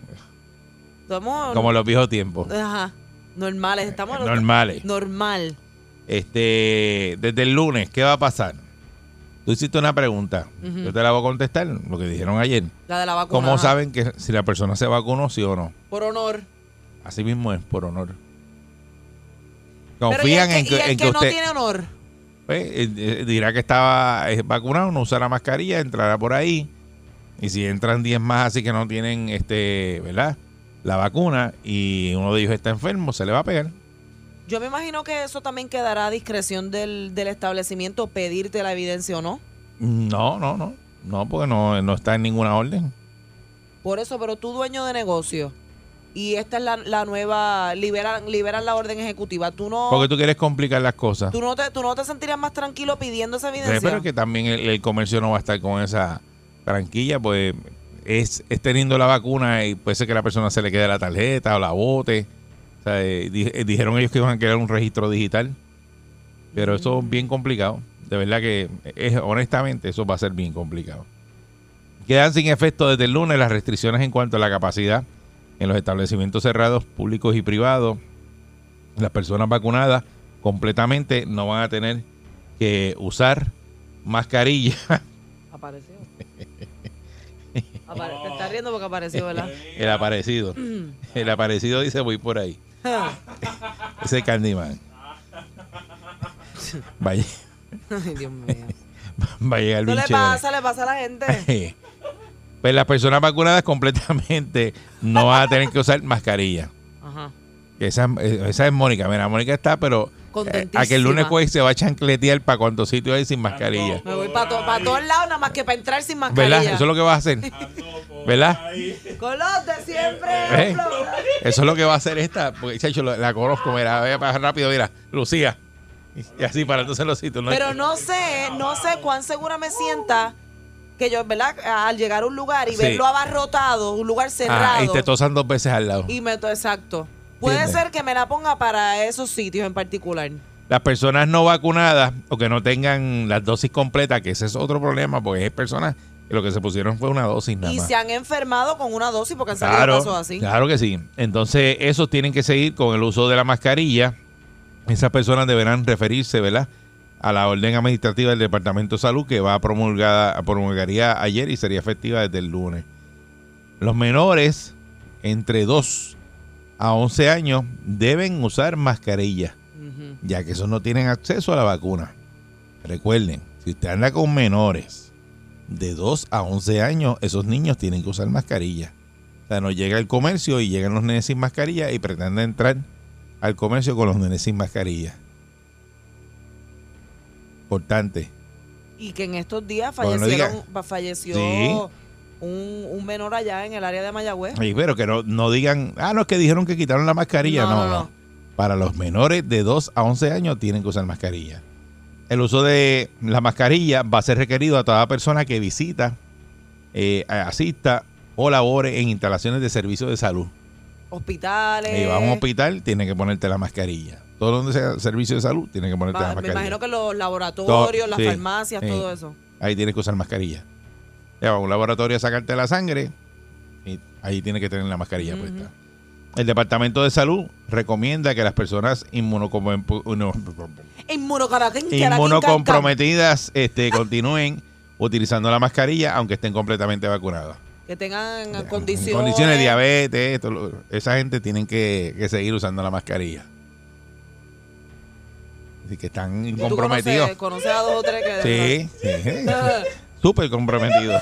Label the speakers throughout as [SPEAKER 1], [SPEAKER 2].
[SPEAKER 1] Estamos
[SPEAKER 2] como los viejos tiempos,
[SPEAKER 1] ajá, normales, estamos
[SPEAKER 2] normales.
[SPEAKER 1] normal.
[SPEAKER 2] Este, desde el lunes, ¿qué va a pasar? Tú hiciste una pregunta,
[SPEAKER 1] Ujú.
[SPEAKER 2] yo te la voy a contestar, lo que dijeron ayer.
[SPEAKER 1] La de la vacuna.
[SPEAKER 2] ¿Cómo
[SPEAKER 1] ajá.
[SPEAKER 2] saben que si la persona se vacunó, sí o no?
[SPEAKER 1] Por honor.
[SPEAKER 2] Así mismo es, por honor.
[SPEAKER 1] Pero ¿y el
[SPEAKER 2] Confían en
[SPEAKER 1] y el
[SPEAKER 2] que, en que
[SPEAKER 1] no
[SPEAKER 2] usted
[SPEAKER 1] tiene honor.
[SPEAKER 2] pues, eh, eh, dirá que estaba eh, vacunado, no usará mascarilla, entrará por ahí. Y si entran 10 más así que no tienen este, ¿verdad? La vacuna y uno de ellos está enfermo, se le va a pegar.
[SPEAKER 1] Yo me imagino que eso también quedará a discreción del, del establecimiento pedirte la evidencia o no.
[SPEAKER 2] No, no, no. No, porque no, no está en ninguna orden.
[SPEAKER 1] Por eso, pero tú dueño de negocio. Y esta es la, la nueva, liberan, liberan la orden ejecutiva. Tú no,
[SPEAKER 2] Porque tú quieres complicar las cosas.
[SPEAKER 1] Oh. tú no te, tú no te sentirías más tranquilo pidiendo esa
[SPEAKER 2] Eh,
[SPEAKER 1] evidencia.
[SPEAKER 2] Pero es que también el, el comercio no va a estar con esa tranquilla, pues es, es teniendo la vacuna y puede ser que la persona se le quede la tarjeta o la bote. O sea, eh, di- eh, dijeron ellos que iban a crear un registro digital, pero eso es bien complicado. De verdad que, es, honestamente, eso va a ser bien complicado. Quedan sin efecto desde el lunes las restricciones en cuanto a la capacidad en los establecimientos cerrados, públicos y privados. Las personas vacunadas completamente no van a tener que usar mascarilla.
[SPEAKER 1] Apareció. Apare- Te estás riendo porque apareció, ¿verdad?
[SPEAKER 2] El aparecido. El aparecido dice voy por ahí. Ese Candyman. Va, a lle-
[SPEAKER 1] Ay, Dios mío.
[SPEAKER 2] va a llegar
[SPEAKER 1] No
[SPEAKER 2] bien
[SPEAKER 1] le
[SPEAKER 2] chévere.
[SPEAKER 1] pasa, le pasa a la gente.
[SPEAKER 2] Pues las personas vacunadas completamente no van a tener que usar mascarilla.
[SPEAKER 1] Ajá.
[SPEAKER 2] Esa, esa es Mónica. Mira, Mónica está, pero eh,
[SPEAKER 1] Contentísima.
[SPEAKER 2] a que el lunes jueves se va a chancletear para cuantos sitios hay sin mascarilla.
[SPEAKER 1] Me voy para todos lados, nada más que para entrar sin mascarilla.
[SPEAKER 2] ¿Verdad? Eso es lo que vas a hacer. ¿Verdad?
[SPEAKER 1] Colote siempre.
[SPEAKER 2] ¿Ves?
[SPEAKER 1] Flor.
[SPEAKER 2] ¿Eh? Eso es lo que va a hacer esta, porque chacho, lo- la conozco, mira, voy a pasar rápido, mira, Lucía. Y así para entonces los sitios.
[SPEAKER 1] Pero no sé, no sé cuán segura me sienta que yo, ¿verdad? Al llegar a un lugar y
[SPEAKER 2] Sí.
[SPEAKER 1] verlo abarrotado, un lugar
[SPEAKER 2] Ah,
[SPEAKER 1] cerrado.
[SPEAKER 2] y te tosan dos veces al lado.
[SPEAKER 1] y me to- exacto. Puede
[SPEAKER 2] Entiende.
[SPEAKER 1] ser que me la ponga para esos sitios en particular.
[SPEAKER 2] Las personas no vacunadas o que no tengan las dosis completas, que ese es otro problema, porque hay personas que lo que se pusieron fue una dosis nada
[SPEAKER 1] y
[SPEAKER 2] más.
[SPEAKER 1] se han enfermado con una dosis porque han salido
[SPEAKER 2] Claro,
[SPEAKER 1] casos así.
[SPEAKER 2] claro que sí. Entonces, esos tienen que seguir con el uso de la mascarilla. Esas personas deberán referirse, ¿verdad? A la orden administrativa del Departamento de Salud que va promulgada, promulgaría ayer y sería efectiva desde el lunes. Los menores entre 2 a 11 años deben usar mascarilla,
[SPEAKER 1] Ujú.
[SPEAKER 2] ya que esos no tienen acceso a la vacuna. Recuerden, si usted anda con menores de 2 a 11 años, esos niños tienen que usar mascarilla. O sea, nos llega el comercio y llegan los nenes sin mascarilla y pretende entrar al comercio con los nenes sin mascarilla. Importante.
[SPEAKER 1] Y que en estos días
[SPEAKER 2] Bueno, no
[SPEAKER 1] fallecieron, fa- falleció
[SPEAKER 2] Sí.
[SPEAKER 1] un, un menor allá en el área de Mayagüez.
[SPEAKER 2] Y pero que no, no digan, ah, no, es que dijeron que quitaron la mascarilla. No,
[SPEAKER 1] No,
[SPEAKER 2] no,
[SPEAKER 1] no, no.
[SPEAKER 2] Para los menores de 2 a 11 años tienen que usar mascarilla. El uso de la mascarilla va a ser requerido a toda persona que visita, eh, asista o labore en instalaciones de servicios de salud.
[SPEAKER 1] Hospitales.
[SPEAKER 2] Y vas a un hospital, tienes que ponerte la mascarilla. Todo donde sea servicio de salud, tienes que ponerte
[SPEAKER 1] Va-
[SPEAKER 2] la
[SPEAKER 1] me
[SPEAKER 2] mascarilla.
[SPEAKER 1] imagino que los laboratorios,
[SPEAKER 2] To-
[SPEAKER 1] las
[SPEAKER 2] sí,
[SPEAKER 1] farmacias,
[SPEAKER 2] sí.
[SPEAKER 1] todo eso.
[SPEAKER 2] Ahí tienes que usar mascarilla. Ya va a un laboratorio a sacarte la sangre y ahí tienes que tener la mascarilla
[SPEAKER 1] Ujú.
[SPEAKER 2] puesta. El Departamento de Salud recomienda que las personas inmunocompo- uno-
[SPEAKER 1] Inmunocaraquín, caraquín, can, can.
[SPEAKER 2] inmunocomprometidas este, continúen utilizando la mascarilla aunque estén completamente vacunadas.
[SPEAKER 1] que tengan
[SPEAKER 2] Ya,
[SPEAKER 1] condiciones.
[SPEAKER 2] de diabetes, esto, lo- esa gente tienen que, que seguir usando la mascarilla. Así que están
[SPEAKER 1] Tú
[SPEAKER 2] comprometidos.
[SPEAKER 1] conoces- conoces a dos o tres que. Ah.
[SPEAKER 2] Sí, sí. Súper comprometido.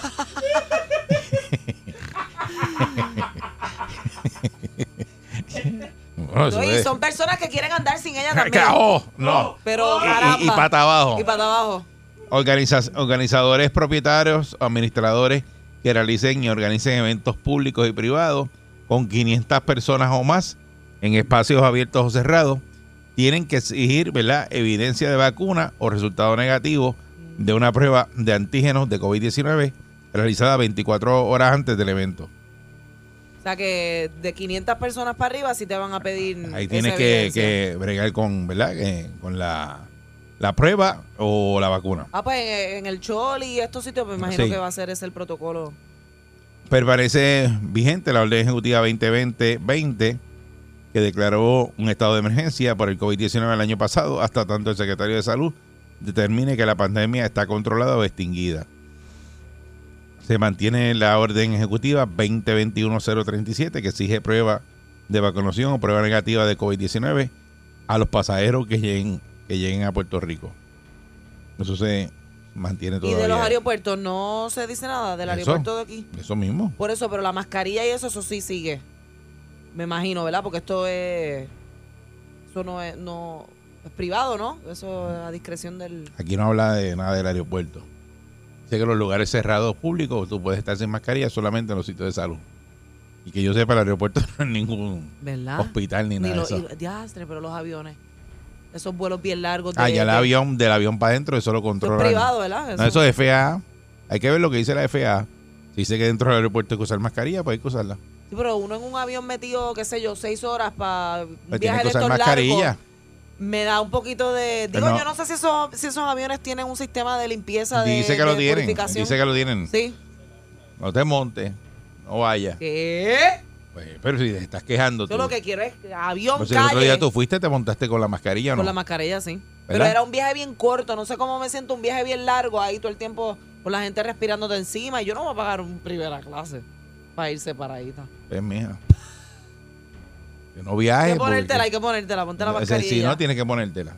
[SPEAKER 2] Bueno, eso
[SPEAKER 1] No, y
[SPEAKER 2] es-
[SPEAKER 1] son personas que quieren andar sin ella
[SPEAKER 2] ¡Ah,
[SPEAKER 1] también.
[SPEAKER 2] ¡Cajó! No.
[SPEAKER 1] Pero
[SPEAKER 2] Y, y
[SPEAKER 1] caramba.
[SPEAKER 2] pata abajo.
[SPEAKER 1] Y para abajo.
[SPEAKER 2] Organiza- organizadores, propietarios, administradores que realicen y organicen eventos públicos y privados con 500 personas o más en espacios abiertos o cerrados tienen que exigir ¿verdad? evidencia de vacuna o resultado negativo de una prueba de antígenos de COVID-19 realizada 24 horas antes del evento.
[SPEAKER 1] O sea que de 500 personas para arriba sí te van a pedir.
[SPEAKER 2] Ahí
[SPEAKER 1] esa
[SPEAKER 2] tienes que,
[SPEAKER 1] evidencia.
[SPEAKER 2] que bregar con, ¿verdad? Que- con la, la prueba o la vacuna.
[SPEAKER 1] Ah, pues en, en el Choli y estos sitios me imagino
[SPEAKER 2] Sí.
[SPEAKER 1] que va a ser ese el protocolo.
[SPEAKER 2] Permanece vigente la orden ejecutiva 2020-20 que declaró un estado de emergencia por el COVID-19 el año pasado hasta tanto el secretario de Salud determine que la pandemia está controlada o extinguida. Se mantiene la orden ejecutiva 2021-037 que exige prueba de vacunación o prueba negativa de COVID-19 a los pasajeros que lleguen, que lleguen a Puerto Rico. Eso se mantiene
[SPEAKER 1] Y
[SPEAKER 2] todavía.
[SPEAKER 1] de los aeropuertos no se dice nada del
[SPEAKER 2] Eso.
[SPEAKER 1] aeropuerto de aquí.
[SPEAKER 2] Eso mismo.
[SPEAKER 1] Por eso, pero la mascarilla y eso, eso sí sigue. Me imagino, ¿verdad? Porque esto es. Eso no es. No, es privado, ¿no? Eso es a discreción del.
[SPEAKER 2] Aquí no habla de nada del aeropuerto. Sé que los lugares cerrados públicos, tú puedes estar sin mascarilla solamente en los sitios de salud. Y que yo sepa, el aeropuerto no es ningún
[SPEAKER 1] ¿Verdad?
[SPEAKER 2] hospital ni
[SPEAKER 1] Ni
[SPEAKER 2] nada de
[SPEAKER 1] lo-
[SPEAKER 2] eso.
[SPEAKER 1] y- diastre, pero los aviones. Esos vuelos bien largos. de-
[SPEAKER 2] Ah, ya el
[SPEAKER 1] de-
[SPEAKER 2] avión, del avión para adentro, eso lo
[SPEAKER 1] Eso es
[SPEAKER 2] controla.
[SPEAKER 1] privado, ¿verdad?
[SPEAKER 2] No, eso es FAA. Hay que ver lo que dice la FAA. Si dice que dentro del aeropuerto hay que usar mascarilla, pues hay que usarla.
[SPEAKER 1] Sí, pero uno en un avión metido, qué sé yo, seis horas para
[SPEAKER 2] Pues tiene
[SPEAKER 1] viajes
[SPEAKER 2] que
[SPEAKER 1] de
[SPEAKER 2] usar
[SPEAKER 1] estos
[SPEAKER 2] mascarilla.
[SPEAKER 1] largos. Me da un poquito de... Digo,
[SPEAKER 2] Pero Pues no.
[SPEAKER 1] yo no sé si esos, si esos aviones tienen un sistema de limpieza, de,
[SPEAKER 2] Dice que lo
[SPEAKER 1] de
[SPEAKER 2] tienen.
[SPEAKER 1] purificación.
[SPEAKER 2] Dice que lo tienen.
[SPEAKER 1] Sí.
[SPEAKER 2] No te montes. No vayas.
[SPEAKER 1] ¿Qué?
[SPEAKER 2] Pues, pero si te estás quejando.
[SPEAKER 1] Yo
[SPEAKER 2] tú.
[SPEAKER 1] lo que quiero es avión,
[SPEAKER 2] Pues si el
[SPEAKER 1] calle.
[SPEAKER 2] otro día tú fuiste, te montaste con la mascarilla, ¿o
[SPEAKER 1] Con
[SPEAKER 2] ¿no?
[SPEAKER 1] la mascarilla, sí. Pero
[SPEAKER 2] ¿Verdad?
[SPEAKER 1] era un viaje bien corto, no sé cómo me siento, un viaje bien largo ahí todo el tiempo con la gente respirándote encima y yo no voy a pagar un primera clase para ir separadita.
[SPEAKER 2] Pues, mija. Que no
[SPEAKER 1] Hay
[SPEAKER 2] viajes.
[SPEAKER 1] que ponértela, hay
[SPEAKER 2] porque-
[SPEAKER 1] que ponértela, ponte la
[SPEAKER 2] O sea,
[SPEAKER 1] mascarilla.
[SPEAKER 2] Si no, tienes que ponértela.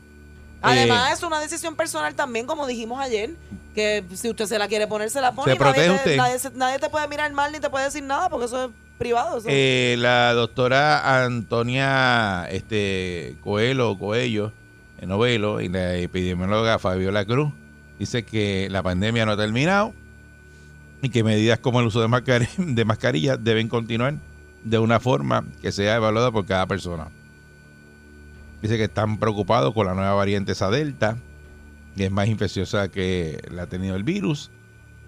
[SPEAKER 1] Además
[SPEAKER 2] Eh,
[SPEAKER 1] es una decisión personal también, como dijimos ayer, que si usted se la quiere poner, se la pone.
[SPEAKER 2] Se
[SPEAKER 1] y nadie
[SPEAKER 2] protege
[SPEAKER 1] te-
[SPEAKER 2] usted.
[SPEAKER 1] Nadie, se- nadie te puede mirar mal ni te puede decir nada porque eso es privado. eso.
[SPEAKER 2] Eh, la doctora Antonia este, Coelho, Coello, eh, Novelo, y la epidemióloga Fabiola Cruz, dice que la pandemia no ha terminado y que medidas como el uso de, mascar- de mascarillas deben continuar de una forma que sea evaluada por cada persona. Dice que están preocupados con la nueva variante esa Delta, que es más infecciosa que la ha tenido el virus.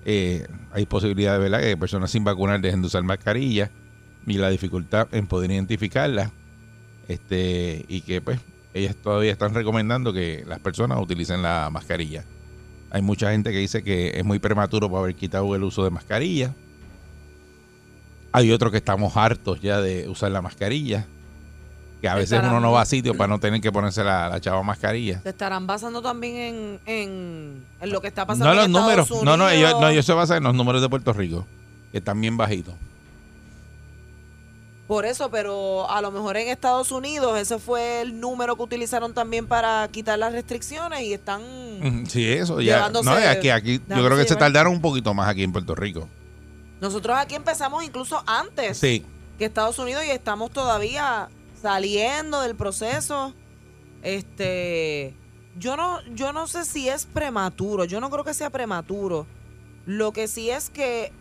[SPEAKER 2] Eh, hay posibilidad, ¿verdad?, que personas sin vacunar dejen de usar mascarillas y la dificultad en poder identificarla. Este, y que pues ellas todavía están recomendando que las personas utilicen la mascarilla. Hay mucha gente que dice que es muy prematuro para haber quitado el uso de mascarilla. Hay otros que estamos hartos ya de usar la mascarilla. Que a veces
[SPEAKER 1] Estarán-
[SPEAKER 2] uno no va a sitio para no tener que ponerse la, la chava mascarilla.
[SPEAKER 1] se estarán basando también en, en, en lo que está pasando
[SPEAKER 2] No
[SPEAKER 1] en
[SPEAKER 2] los números.
[SPEAKER 1] Estados
[SPEAKER 2] No, no,
[SPEAKER 1] Unidos.
[SPEAKER 2] ellos, no, ellos se basan en los números de Puerto Rico, que están bien bajitos.
[SPEAKER 1] Por eso, pero a lo mejor en Estados Unidos ese fue el número que utilizaron también para quitar las restricciones y están...
[SPEAKER 2] Mm, Sí, eso ya.
[SPEAKER 1] Llevándose-
[SPEAKER 2] No, aquí, aquí, yo creo que
[SPEAKER 1] dejándose
[SPEAKER 2] se
[SPEAKER 1] llevar.
[SPEAKER 2] tardaron un poquito más aquí en Puerto Rico.
[SPEAKER 1] Nosotros aquí empezamos incluso antes
[SPEAKER 2] Sí.
[SPEAKER 1] que Estados Unidos y estamos todavía saliendo del proceso. Este, yo no, yo no sé si es prematuro. Yo no creo que sea prematuro. Lo que sí es que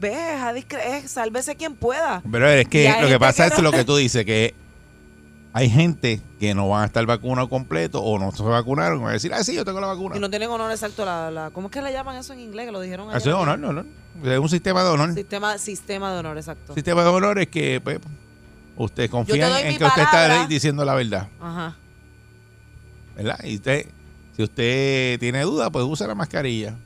[SPEAKER 1] ves, es a discre- es sálvese quien pueda.
[SPEAKER 2] Pero es
[SPEAKER 1] Y
[SPEAKER 2] que
[SPEAKER 1] hay
[SPEAKER 2] lo
[SPEAKER 1] gente
[SPEAKER 2] que pasa
[SPEAKER 1] que
[SPEAKER 2] es lo
[SPEAKER 1] no-
[SPEAKER 2] que tú dices, que hay gente que no van a estar vacunado completo o no se vacunaron. Van a decir, ah, sí, yo tengo la vacuna.
[SPEAKER 1] Y no tienen honor exacto la, la- ¿cómo es que le llaman eso en inglés? Que lo dijeron ayer.
[SPEAKER 2] Eso es honor, no, no. Es un sistema de honor.
[SPEAKER 1] Sistema, sistema de honor, exacto.
[SPEAKER 2] Sistema de honor es que pues, usted confía
[SPEAKER 1] doy
[SPEAKER 2] en
[SPEAKER 1] mi
[SPEAKER 2] que usted está
[SPEAKER 1] palabra.
[SPEAKER 2] diciendo la verdad,
[SPEAKER 1] Ajá.
[SPEAKER 2] ¿verdad? Y usted, si usted tiene duda, pues use la mascarilla.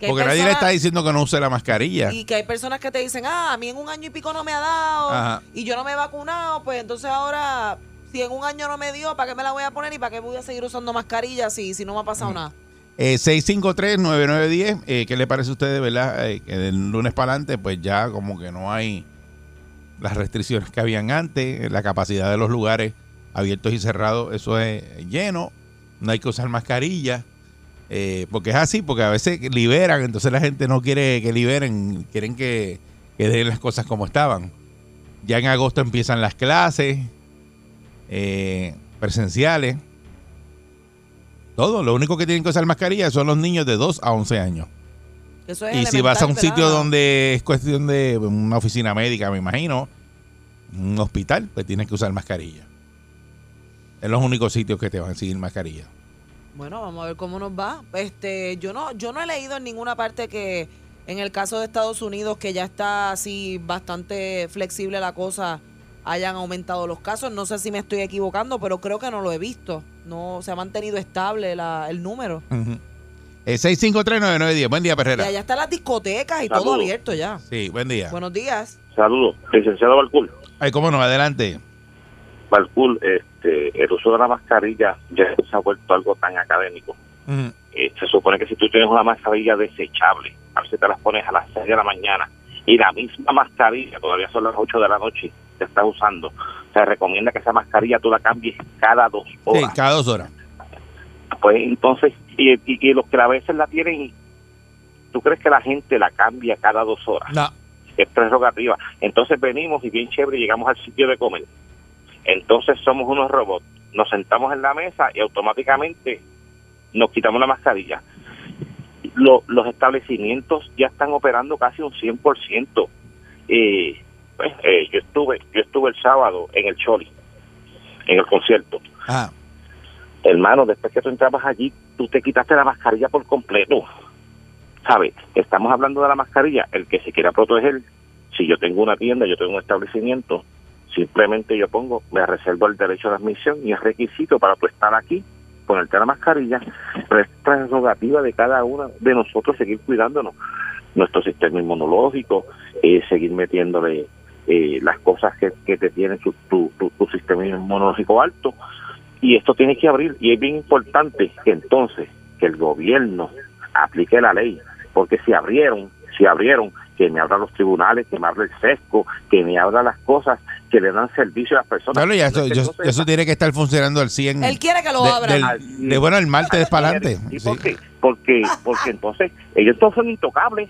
[SPEAKER 1] Que hay
[SPEAKER 2] Porque nadie le
[SPEAKER 1] personas-
[SPEAKER 2] está diciendo que no use la mascarilla.
[SPEAKER 1] Y que hay personas que te dicen, ah, a mí en un año y pico no me ha dado
[SPEAKER 2] Ajá.
[SPEAKER 1] y yo no me he vacunado, pues entonces ahora, si en un año no me dio, ¿para qué me la voy a poner y para qué voy a seguir usando mascarilla si, si no me ha pasado nada?
[SPEAKER 2] Eh, 653-9910, eh, ¿qué le parece a ustedes, verdad? Eh, que del lunes para adelante, pues ya como que no hay las restricciones que habían antes, eh, la capacidad de los lugares abiertos y cerrados, eso es lleno, no hay que usar mascarilla, eh, porque es así, porque a veces liberan, entonces la gente no quiere que liberen, quieren que, que den las cosas como estaban. Ya en agosto empiezan las clases eh, presenciales. Todo, lo único que tienen que usar mascarilla son los niños de 2 a 11 años.
[SPEAKER 1] Eso es
[SPEAKER 2] Y si vas a un
[SPEAKER 1] elemental,
[SPEAKER 2] sitio
[SPEAKER 1] ¿verdad?
[SPEAKER 2] donde es cuestión de una oficina médica, me imagino, un hospital, pues tienes que usar mascarilla. Es los únicos sitios que te van a exigir mascarilla.
[SPEAKER 1] Bueno, vamos a ver cómo nos va. Este, yo no, yo no he leído en ninguna parte que en el caso de Estados Unidos, que ya está así bastante flexible la cosa, hayan aumentado los casos. No sé si me estoy equivocando, pero creo que no lo he visto. No se ha mantenido estable la- el número.
[SPEAKER 2] Eh, 6539910. Buen día,
[SPEAKER 1] Y
[SPEAKER 2] Perrera.
[SPEAKER 1] allá están las discotecas y todo
[SPEAKER 3] Saludos.
[SPEAKER 1] abierto ya.
[SPEAKER 2] Sí, buen día.
[SPEAKER 1] Buenos días.
[SPEAKER 3] Saludos, licenciado Balcul.
[SPEAKER 2] Ay, cómo no, adelante.
[SPEAKER 3] Balcul, este, el uso de la mascarilla ya se ha vuelto algo tan académico.
[SPEAKER 2] Ujú.
[SPEAKER 3] Eh, se supone que si tú tienes una mascarilla desechable, a veces te las pones a las 6 de la mañana y la misma mascarilla, todavía son las 8 de la noche, te estás usando, se recomienda que esa mascarilla tú la cambies cada dos
[SPEAKER 2] Sí,
[SPEAKER 3] horas.
[SPEAKER 2] cada dos horas.
[SPEAKER 3] pues entonces, y, y- y los que a veces la tienen, ¿tú crees que la gente la cambia cada dos horas?
[SPEAKER 2] No.
[SPEAKER 3] es prerrogativa. Entonces venimos y bien chévere llegamos al sitio de comer. Entonces somos unos robots. Nos sentamos en la mesa y automáticamente nos quitamos la mascarilla. Lo- los establecimientos ya están operando casi un 100%. Y pues, eh, yo estuve yo estuve el sábado en el Choli, en el concierto.
[SPEAKER 2] Ah,
[SPEAKER 3] Hermano, después que tú entrabas allí, tú te quitaste la mascarilla por completo. ¿Sabes? Estamos hablando de la mascarilla. El que se quiera proteger, si yo tengo una tienda, yo tengo un establecimiento, simplemente yo pongo, me reservo el derecho de admisión y es requisito para tú estar aquí, ponerte la mascarilla, pero es prerrogativa de cada uno de nosotros seguir cuidándonos, nuestro sistema inmunológico, eh, seguir metiéndole eh, las cosas que, que te tiene su- tu, tu- tu sistema inmunológico alto y esto tiene que abrir y es bien importante que entonces que el gobierno aplique la ley porque si abrieron si abrieron que me abran los tribunales que me abra el sesco que me abra las cosas que le dan servicio a las personas
[SPEAKER 2] claro, ya
[SPEAKER 3] No
[SPEAKER 2] eso,
[SPEAKER 3] es que
[SPEAKER 2] yo-
[SPEAKER 3] entonces-
[SPEAKER 2] eso tiene que estar funcionando al 100.
[SPEAKER 1] Él quiere que lo
[SPEAKER 2] Mm. de-
[SPEAKER 1] abran.
[SPEAKER 4] Ah,
[SPEAKER 2] del- de, bueno, el martes para adelante.
[SPEAKER 3] ¿Y
[SPEAKER 2] Sí.
[SPEAKER 3] por qué? porque porque entonces ellos todos son intocables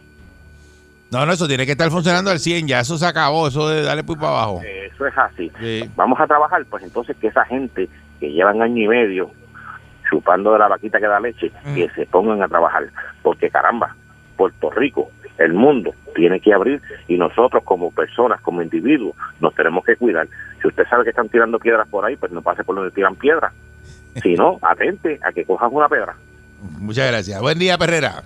[SPEAKER 2] No, no, eso tiene que estar funcionando al 100. Ya eso se acabó, eso de darle pues para abajo.
[SPEAKER 3] eso es así
[SPEAKER 2] Sí.
[SPEAKER 3] vamos a trabajar, pues entonces que esa gente que llevan año y medio chupando de la vaquita que da leche,
[SPEAKER 2] Mm.
[SPEAKER 3] que se pongan a trabajar, porque caramba, Puerto Rico, el mundo tiene que abrir y nosotros como personas, como individuos, nos tenemos que cuidar. Si usted sabe que están tirando piedras por ahí, pues no pase por donde tiran piedras. Si no, atente a que cojas una piedra.
[SPEAKER 2] Muchas gracias. Buen día, Perrera.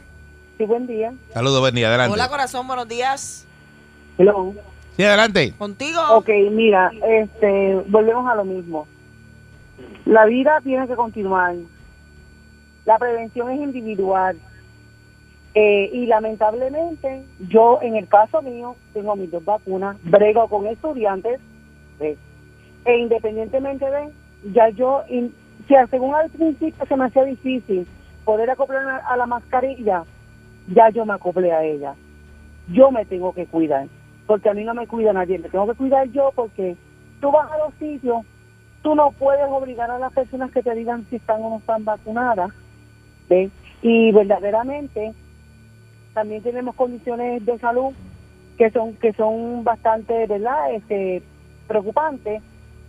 [SPEAKER 5] Sí, buen día.
[SPEAKER 2] Saludos, buen día. Adelante.
[SPEAKER 1] Hola, corazón, buenos días.
[SPEAKER 5] Hello.
[SPEAKER 2] Sí, adelante.
[SPEAKER 1] Contigo.
[SPEAKER 5] Ok, mira,
[SPEAKER 4] eh,
[SPEAKER 5] este, volvemos a lo mismo. La vida tiene que continuar. La prevención es individual. Eh, y lamentablemente, yo en el caso mío, tengo mis dos vacunas, brego con estudiantes, eh, e independientemente de, ya yo, in- o sea, según al principio se me hacía difícil poder acoplarme a- a la mascarilla, ya yo me acoplé a ella. Yo me tengo que cuidar porque a mí no me cuida nadie, me tengo que cuidar yo porque tú vas a los sitios, tú no puedes obligar a las personas que te digan si están o no están vacunadas, ¿ves? Y verdaderamente también tenemos condiciones de salud que son que son bastante, ¿verdad? Este preocupantes.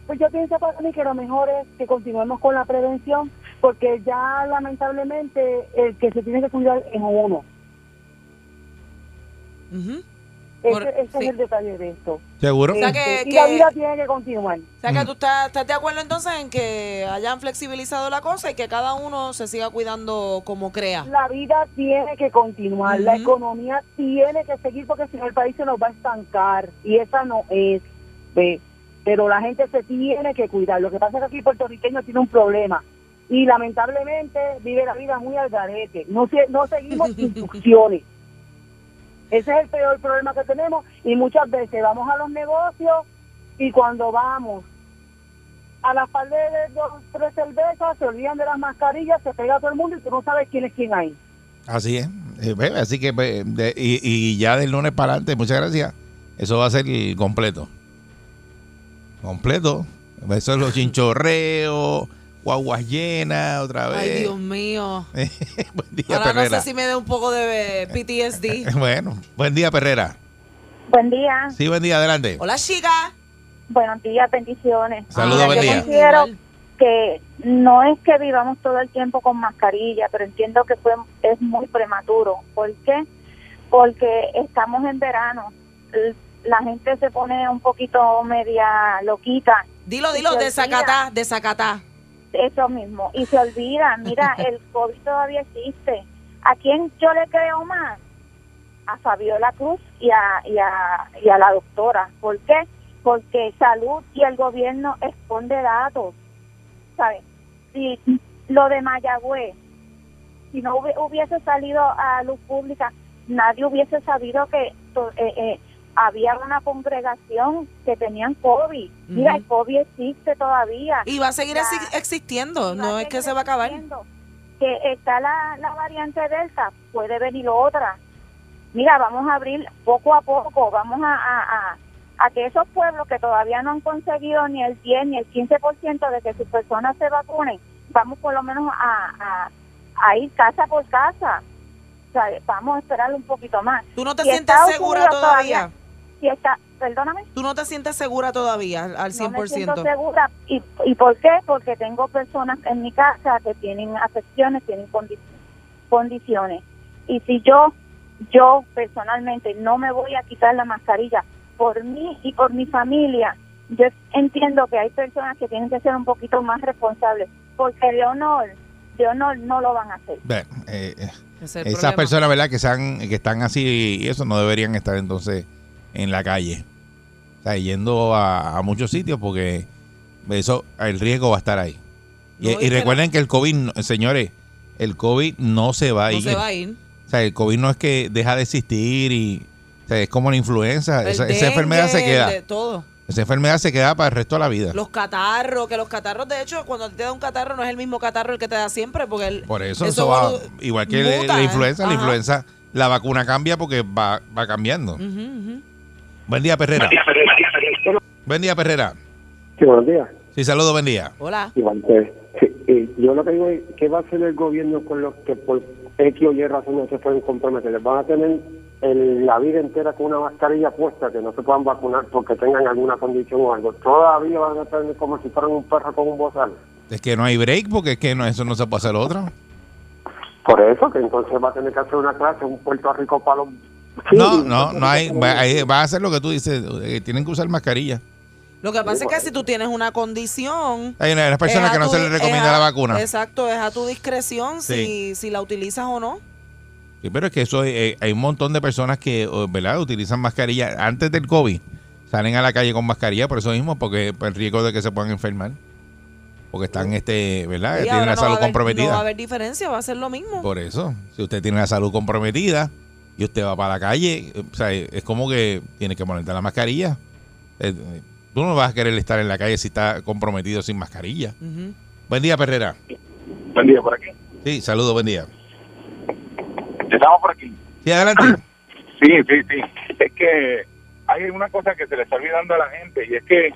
[SPEAKER 5] Pues yo pienso para mí que lo mejor es que continuemos con la prevención porque ya lamentablemente el que se tiene que cuidar es uno.
[SPEAKER 1] Ujú.
[SPEAKER 5] Ese,
[SPEAKER 1] Por-
[SPEAKER 5] ese
[SPEAKER 1] sí.
[SPEAKER 5] es el detalle de esto.
[SPEAKER 2] ¿Seguro?
[SPEAKER 1] O sea que-
[SPEAKER 5] Este, y la
[SPEAKER 1] que-
[SPEAKER 5] vida tiene que continuar.
[SPEAKER 1] O sea que
[SPEAKER 2] Mm.
[SPEAKER 1] tú estás, estás de acuerdo entonces en que hayan flexibilizado la cosa y que cada uno se siga cuidando como crea.
[SPEAKER 5] La vida tiene que continuar, la
[SPEAKER 1] Ujú.
[SPEAKER 5] economía tiene que seguir porque si no el país se nos va a estancar y esa no es. ¿ve? Pero la gente se tiene que cuidar. Lo que pasa es que aquí el puertorriqueño tiene un problema y lamentablemente vive la vida muy al garete. No, se- no seguimos instrucciones. Ese es el peor problema que tenemos y muchas veces vamos a los negocios y cuando vamos a las par de dos, tres cervezas, se olvidan de las mascarillas, se pega a todo el mundo y tú no sabes quién es quién hay.
[SPEAKER 2] Así es. Eh, pues, Así que, pues, de- y, y ya del lunes para adelante, muchas gracias. Eso va a ser completo. Completo. Eso es los chinchorreos, guaguas llenas, otra vez.
[SPEAKER 1] Ay, Dios mío.
[SPEAKER 2] buen día,
[SPEAKER 1] Ahora no
[SPEAKER 2] Perrera.
[SPEAKER 1] sé si me da un poco de PTSD.
[SPEAKER 2] Bueno, buen día, Perrera.
[SPEAKER 4] Buen día,
[SPEAKER 2] Sí, buen día, adelante.
[SPEAKER 1] Hola, chica.
[SPEAKER 4] buenos días, bendiciones.
[SPEAKER 2] Saludos,
[SPEAKER 4] Mira,
[SPEAKER 2] buen
[SPEAKER 4] yo
[SPEAKER 2] día.
[SPEAKER 4] considero que no es que vivamos todo el tiempo con mascarilla, pero entiendo que fue, es muy prematuro. ¿Por qué? Porque estamos en verano, l- la gente se pone un poquito media loquita,
[SPEAKER 1] Dilo, dilo,
[SPEAKER 4] Sí,
[SPEAKER 1] desacatá, desacatá.
[SPEAKER 4] eso mismo, y se olvida, mira, el COVID todavía existe. ¿A quién yo le creo más? A Fabiola Cruz y a, y a, y a la doctora. ¿Por qué? Porque salud y el gobierno esconde datos. ¿Sabes? Si lo de Mayagüez, si no hubi- hubiese salido a luz pública, nadie hubiese sabido que to- eh, eh, había una congregación que tenían COVID. Mira,
[SPEAKER 1] Ujú.
[SPEAKER 4] el COVID existe todavía
[SPEAKER 1] Y va a seguir
[SPEAKER 4] La-
[SPEAKER 1] exi- existiendo, no
[SPEAKER 4] va a
[SPEAKER 1] es que
[SPEAKER 4] seguir
[SPEAKER 1] se va a acabar.
[SPEAKER 4] existiendo. Que está la, la variante Delta, puede venir otra. Mira, vamos a abrir poco a poco, vamos a, a, a- a que esos pueblos que todavía no han conseguido ni el 10 ni el 15% de que sus personas se vacunen, vamos por lo menos a, a, a ir casa por casa. O sea, vamos a esperar un poquito más.
[SPEAKER 1] ¿Tú no te
[SPEAKER 4] Y
[SPEAKER 1] sientes
[SPEAKER 4] Estados
[SPEAKER 1] segura
[SPEAKER 4] Unidos
[SPEAKER 1] todavía?
[SPEAKER 4] Si está, perdóname.
[SPEAKER 1] ¿Tú no te sientes segura todavía al- al
[SPEAKER 4] No me siento
[SPEAKER 1] 100%?
[SPEAKER 4] segura. ¿Y, ¿Y por qué? Porque tengo personas en mi casa que tienen afecciones, tienen condi- condiciones. Y si yo, yo personalmente no me voy a quitar la mascarilla, por mí y por mi familia, yo entiendo que hay personas que tienen que ser un poquito más responsables, porque de honor, de honor no lo van a hacer.
[SPEAKER 2] Bueno, eh, eh,
[SPEAKER 1] Ese es el
[SPEAKER 2] esas
[SPEAKER 1] problema.
[SPEAKER 2] personas, ¿verdad? Que, sean, que están así y eso no deberían estar entonces en la calle. O sea, yendo a, a muchos sitios porque eso, el riesgo va a estar ahí. Y,
[SPEAKER 1] No,
[SPEAKER 2] y
[SPEAKER 1] y que
[SPEAKER 2] recuerden que el COVID, no- señores, el COVID no se va a
[SPEAKER 1] No
[SPEAKER 2] ir.
[SPEAKER 1] se va a ir.
[SPEAKER 2] O sea, el COVID no es que deja de existir y o sea, es como la influenza.
[SPEAKER 1] El
[SPEAKER 2] Ah, Esa, esa
[SPEAKER 1] dengue,
[SPEAKER 2] enfermedad se queda.
[SPEAKER 1] el de todo.
[SPEAKER 2] Esa enfermedad se queda para el resto de la vida.
[SPEAKER 1] Los catarros, que los catarros, de hecho, cuando te da un catarro no es el mismo catarro el que te da siempre, porque el,
[SPEAKER 2] Por eso,
[SPEAKER 1] eso
[SPEAKER 2] eso va-
[SPEAKER 1] volu-
[SPEAKER 2] igual que la-
[SPEAKER 1] muta,
[SPEAKER 2] la
[SPEAKER 1] ¿eh?
[SPEAKER 2] influenza, la
[SPEAKER 1] Ajá.
[SPEAKER 2] influenza, la vacuna cambia porque va, va cambiando.
[SPEAKER 1] Ujú, ujú.
[SPEAKER 2] Buen día, Perrera. Buen día, Perrera.
[SPEAKER 6] Sí, buenos días.
[SPEAKER 2] Sí, saludos, buen día.
[SPEAKER 1] Hola.
[SPEAKER 6] Igual que- sí, y yo lo que digo es, ¿qué va a hacer el gobierno con los que por X o Y razón no se pueden comprometer? Les Van a tener el- la vida entera con una mascarilla puesta, que no se puedan vacunar porque tengan alguna condición o algo. Todavía van a tener como si fueran un perro con un bozal.
[SPEAKER 2] Es que no hay break porque es que no, eso no se puede hacer otro.
[SPEAKER 6] Por eso, que entonces va a tener que hacer una clase, un Puerto Rico palo. Sí,
[SPEAKER 2] No,
[SPEAKER 6] y-
[SPEAKER 2] no, no hay. Va, ahí va a hacer lo que tú dices. eh, tienen que usar mascarilla.
[SPEAKER 1] Lo que pasa es que si tú tienes una condición...
[SPEAKER 2] Hay unas
[SPEAKER 1] es
[SPEAKER 2] personas
[SPEAKER 1] a
[SPEAKER 2] que no
[SPEAKER 1] tu-
[SPEAKER 2] se les recomienda
[SPEAKER 1] es
[SPEAKER 2] la
[SPEAKER 1] a-
[SPEAKER 2] vacuna.
[SPEAKER 1] Exacto, es a tu discreción
[SPEAKER 2] Sí.
[SPEAKER 1] si, si la utilizas o no.
[SPEAKER 2] Sí, pero es que eso eh, hay un montón de personas que, eh, ¿verdad? Utilizan mascarilla antes del COVID. Salen a la calle con mascarilla por eso mismo, porque por el riesgo de que se puedan enfermar. Porque están, este, ¿verdad?
[SPEAKER 1] Y
[SPEAKER 2] Tienen la
[SPEAKER 1] ahora no va a
[SPEAKER 2] salud
[SPEAKER 1] haber- No va a
[SPEAKER 2] comprometida.
[SPEAKER 1] haber diferencia, va a ser lo mismo.
[SPEAKER 2] Por eso, si usted tiene la salud comprometida y usted va para la calle, eh, o sea, eh, es como que tiene que ponerte la mascarilla. Eh, eh, tú no vas a querer estar en la calle si está comprometido sin mascarilla.
[SPEAKER 1] Ujú.
[SPEAKER 2] Buen día, Perrera.
[SPEAKER 7] Buen día por aquí.
[SPEAKER 2] Sí, saludos, buen día.
[SPEAKER 7] Estamos por aquí.
[SPEAKER 2] Sí, adelante.
[SPEAKER 7] Sí, sí, sí. Es que hay una cosa que se le está olvidando a la gente y es que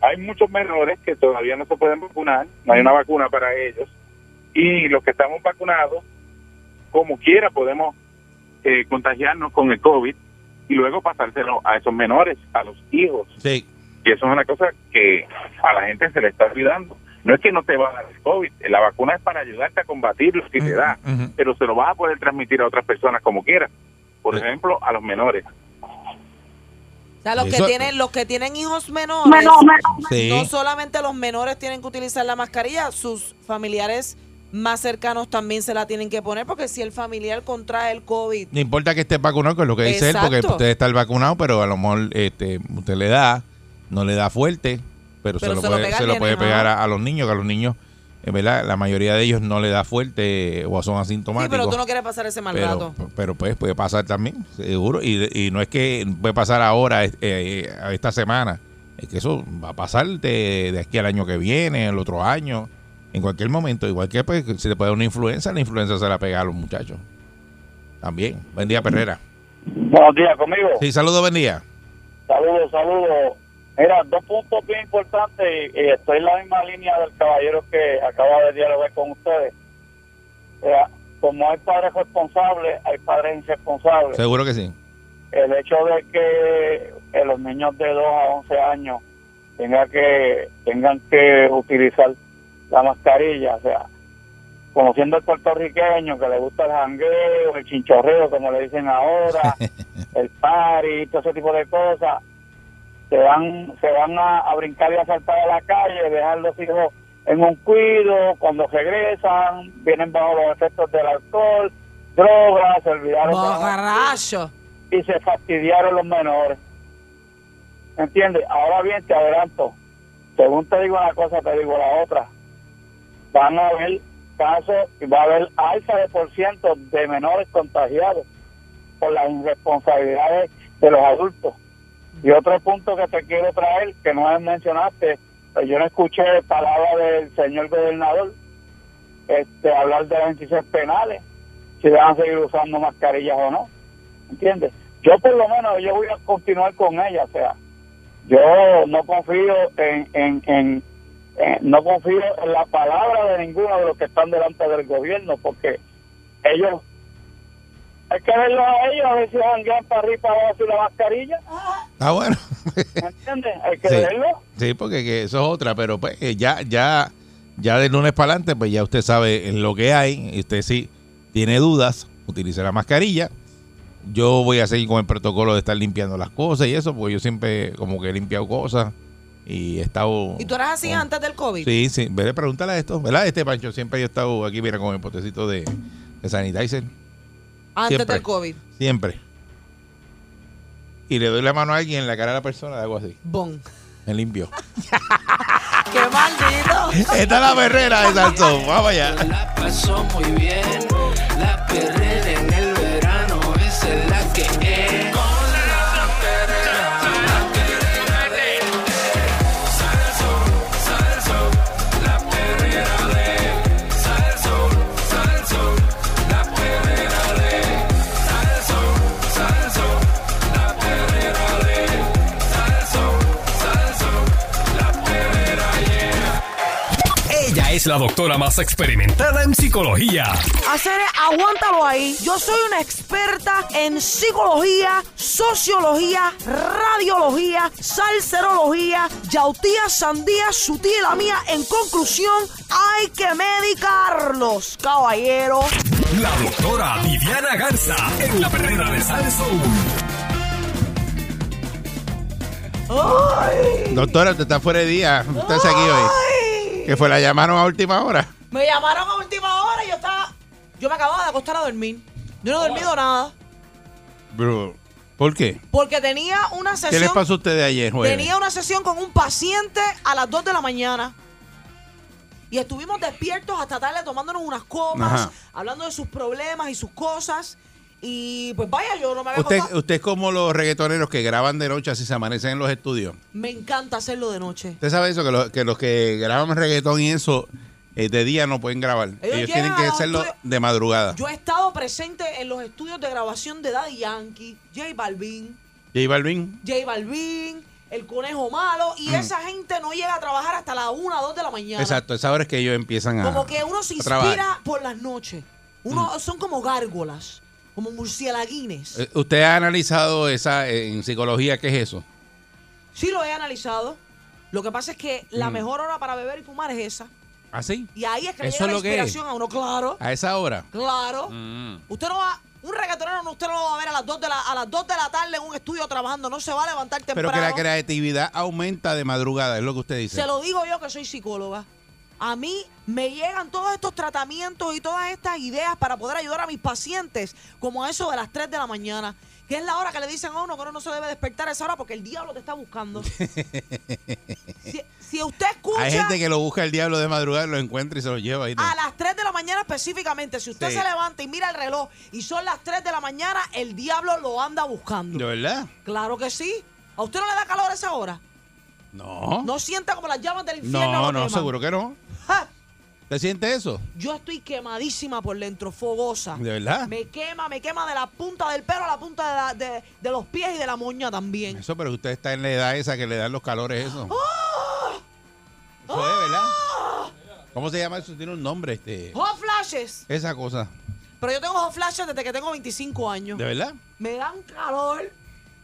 [SPEAKER 7] hay muchos menores que todavía no se pueden vacunar, no hay una vacuna para ellos y los que estamos vacunados, como quiera, podemos eh, contagiarnos con el COVID y luego pasárselo a esos menores, a los hijos.
[SPEAKER 2] Sí,
[SPEAKER 7] Y eso es una cosa que a la gente se le está olvidando. No es que no te va a dar el COVID, la vacuna es para ayudarte a combatirlo si te da
[SPEAKER 2] Ujú.
[SPEAKER 7] pero se lo vas a poder transmitir a otras personas como quieras. Por
[SPEAKER 2] Sí.
[SPEAKER 7] ejemplo, a los menores.
[SPEAKER 1] O sea, los
[SPEAKER 2] Eso-
[SPEAKER 1] que, tienen, los que tienen hijos menores,
[SPEAKER 4] Bueno, bueno,
[SPEAKER 2] sí.
[SPEAKER 1] no solamente los menores tienen que utilizar la mascarilla, sus familiares más cercanos también se la tienen que poner, porque si el familiar contrae el COVID,
[SPEAKER 2] No importa que esté vacunado, que es lo que dice él, porque
[SPEAKER 1] Exacto.
[SPEAKER 2] usted está vacunado, pero a lo mejor este, usted le da, no le da fuerte, pero, se, lo puede,
[SPEAKER 1] pega
[SPEAKER 2] se
[SPEAKER 1] al
[SPEAKER 2] lo
[SPEAKER 1] nene,
[SPEAKER 2] puede pegar
[SPEAKER 1] ajá.
[SPEAKER 2] a, a los niños, que a los niños, en verdad, la mayoría de ellos no le da fuerte o son
[SPEAKER 1] sí,
[SPEAKER 2] asintomáticos.
[SPEAKER 1] pero tú no quieres pasar ese mal
[SPEAKER 2] pero,
[SPEAKER 1] rato.
[SPEAKER 2] pero, pues puede pasar también, seguro. Y, y no es que puede pasar ahora, eh, eh, a esta semana. Es que eso va a pasar de, de aquí al año que viene, el otro año, en cualquier momento. Igual que pues, si le puede dar una influenza, la influenza se la pega a los muchachos. También. Buen día, Perrera.
[SPEAKER 7] Buenos días, conmigo.
[SPEAKER 2] Sí, saludos, buen día.
[SPEAKER 7] Saludos, saludos. Mira, dos puntos bien importantes y, y estoy en la misma línea del caballero que acaba de dialogar con ustedes. O sea, como hay padres responsables, hay padres irresponsables.
[SPEAKER 2] Seguro que sí.
[SPEAKER 7] el hecho de que eh, los niños de 2 a 11 años tenga que, tengan que utilizar la mascarilla, o sea, conociendo al puertorriqueño que le gusta el jangueo, el chinchorreo, como le dicen ahora, el party, todo ese tipo de cosas, se van, se van a, a brincar y a saltar a la calle, dejar los hijos en un cuido, cuando regresan, vienen bajo los efectos del alcohol, drogas, se olvidaron de la
[SPEAKER 1] Mojarracho.
[SPEAKER 7] y se fastidiaron los menores. ¿Entiendes? Ahora bien, te adelanto. Según te digo una cosa, te digo la otra. Van a haber casos, y va a haber alza de por ciento de menores contagiados por las irresponsabilidades de los adultos. Y otro punto que te quiero traer, que no mencionaste, eh, yo no escuché palabra del señor gobernador este, hablar de las 26 penales, si van a seguir usando mascarillas o no. ¿entiendes? Yo por lo menos yo voy a continuar con ella, o sea, yo no confío en, en, en- en- no confío en la palabra de ninguno de los que están delante del gobierno, porque ellos hay que verlos a ellos a ver si janguean para arriba y para abajo sin la mascarilla,
[SPEAKER 2] Ah, bueno.
[SPEAKER 7] ¿me ¿entiendes? Hay que
[SPEAKER 2] Sí.
[SPEAKER 7] verlos.
[SPEAKER 2] Sí, porque que eso es otra, pero pues eh, ya, ya, ya del lunes para adelante, pues ya usted sabe en lo que hay. Y usted sí tiene dudas, utilice la mascarilla. Yo voy a seguir con el protocolo de estar limpiando las cosas y eso, porque yo siempre como que he limpiado cosas y he estado...
[SPEAKER 1] ¿Y tú eras así antes del COVID?
[SPEAKER 2] Sí, sí. Veré, pregúntale a esto, ¿verdad? Este Pancho siempre yo he estado aquí, mira, con el potecito de, de sanitizer.
[SPEAKER 1] Antes
[SPEAKER 2] Siempre.
[SPEAKER 1] del COVID.
[SPEAKER 2] Siempre. Y le doy la mano a alguien en la cara a la persona, le hago así.
[SPEAKER 1] Bon.
[SPEAKER 2] Me limpio.
[SPEAKER 8] Ah,
[SPEAKER 1] ¡Qué maldito!
[SPEAKER 2] Esta es la berrera de Sansón. Vamos allá.
[SPEAKER 8] pasó muy bien. La perrera en el verano, esa es la que es. Con la perrera, la perrera de Sale el sol, sale el sol, la perrera de Sale el sol, sale el sol, la perrera de Sale el sol, sale el sol, la perrera de Sale el sol, sale el sol, la perrera yeah.
[SPEAKER 9] Ella es la doctora más experimentada en psicología.
[SPEAKER 10] Hacer aguántalo ahí. Yo soy una experta en psicología, sociología, radiología, salserología, yautía, sandía, su tía y la mía. En conclusión, hay que medicarlos, caballero.
[SPEAKER 9] La doctora Viviana Garza en la perrera de Salsoul.
[SPEAKER 2] Doctora, usted está fuera de día. Usted está aquí hoy. Que fue, la llamaron a última hora.
[SPEAKER 1] Me llamaron a última hora y yo estaba. Yo me acababa de acostar a dormir. Yo no he dormido nada.
[SPEAKER 2] Bro, ¿por qué?
[SPEAKER 1] Porque tenía una sesión.
[SPEAKER 2] ¿Qué les pasó a ustedes ayer, jueves?
[SPEAKER 1] Tenía una sesión con un paciente a las 2 de la mañana. Y estuvimos despiertos hasta tarde tomándonos unas copas,
[SPEAKER 2] Ajá.
[SPEAKER 1] hablando de sus problemas y sus cosas. Y pues vaya, yo no me había
[SPEAKER 2] Usted,
[SPEAKER 1] acostado.
[SPEAKER 2] usted es como los reggaetoneros que graban de noche así se amanecen en los estudios.
[SPEAKER 1] Me encanta hacerlo de noche.
[SPEAKER 2] Usted sabe eso, que los que, los que graban reggaetón y eso, eh, de día no pueden grabar. Ellos,
[SPEAKER 1] llegan
[SPEAKER 2] tienen
[SPEAKER 1] a
[SPEAKER 2] que
[SPEAKER 1] los
[SPEAKER 2] hacerlo
[SPEAKER 1] estudios-
[SPEAKER 2] de madrugada.
[SPEAKER 1] Yo he estado presente en los estudios de grabación de Daddy Yankee, J Balvin,
[SPEAKER 2] J Balvin,
[SPEAKER 1] J Balvin, El Conejo Malo, y esa gente no llega a trabajar hasta las 1 o 2 de la mañana.
[SPEAKER 2] exacto, esa hora es que ellos empiezan a.
[SPEAKER 1] Como que uno se
[SPEAKER 2] a trabajar.
[SPEAKER 1] inspira por las noches. Uno son como gárgolas, como murcielaguines.
[SPEAKER 2] Eh, ¿Usted ha analizado esa eh, en psicología qué es eso?
[SPEAKER 1] Sí lo he analizado. Lo que pasa es que
[SPEAKER 2] Mm.
[SPEAKER 1] la mejor hora para beber y fumar es esa.
[SPEAKER 2] ¿Así?
[SPEAKER 1] Y ahí es que le
[SPEAKER 2] Eso
[SPEAKER 1] llega
[SPEAKER 2] es
[SPEAKER 1] la
[SPEAKER 2] lo que es. Ah.
[SPEAKER 1] inspiración a uno. Claro,
[SPEAKER 2] ¿A esa hora?
[SPEAKER 1] claro. Usted no va... Un reggaetonero no, usted no lo va a ver a las 2 de la, a las 2 de la tarde en un estudio trabajando. No se va a levantar temprano.
[SPEAKER 2] Pero que la creatividad aumenta de madrugada, es lo que usted dice.
[SPEAKER 1] Se lo digo yo que soy psicóloga. A mí me llegan todos estos tratamientos y todas estas ideas para poder ayudar a mis pacientes, como a eso de las 3 de la mañana, que es la hora que le dicen a uno que uno no se debe despertar a esa hora porque el diablo te está buscando. si, si usted escucha Ah.
[SPEAKER 2] Hay gente que lo busca el diablo de madrugada, lo encuentra y se lo lleva. ahí.
[SPEAKER 1] a las 3 de la mañana específicamente, si usted
[SPEAKER 2] Sí.
[SPEAKER 1] se levanta y mira el reloj y son las 3 de la mañana, el diablo lo anda buscando.
[SPEAKER 2] ¿De verdad?
[SPEAKER 1] Claro que sí. ¿A usted no le da calor a esa hora?
[SPEAKER 2] No.
[SPEAKER 1] ¿No sienta como las llamas del infierno?
[SPEAKER 2] ¿Ah? No,
[SPEAKER 1] lo
[SPEAKER 2] no,
[SPEAKER 1] queman?
[SPEAKER 2] seguro que no.
[SPEAKER 1] ¡Ja!
[SPEAKER 2] ¿Te sientes eso?
[SPEAKER 1] Yo estoy quemadísima por dentro, fogosa.
[SPEAKER 2] ¿De verdad?
[SPEAKER 1] Me quema, me quema de la punta del pelo a la punta de, la- de- de los pies y de la moña también. ¡Oh!
[SPEAKER 2] Eso, pero usted está en la edad esa que le dan los calores eso.
[SPEAKER 1] Ah.
[SPEAKER 2] Eso es, ¿verdad? ¿Cómo se llama eso? Tiene un nombre, este.
[SPEAKER 1] Hot flashes.
[SPEAKER 2] Esa cosa.
[SPEAKER 1] Pero yo tengo hot flashes desde que tengo 25 años.
[SPEAKER 2] ¿De verdad?
[SPEAKER 1] Me dan calor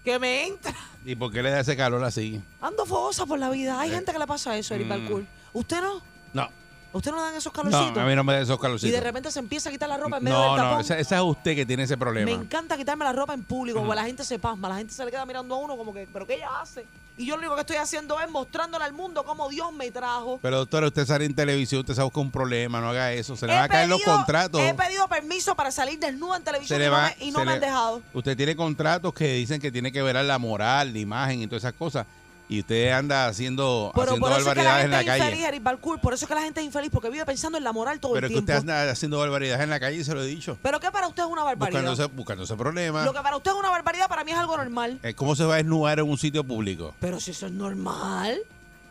[SPEAKER 1] que me entra.
[SPEAKER 2] ¿Y por qué le da ese calor así?
[SPEAKER 1] Ando fogosa por la vida. Hay gente que le pasa eso, Eric Balcour. ¿Usted no?
[SPEAKER 2] No.
[SPEAKER 1] ¿Usted no le dan esos
[SPEAKER 2] Mm. No,
[SPEAKER 1] calorcitos?
[SPEAKER 2] a mí no me da esos
[SPEAKER 1] y de
[SPEAKER 2] calorcitos.
[SPEAKER 1] repente se empieza a quitar la ropa en medio
[SPEAKER 2] No,
[SPEAKER 1] del tapón.
[SPEAKER 2] no, esa, esa es usted que tiene ese
[SPEAKER 1] Me
[SPEAKER 2] problema.
[SPEAKER 1] encanta quitarme la ropa en público, porque la gente se pasma, la gente se le queda mirando a uno como que, ¿pero qué ella hace? Y yo lo único que estoy haciendo es mostrándole al mundo cómo Dios me trajo.
[SPEAKER 2] Pero doctora, usted sale en televisión, usted se busca un problema, no haga eso, se le
[SPEAKER 1] He
[SPEAKER 2] van a caer los
[SPEAKER 1] pedido-
[SPEAKER 2] contratos.
[SPEAKER 1] He pedido permiso para salir desnuda en
[SPEAKER 2] Se
[SPEAKER 1] televisión
[SPEAKER 2] le
[SPEAKER 1] y no,
[SPEAKER 2] va-
[SPEAKER 1] me, y no
[SPEAKER 2] se
[SPEAKER 1] me
[SPEAKER 2] le-
[SPEAKER 1] han dejado.
[SPEAKER 2] Usted tiene contratos que dicen que tiene que ver a la moral, la imagen y todas esas cosas. Y usted anda haciendo,
[SPEAKER 1] Pero
[SPEAKER 2] haciendo
[SPEAKER 1] por eso es que la
[SPEAKER 2] barbaridades en
[SPEAKER 1] gente
[SPEAKER 2] la
[SPEAKER 1] es infeliz,
[SPEAKER 2] calle.
[SPEAKER 1] Eric Balcour, por eso es que la gente es infeliz, porque vive pensando en la moral todo
[SPEAKER 2] Pero
[SPEAKER 1] el
[SPEAKER 2] es que
[SPEAKER 1] tiempo.
[SPEAKER 2] usted anda haciendo barbaridades en la calle y se lo he dicho.
[SPEAKER 1] Pero que para usted es una barbaridad.
[SPEAKER 2] Buscándose, buscándose problemas.
[SPEAKER 1] Lo que para usted es una barbaridad, para mí es algo normal.
[SPEAKER 2] Eh, ¿Cómo se va a desnudar en un sitio público?
[SPEAKER 1] Pero si eso es normal.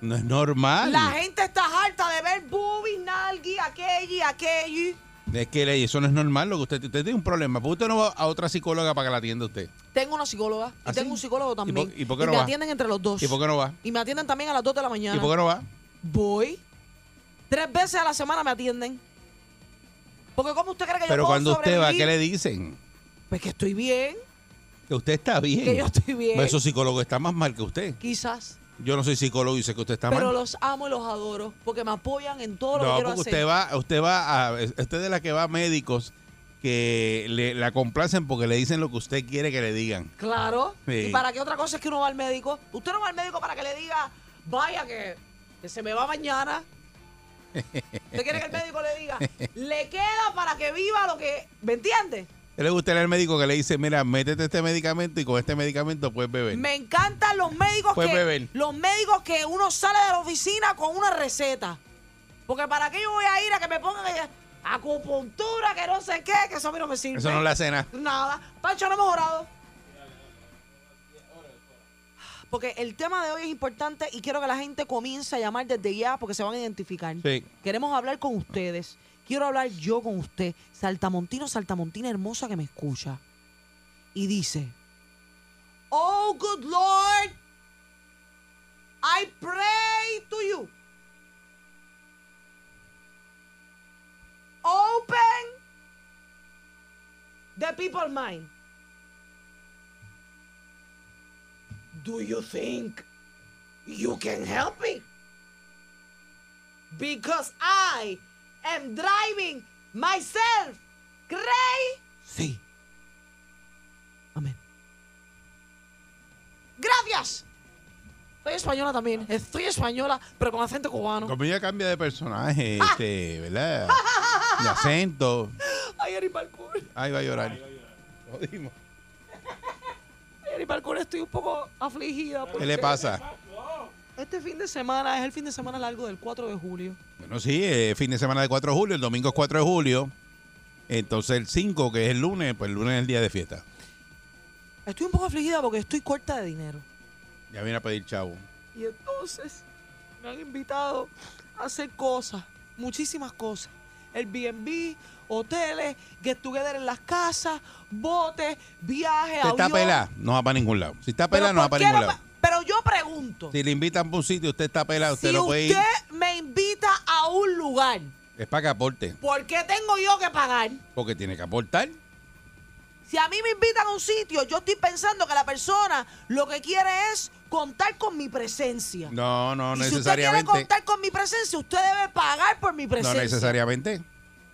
[SPEAKER 2] No es normal.
[SPEAKER 1] La gente está harta de ver boobies, nalgui, aquelli, aquelli.
[SPEAKER 2] Es que le- eso no es normal. Lo que usted, usted tiene un problema. ¿Por qué usted no va a otra psicóloga para que la atienda usted?
[SPEAKER 1] Tengo una psicóloga y
[SPEAKER 2] ¿Ah, sí?
[SPEAKER 1] tengo un psicólogo
[SPEAKER 2] ¿Y por-
[SPEAKER 1] también.
[SPEAKER 2] y por qué no
[SPEAKER 1] me
[SPEAKER 2] va?
[SPEAKER 1] atienden entre los dos.
[SPEAKER 2] ¿Y por qué no va?
[SPEAKER 1] Y me atienden también a las 2 de la
[SPEAKER 2] ¿Y
[SPEAKER 1] mañana.
[SPEAKER 2] por qué no va?
[SPEAKER 1] Voy. Tres veces a la semana me atienden. Porque ¿cómo usted cree que
[SPEAKER 2] Pero
[SPEAKER 1] yo puedo
[SPEAKER 2] cuando usted va,
[SPEAKER 1] sobrevivir?
[SPEAKER 2] ¿qué le dicen?
[SPEAKER 1] Pues que estoy bien,
[SPEAKER 2] Que usted está bien. Pues
[SPEAKER 1] que yo estoy bien.
[SPEAKER 2] Pero Esos psicólogos están más mal que usted.
[SPEAKER 1] Quizás.
[SPEAKER 2] Yo no soy psicólogo y sé que usted está
[SPEAKER 1] Pero
[SPEAKER 2] mal.
[SPEAKER 1] los amo y los adoro. Porque me apoyan en todo lo que
[SPEAKER 2] no,
[SPEAKER 1] quiero
[SPEAKER 2] porque
[SPEAKER 1] hacer.
[SPEAKER 2] usted va, usted va a, usted es de la que va a médicos que le- la complacen porque le dicen lo que usted quiere que le digan.
[SPEAKER 1] Claro.
[SPEAKER 2] Sí.
[SPEAKER 1] ¿Y para qué otra cosa es que uno va al médico? Usted no va al médico para que le diga, vaya que, que se me va mañana. ¿Usted quiere que el médico le diga? Le queda para que viva lo que... ¿Me entiende?
[SPEAKER 2] ¿Qué le gustaría al médico que le dice, mira, métete este medicamento y con este medicamento puedes beber?
[SPEAKER 1] Me encantan los médicos
[SPEAKER 2] Pues,
[SPEAKER 1] que
[SPEAKER 2] beber.
[SPEAKER 1] los médicos que uno sale de la oficina con una receta. Porque para qué yo voy a ir a que me pongan eh, acupuntura, que no sé qué, que eso a mí no me sirve.
[SPEAKER 2] Eso no le hace nada.
[SPEAKER 1] Nada. Pancho no ha mejorado. Porque el tema de hoy es importante y quiero que la gente comience a llamar desde ya porque se van a identificar.
[SPEAKER 2] Sí.
[SPEAKER 1] Queremos hablar con ustedes. Quiero hablar yo con usted, saltamontino, saltamontina hermosa que me escucha. Y dice, Oh, good Lord, I pray to you. Open the people mind. Do you think you can help me? Because I am driving myself crazy. Amén. Gracias. Soy española también. Estoy española, pero con acento cubano.
[SPEAKER 2] Como ella cambia de personaje, este, ¿verdad? De acento.
[SPEAKER 1] Ay, Ari Parkour.
[SPEAKER 2] Ahí va a llorar. Jodimos.
[SPEAKER 1] Ay, Ari Parkour, estoy un poco afligida.
[SPEAKER 2] ¿Qué le
[SPEAKER 1] porque
[SPEAKER 2] pasa?
[SPEAKER 1] Este fin de semana es el fin de semana largo del 4 de julio.
[SPEAKER 2] Bueno, sí, eh, fin de semana de 4 de julio, el domingo es 4 de julio. Entonces el 5, que es el lunes, pues el lunes es el día de fiesta.
[SPEAKER 1] Estoy un poco afligida porque estoy corta de dinero.
[SPEAKER 2] Ya viene a pedir chavo.
[SPEAKER 1] Y entonces me han invitado a hacer cosas, muchísimas cosas. El B&B, hoteles, get together en las casas, botes, viajes,
[SPEAKER 2] Si está
[SPEAKER 1] avión.
[SPEAKER 2] pelada, no va para ningún lado. Si está
[SPEAKER 1] Pero
[SPEAKER 2] pelada, no va para
[SPEAKER 1] ¿por qué
[SPEAKER 2] ningún
[SPEAKER 1] no
[SPEAKER 2] lado.
[SPEAKER 1] me- Pero yo pregunto,
[SPEAKER 2] Si le invitan para un sitio, usted está pelada, usted
[SPEAKER 1] si
[SPEAKER 2] no puede ir.
[SPEAKER 1] usted me invita a un lugar,
[SPEAKER 2] Es para que aporte,
[SPEAKER 1] ¿por qué tengo yo que pagar?
[SPEAKER 2] porque tiene que aportar.
[SPEAKER 1] Si a mí me invitan a un sitio, yo estoy pensando que la persona lo que quiere es contar con mi presencia.
[SPEAKER 2] No, no
[SPEAKER 1] y si usted quiere
[SPEAKER 2] necesariamente.
[SPEAKER 1] contar con mi presencia, usted debe pagar por mi
[SPEAKER 2] No
[SPEAKER 1] presencia.
[SPEAKER 2] necesariamente.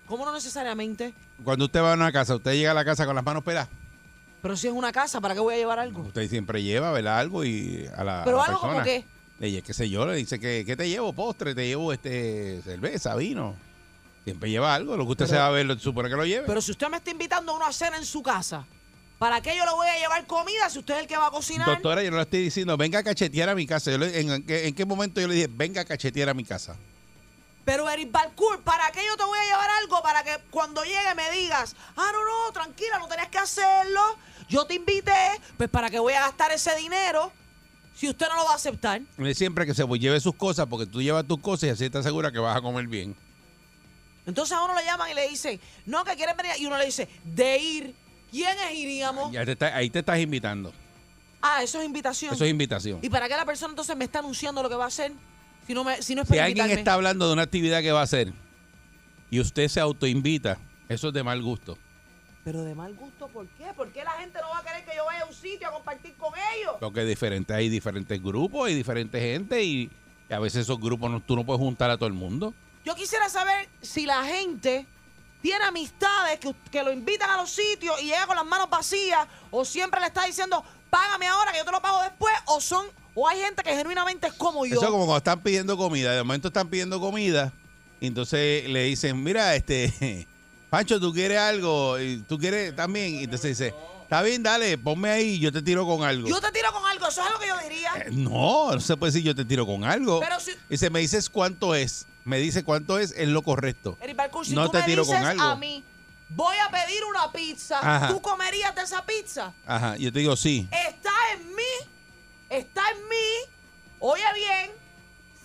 [SPEAKER 1] ¿Cómo no necesariamente?
[SPEAKER 2] Cuando usted va a una casa, usted llega a la casa con las manos peladas.
[SPEAKER 1] Pero si es una casa, ¿para qué voy a llevar algo?
[SPEAKER 2] Usted siempre lleva, ¿verdad? Algo y a la,
[SPEAKER 1] Pero
[SPEAKER 2] a la
[SPEAKER 1] algo como
[SPEAKER 2] persona.
[SPEAKER 1] qué.
[SPEAKER 2] Ella, qué sé yo, le dice que ¿qué te llevo postre, te llevo este cerveza, vino. Siempre lleva algo, lo que usted
[SPEAKER 1] Pero-
[SPEAKER 2] se va a ver, lo- supone que lo lleve.
[SPEAKER 1] Pero si usted me está invitando a una cena en su casa, ¿para qué yo le voy a llevar comida si usted es el que va a cocinar?
[SPEAKER 2] Doctora, yo no le estoy diciendo, venga a cachetear a mi casa. Yo le- en, en qué, en qué momento yo le dije, venga a cachetear a mi casa?
[SPEAKER 1] Pero Eric Balcourt, ¿para qué yo te voy a llevar algo para que cuando llegue me digas, ah, no, no, tranquila, no tenías que hacerlo, yo te invité, pues para qué voy a gastar ese dinero si usted no lo va a aceptar?
[SPEAKER 2] Le siempre que se lleve sus cosas, porque tú llevas tus cosas y así estás segura que vas a comer bien.
[SPEAKER 1] Entonces a uno le llaman y le dicen, no, que quieren venir, y uno le dice, de ir, ¿quiénes iríamos?
[SPEAKER 2] Ya te está- ahí te estás invitando.
[SPEAKER 1] Ah, eso es invitación.
[SPEAKER 2] Eso es invitación.
[SPEAKER 1] ¿Y para qué la persona entonces me está anunciando lo que va a hacer? Si no, me, si no es
[SPEAKER 2] Si
[SPEAKER 1] para
[SPEAKER 2] alguien
[SPEAKER 1] invitarme.
[SPEAKER 2] está hablando de una actividad que va a hacer y usted se autoinvita, eso es de mal gusto.
[SPEAKER 1] Pero de mal gusto, ¿por qué? ¿Por qué la gente no va a querer que yo vaya a un sitio a compartir con ellos?
[SPEAKER 2] Porque es diferente, hay diferentes grupos, hay diferente gente y a veces esos grupos no, tú no puedes juntar a todo el mundo.
[SPEAKER 1] Yo quisiera saber si la gente tiene amistades que, que lo invitan a los sitios y llega con las manos vacías o siempre le está diciendo, págame ahora que yo te lo pago después o son o hay gente que genuinamente es como yo.
[SPEAKER 2] Eso es como cuando están pidiendo comida, de momento están pidiendo comida y entonces le dicen, mira, este, Pancho, ¿tú quieres algo? Y ¿Tú quieres también? Y entonces dice, está bien, dale, ponme ahí, yo te tiro con algo.
[SPEAKER 1] Yo te tiro con algo, eso es algo que yo diría.
[SPEAKER 2] Eh, No, no se puede decir yo te tiro con algo.
[SPEAKER 1] Pero si-
[SPEAKER 2] Dice, me dices cuánto es. Me dice cuánto es, es lo correcto.
[SPEAKER 1] Eric Balcour, si
[SPEAKER 2] no
[SPEAKER 1] tú
[SPEAKER 2] te
[SPEAKER 1] me
[SPEAKER 2] tiro
[SPEAKER 1] dices
[SPEAKER 2] con algo.
[SPEAKER 1] a mí, voy a pedir una pizza,
[SPEAKER 2] Ajá.
[SPEAKER 1] ¿tú comerías de esa pizza?
[SPEAKER 2] Ajá, yo te digo sí.
[SPEAKER 1] está en mí, está en mí. Oye bien,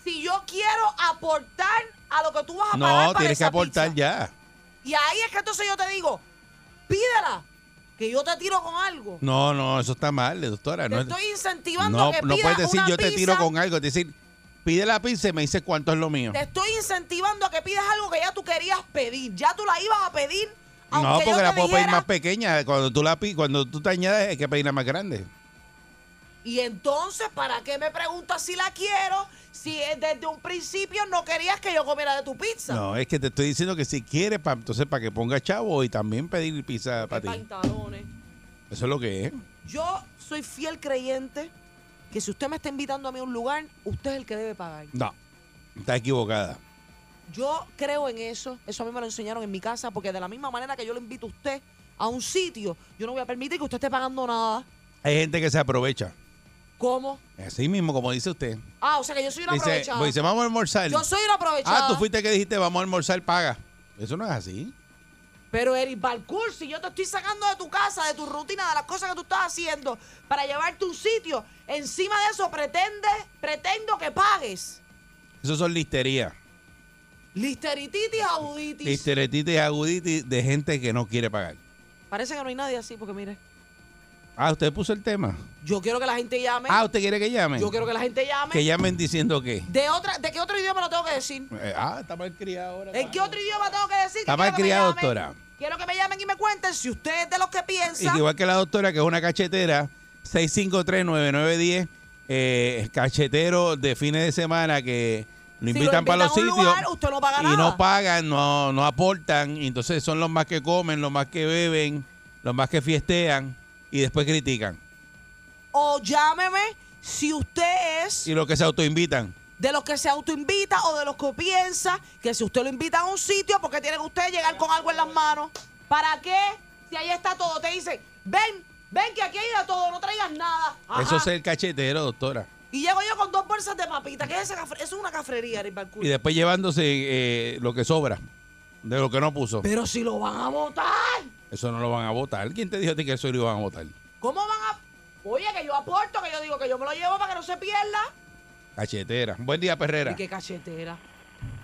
[SPEAKER 1] si yo quiero aportar a lo que tú vas a pagar
[SPEAKER 2] No,
[SPEAKER 1] para
[SPEAKER 2] tienes que
[SPEAKER 1] esa
[SPEAKER 2] aportar
[SPEAKER 1] pizza.
[SPEAKER 2] ya.
[SPEAKER 1] Y ahí es que entonces yo te digo, pídela, que yo te tiro con algo.
[SPEAKER 2] No, no, eso está mal, doctora.
[SPEAKER 1] Te
[SPEAKER 2] No,
[SPEAKER 1] estoy
[SPEAKER 2] no,
[SPEAKER 1] incentivando a que
[SPEAKER 2] no
[SPEAKER 1] pidas
[SPEAKER 2] puedes decir
[SPEAKER 1] una
[SPEAKER 2] yo te tiro
[SPEAKER 1] pizza.
[SPEAKER 2] con algo. Es decir, pide la pizza y me dices cuánto es lo mío.
[SPEAKER 1] Te estoy incentivando a que pidas algo que ya tú querías pedir. Ya tú la ibas a pedir. aunque
[SPEAKER 2] No,
[SPEAKER 1] yo
[SPEAKER 2] porque
[SPEAKER 1] te
[SPEAKER 2] la puedo pedir
[SPEAKER 1] dijera,
[SPEAKER 2] más pequeña. Cuando tú la pi- cuando tú te añades, hay que pedirla más grande.
[SPEAKER 1] Y entonces, ¿para qué me preguntas si la quiero? Si eh, desde un principio no querías que yo comiera de tu pizza.
[SPEAKER 2] No, es que te estoy diciendo que si quieres, pa- entonces para que ponga chavo y también pedir pizza para ti.
[SPEAKER 1] Pantalones.
[SPEAKER 2] Eso es lo que es.
[SPEAKER 1] Yo soy fiel creyente que si usted me está invitando a mí a un lugar, usted es el que debe pagar.
[SPEAKER 2] No, está equivocada.
[SPEAKER 1] Yo creo en eso. Eso a mí me lo enseñaron en mi casa, porque de la misma manera que yo le invito a usted a un sitio, yo no voy a permitir que usted esté pagando nada.
[SPEAKER 2] Hay gente que se aprovecha.
[SPEAKER 1] ¿Cómo?
[SPEAKER 2] Así mismo, como dice usted.
[SPEAKER 1] Ah, o sea que yo soy una
[SPEAKER 2] Dice,
[SPEAKER 1] aprovechada.
[SPEAKER 2] pues dice, vamos a almorzar.
[SPEAKER 1] Yo soy una aprovechada.
[SPEAKER 2] Ah, tú fuiste que dijiste, vamos a almorzar, paga. Eso no es así.
[SPEAKER 1] Pero Eric Balcour, si yo te estoy sacando de tu casa, de tu rutina, de las cosas que tú estás haciendo para llevarte a un sitio, encima de eso pretende, pretendo que pagues.
[SPEAKER 2] Eso son listerías.
[SPEAKER 1] Listerititis, auditis.
[SPEAKER 2] Listeretitis y aguditis de gente que no quiere pagar.
[SPEAKER 1] Parece que no hay nadie así, porque mire,
[SPEAKER 2] Ah, usted puso el tema.
[SPEAKER 1] yo quiero que la gente llame.
[SPEAKER 2] Ah, ¿usted quiere que llamen?
[SPEAKER 1] yo quiero que la gente llame.
[SPEAKER 2] Que llamen diciendo qué.
[SPEAKER 1] ¿De, otra, ¿De qué otro idioma lo tengo que decir?
[SPEAKER 2] Eh, ah, está mal criado ahora.
[SPEAKER 1] ¿En qué otro idioma tengo que decir?
[SPEAKER 2] Está
[SPEAKER 1] que quiero
[SPEAKER 2] mal
[SPEAKER 1] que me
[SPEAKER 2] criado,
[SPEAKER 1] llamen?
[SPEAKER 2] doctora.
[SPEAKER 1] Quiero que me llamen y me cuenten si usted es de los que
[SPEAKER 2] Y
[SPEAKER 1] piensa.
[SPEAKER 2] que igual que la doctora, que es una cachetera, 6539910, eh, cachetero de fines de semana que lo
[SPEAKER 1] Si
[SPEAKER 2] invitan, para los
[SPEAKER 1] a un
[SPEAKER 2] sitios
[SPEAKER 1] lugar, usted no paga
[SPEAKER 2] y
[SPEAKER 1] nada.
[SPEAKER 2] no pagan, no, no aportan, y entonces son los más que comen, los más que beben, los más que fiestean y después critican.
[SPEAKER 1] o llámeme si usted es
[SPEAKER 2] Y los que se autoinvitan.
[SPEAKER 1] de los que se autoinvita o de los que piensa que si usted lo invita a un sitio, porque tiene que usted llegar con algo en las manos. ¿Para qué? Si ahí está todo, te dicen, ven, ven que aquí hay de todo, no traigas nada. Ajá.
[SPEAKER 2] Eso es el cachetero, doctora.
[SPEAKER 1] Y llego yo con dos bolsas de papita, que es esa cafre- eso es una cafrería, Eric Balcour.
[SPEAKER 2] Y después llevándose eh, lo que sobra de lo que no puso.
[SPEAKER 1] Pero si lo van a votar,
[SPEAKER 2] Eso no lo van a votar. ¿Quién te dijo a ti que eso lo iban a votar?
[SPEAKER 1] ¿cómo van a...? Oye, que yo aporto, que yo digo que yo me lo llevo para que no se pierda.
[SPEAKER 2] Cachetera. Buen día, Perrera.
[SPEAKER 1] Y qué cachetera.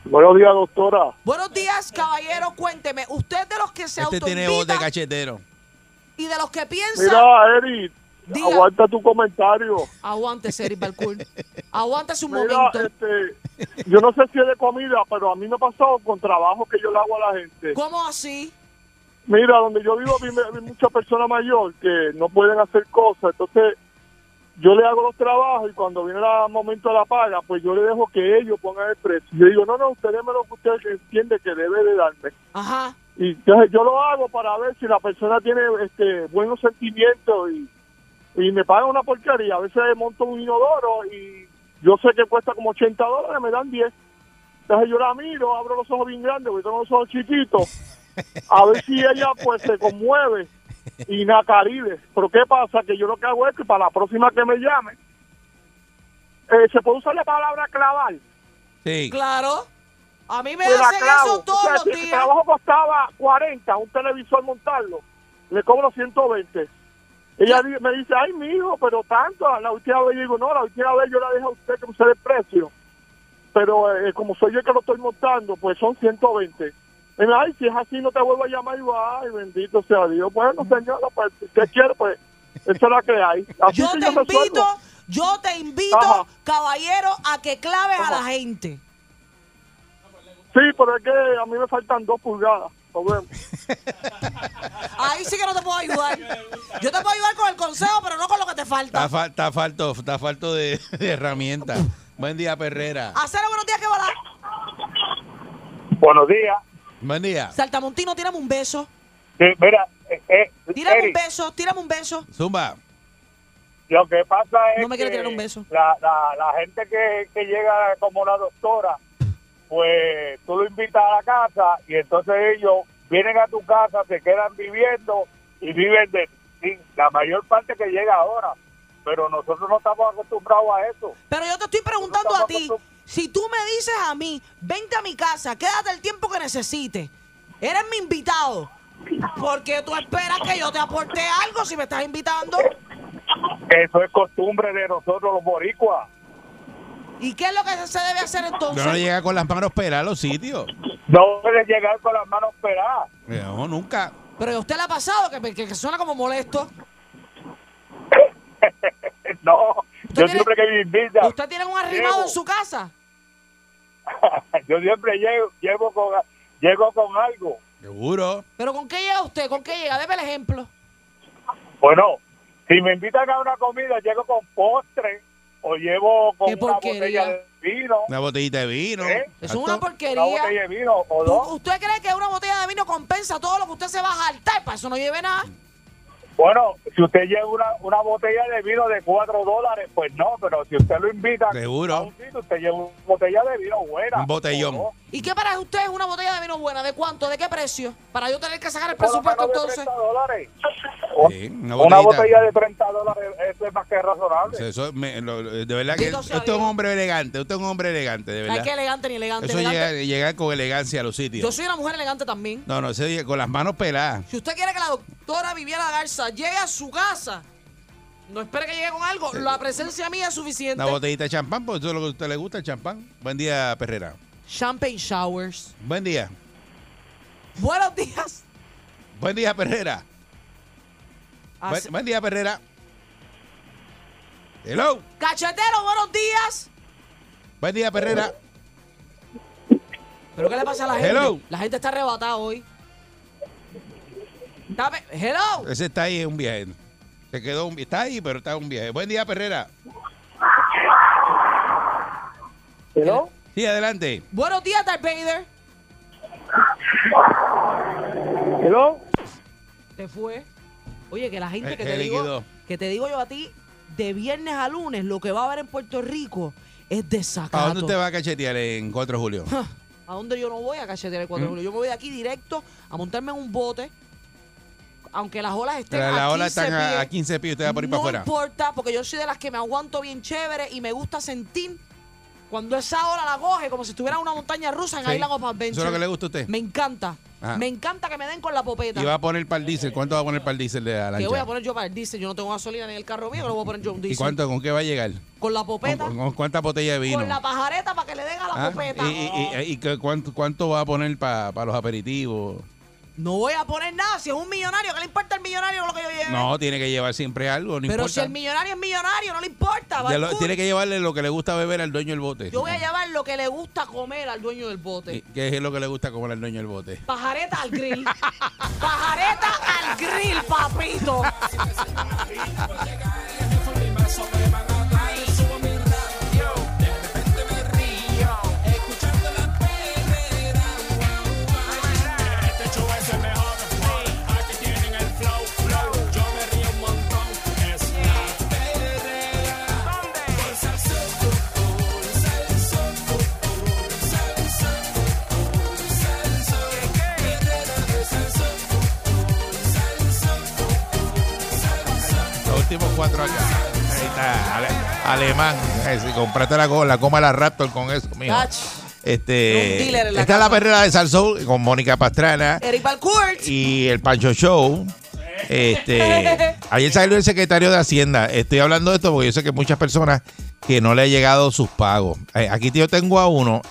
[SPEAKER 11] Buenos días, doctora.
[SPEAKER 1] Buenos días,
[SPEAKER 11] Eh,
[SPEAKER 1] caballero, cuénteme. ¿Usted es de los que se
[SPEAKER 2] Este tiene voz de
[SPEAKER 1] autoinvita
[SPEAKER 2] cachetero.
[SPEAKER 1] y de los que piensa...
[SPEAKER 11] Mira, eh, Eri,
[SPEAKER 1] Diga.
[SPEAKER 11] aguanta tu comentario.
[SPEAKER 1] Aguántese, Eric Balcour. Aguántese un
[SPEAKER 11] Mira, eh,
[SPEAKER 1] momento.
[SPEAKER 11] este, yo no sé si es de comida, pero a mí me ha pasado con trabajo que yo le hago a la gente.
[SPEAKER 1] ¿Cómo así?
[SPEAKER 11] Mira, donde yo vivo vi, vi muchas personas mayores que no pueden hacer cosas, entonces yo le hago los trabajos y cuando viene el momento de la paga, pues yo le dejo que ellos pongan el precio. Yo digo, no, no, usted déme lo que usted entiende que debe de darme.
[SPEAKER 1] Ajá.
[SPEAKER 11] Y entonces yo lo hago para ver si la persona tiene este buenos sentimientos y, y me paga una porquería. A veces monto un inodoro y yo sé que cuesta como 80 dólares, me dan 10. Entonces yo la miro, abro los ojos bien grandes, porque tengo los ojos chiquitos, a ver si ella pues se conmueve y nacaribe. Pero ¿qué pasa? Que yo lo que hago es que para la próxima que me llame, eh, se puede usar la palabra clavar.
[SPEAKER 2] Sí.
[SPEAKER 1] Claro. A mí me
[SPEAKER 11] Pues la
[SPEAKER 1] hacen
[SPEAKER 11] clavo.
[SPEAKER 1] eso todos
[SPEAKER 11] O sea,
[SPEAKER 1] los
[SPEAKER 11] si el
[SPEAKER 1] días.
[SPEAKER 11] trabajo costaba 40, un televisor montarlo, le cobro 120. Ella di- me dice, ay, mi hijo, pero tanto. La última vez yo digo, no, la última vez yo la dejo a usted que usted el precio. Pero eh, como soy yo el que lo estoy montando, pues son 120. Y me dice, ay, si es así, no te vuelvo a llamar. Y digo, ay, bendito sea Dios.
[SPEAKER 1] Mm.
[SPEAKER 11] Bueno, señora, pues si usted quiere, pues eso es la que hay. Así
[SPEAKER 1] Yo
[SPEAKER 11] que
[SPEAKER 1] te
[SPEAKER 11] yo resuelvo.
[SPEAKER 1] invito, yo te invito,
[SPEAKER 11] Ajá.
[SPEAKER 1] caballero, a que claves a la
[SPEAKER 11] Ajá.
[SPEAKER 1] gente.
[SPEAKER 11] Sí, pero es que a mí me faltan dos pulgadas. Nos vemos.
[SPEAKER 1] Ahí sí que no te puedo ayudar. Yo te puedo ayudar con el consejo, pero no con lo que te
[SPEAKER 2] Está,
[SPEAKER 1] falta.
[SPEAKER 2] fal- está falto, está falto de, de herramientas. Buen día, Perrera.
[SPEAKER 1] Hacer buenos días que va la...
[SPEAKER 12] Buenos días.
[SPEAKER 2] Buen día.
[SPEAKER 1] Saltamontino, tírame un beso.
[SPEAKER 12] Sí, mira, eh, eh,
[SPEAKER 1] Tírame un
[SPEAKER 12] Eric,
[SPEAKER 1] beso, tírame un beso.
[SPEAKER 2] Zumba.
[SPEAKER 12] lo que pasa es
[SPEAKER 1] No me quiere
[SPEAKER 12] que
[SPEAKER 1] tirar un beso.
[SPEAKER 12] La, la, la gente que, que llega como la doctora, pues tú lo invitas a la casa y entonces ellos vienen a tu casa, se quedan viviendo y viven de sí, la mayor parte que llega ahora. Pero nosotros no estamos acostumbrados a eso.
[SPEAKER 1] Pero yo te estoy preguntando a ti, si tú me dices a mí, vente a mi casa, quédate el tiempo que necesites, eres mi invitado, ¿por qué tú esperas que yo te aporte algo si me estás invitando?
[SPEAKER 12] Eso es costumbre de nosotros los boricuas.
[SPEAKER 1] ¿Y qué es lo que se debe hacer
[SPEAKER 2] No,
[SPEAKER 1] entonces?
[SPEAKER 2] no llega con las manos peladas a los sitios. Eh,
[SPEAKER 12] No puedes llegar con las manos peladas.
[SPEAKER 2] No, nunca.
[SPEAKER 1] Pero a usted le ha pasado que, que- que suena como molesto.
[SPEAKER 12] No, yo
[SPEAKER 1] tiene-
[SPEAKER 12] siempre que me invitan,
[SPEAKER 1] ¿Usted tiene un arrimado
[SPEAKER 12] Llevo.
[SPEAKER 1] en su casa?
[SPEAKER 12] yo siempre llego, llevo con, llego con algo.
[SPEAKER 2] Seguro.
[SPEAKER 1] ¿Pero con qué llega usted? ¿Con qué llega? Debe el ejemplo.
[SPEAKER 12] Bueno, si me invitan a una comida, llego con postre. o llevo con
[SPEAKER 1] Qué
[SPEAKER 12] una
[SPEAKER 1] porquería.
[SPEAKER 12] botella de vino.
[SPEAKER 2] Una botellita de vino.
[SPEAKER 12] ¿eh?
[SPEAKER 1] Eso es una
[SPEAKER 12] Una
[SPEAKER 1] porquería.
[SPEAKER 12] botella de vino o
[SPEAKER 1] ¿Tú-
[SPEAKER 12] dos.
[SPEAKER 1] ¿Usted cree que una botella de vino compensa todo lo que usted se va a jaltar? Para eso no lleve nada.
[SPEAKER 12] Bueno, si usted lleva una, una botella de vino de cuatro dólares, pues no, pero si usted lo invita
[SPEAKER 2] Seguro.
[SPEAKER 12] a un sitio, usted lleva una botella de vino buena.
[SPEAKER 2] Un botellón.
[SPEAKER 12] o
[SPEAKER 1] ¿Y qué para usted es una botella de vino buena? ¿De cuánto? ¿De qué precio? Para yo tener que sacar el
[SPEAKER 12] Por lo
[SPEAKER 1] presupuesto
[SPEAKER 12] menos de
[SPEAKER 1] entonces.
[SPEAKER 12] 30 dólares.
[SPEAKER 2] Sí, una
[SPEAKER 12] Oh, Una
[SPEAKER 2] botellita.
[SPEAKER 12] botella de 30 dólares, eso es más que razonable.
[SPEAKER 2] Eso es- me- lo- lo- de verdad que
[SPEAKER 1] Bendito sea
[SPEAKER 2] usted es un
[SPEAKER 1] Dios.
[SPEAKER 2] hombre elegante, usted es un hombre elegante, de
[SPEAKER 1] Ay,
[SPEAKER 2] verdad.
[SPEAKER 1] qué elegante ni elegante.
[SPEAKER 2] Eso
[SPEAKER 1] elegante.
[SPEAKER 2] llega, llega con elegancia a los sitios.
[SPEAKER 1] Yo soy una mujer elegante también.
[SPEAKER 2] No, no, eso llega con las manos peladas.
[SPEAKER 1] Si usted quiere que la doctora Viviana Garza llegue a su casa, no espere que llegue con algo. La presencia mía es suficiente.
[SPEAKER 2] Eh, Una botellita de champán, porque eso es lo que a usted le gusta, el champán. Buen día, Perrera.
[SPEAKER 1] Champagne showers.
[SPEAKER 2] Buen día.
[SPEAKER 1] Buenos días.
[SPEAKER 2] Buen día, Perrera. Buen,
[SPEAKER 1] Así-
[SPEAKER 2] buen día, Perrera. Hello.
[SPEAKER 1] Cachetero, buenos días.
[SPEAKER 2] Buen día, Perrera.
[SPEAKER 1] ¿Pero qué le pasa a la gente?
[SPEAKER 2] Hello.
[SPEAKER 1] La gente está arrebatada hoy. Está pe- Hello.
[SPEAKER 2] Ese está ahí en un viaje. Se quedó un, está ahí, pero está en un viaje. Buen día, Perrera.
[SPEAKER 12] ¿No?
[SPEAKER 2] Sí, adelante.
[SPEAKER 1] Buenos días, Darth Vader.
[SPEAKER 12] ¿Hello?
[SPEAKER 1] Te fue. Oye, que la gente
[SPEAKER 2] Eh,
[SPEAKER 1] que
[SPEAKER 2] eh,
[SPEAKER 1] te
[SPEAKER 2] líquido.
[SPEAKER 1] digo, que te digo yo a ti, de viernes a lunes, lo que va a haber en Puerto Rico es desacato.
[SPEAKER 2] ¿A dónde usted va a cachetear en 4 de julio?
[SPEAKER 1] ¿A dónde yo no voy a cachetear el 4 de julio? Yo me voy de aquí directo a montarme en un bote, aunque las olas estén
[SPEAKER 2] Las
[SPEAKER 1] a 15
[SPEAKER 2] olas están a,
[SPEAKER 1] pies.
[SPEAKER 2] a 15 pies, usted va por ahí para
[SPEAKER 1] no
[SPEAKER 2] afuera.
[SPEAKER 1] importa, porque yo soy de las que me aguanto bien chévere y me gusta sentir cuando esa ola la coge como si estuviera en una montaña rusa en
[SPEAKER 2] Sí.
[SPEAKER 1] Island of Adventure.
[SPEAKER 2] Eso es lo que le gusta a usted.
[SPEAKER 1] Me encanta.
[SPEAKER 2] Ajá.
[SPEAKER 1] Me encanta que me den con la popeta.
[SPEAKER 2] Y va a poner para el diésel. ¿Cuánto va a poner para el diésel de la
[SPEAKER 1] que
[SPEAKER 2] lancha?
[SPEAKER 1] voy a poner yo para el diésel. Yo no tengo gasolina ni en el carro mío, que lo voy a poner yo un
[SPEAKER 2] ¿Y
[SPEAKER 1] diésel.
[SPEAKER 2] cuánto, con qué va a llegar?
[SPEAKER 1] Con la
[SPEAKER 2] ¿Con,
[SPEAKER 1] popeta, con,
[SPEAKER 2] con cuántas botellas de vino?
[SPEAKER 1] la pajareta para que le den a la
[SPEAKER 2] Ah,
[SPEAKER 1] popeta.
[SPEAKER 2] ¿Y, y- y- y qué- cuánto, cuánto va a poner para los aperitivos?
[SPEAKER 1] No voy a poner nada. Si es un millonario, ¿qué le importa al millonario con lo que yo lleve?
[SPEAKER 2] No, tiene que llevar siempre algo, no
[SPEAKER 1] Pero si
[SPEAKER 2] importa.
[SPEAKER 1] el millonario es millonario, no le importa. va
[SPEAKER 2] Ya
[SPEAKER 1] al
[SPEAKER 2] lo-
[SPEAKER 1] cool.
[SPEAKER 2] tiene que llevarle lo que le gusta beber al dueño del bote.
[SPEAKER 1] Yo voy a llevar lo que le gusta comer al dueño del bote.
[SPEAKER 2] ¿Y ¿Qué es lo que le gusta comer al dueño del bote?
[SPEAKER 1] Pajareta al grill. Pajareta al grill, papito.
[SPEAKER 2] Los últimos cuatro acá. Ahí está, ale- alemán. Eh, Si compraste la, co- la coma la Raptor con eso, mijo.
[SPEAKER 1] Ach,
[SPEAKER 2] Este,
[SPEAKER 1] Un dealer en la
[SPEAKER 2] está la
[SPEAKER 1] casa.
[SPEAKER 2] perrera de Salsoul con Mónica Pastrana
[SPEAKER 1] Eric Balcourt.
[SPEAKER 2] y el Pancho Show. Este, ayer salió el secretario de Hacienda. Estoy hablando de esto porque yo sé que muchas personas que no le han llegado sus pagos. Eh, Aquí yo tengo a uno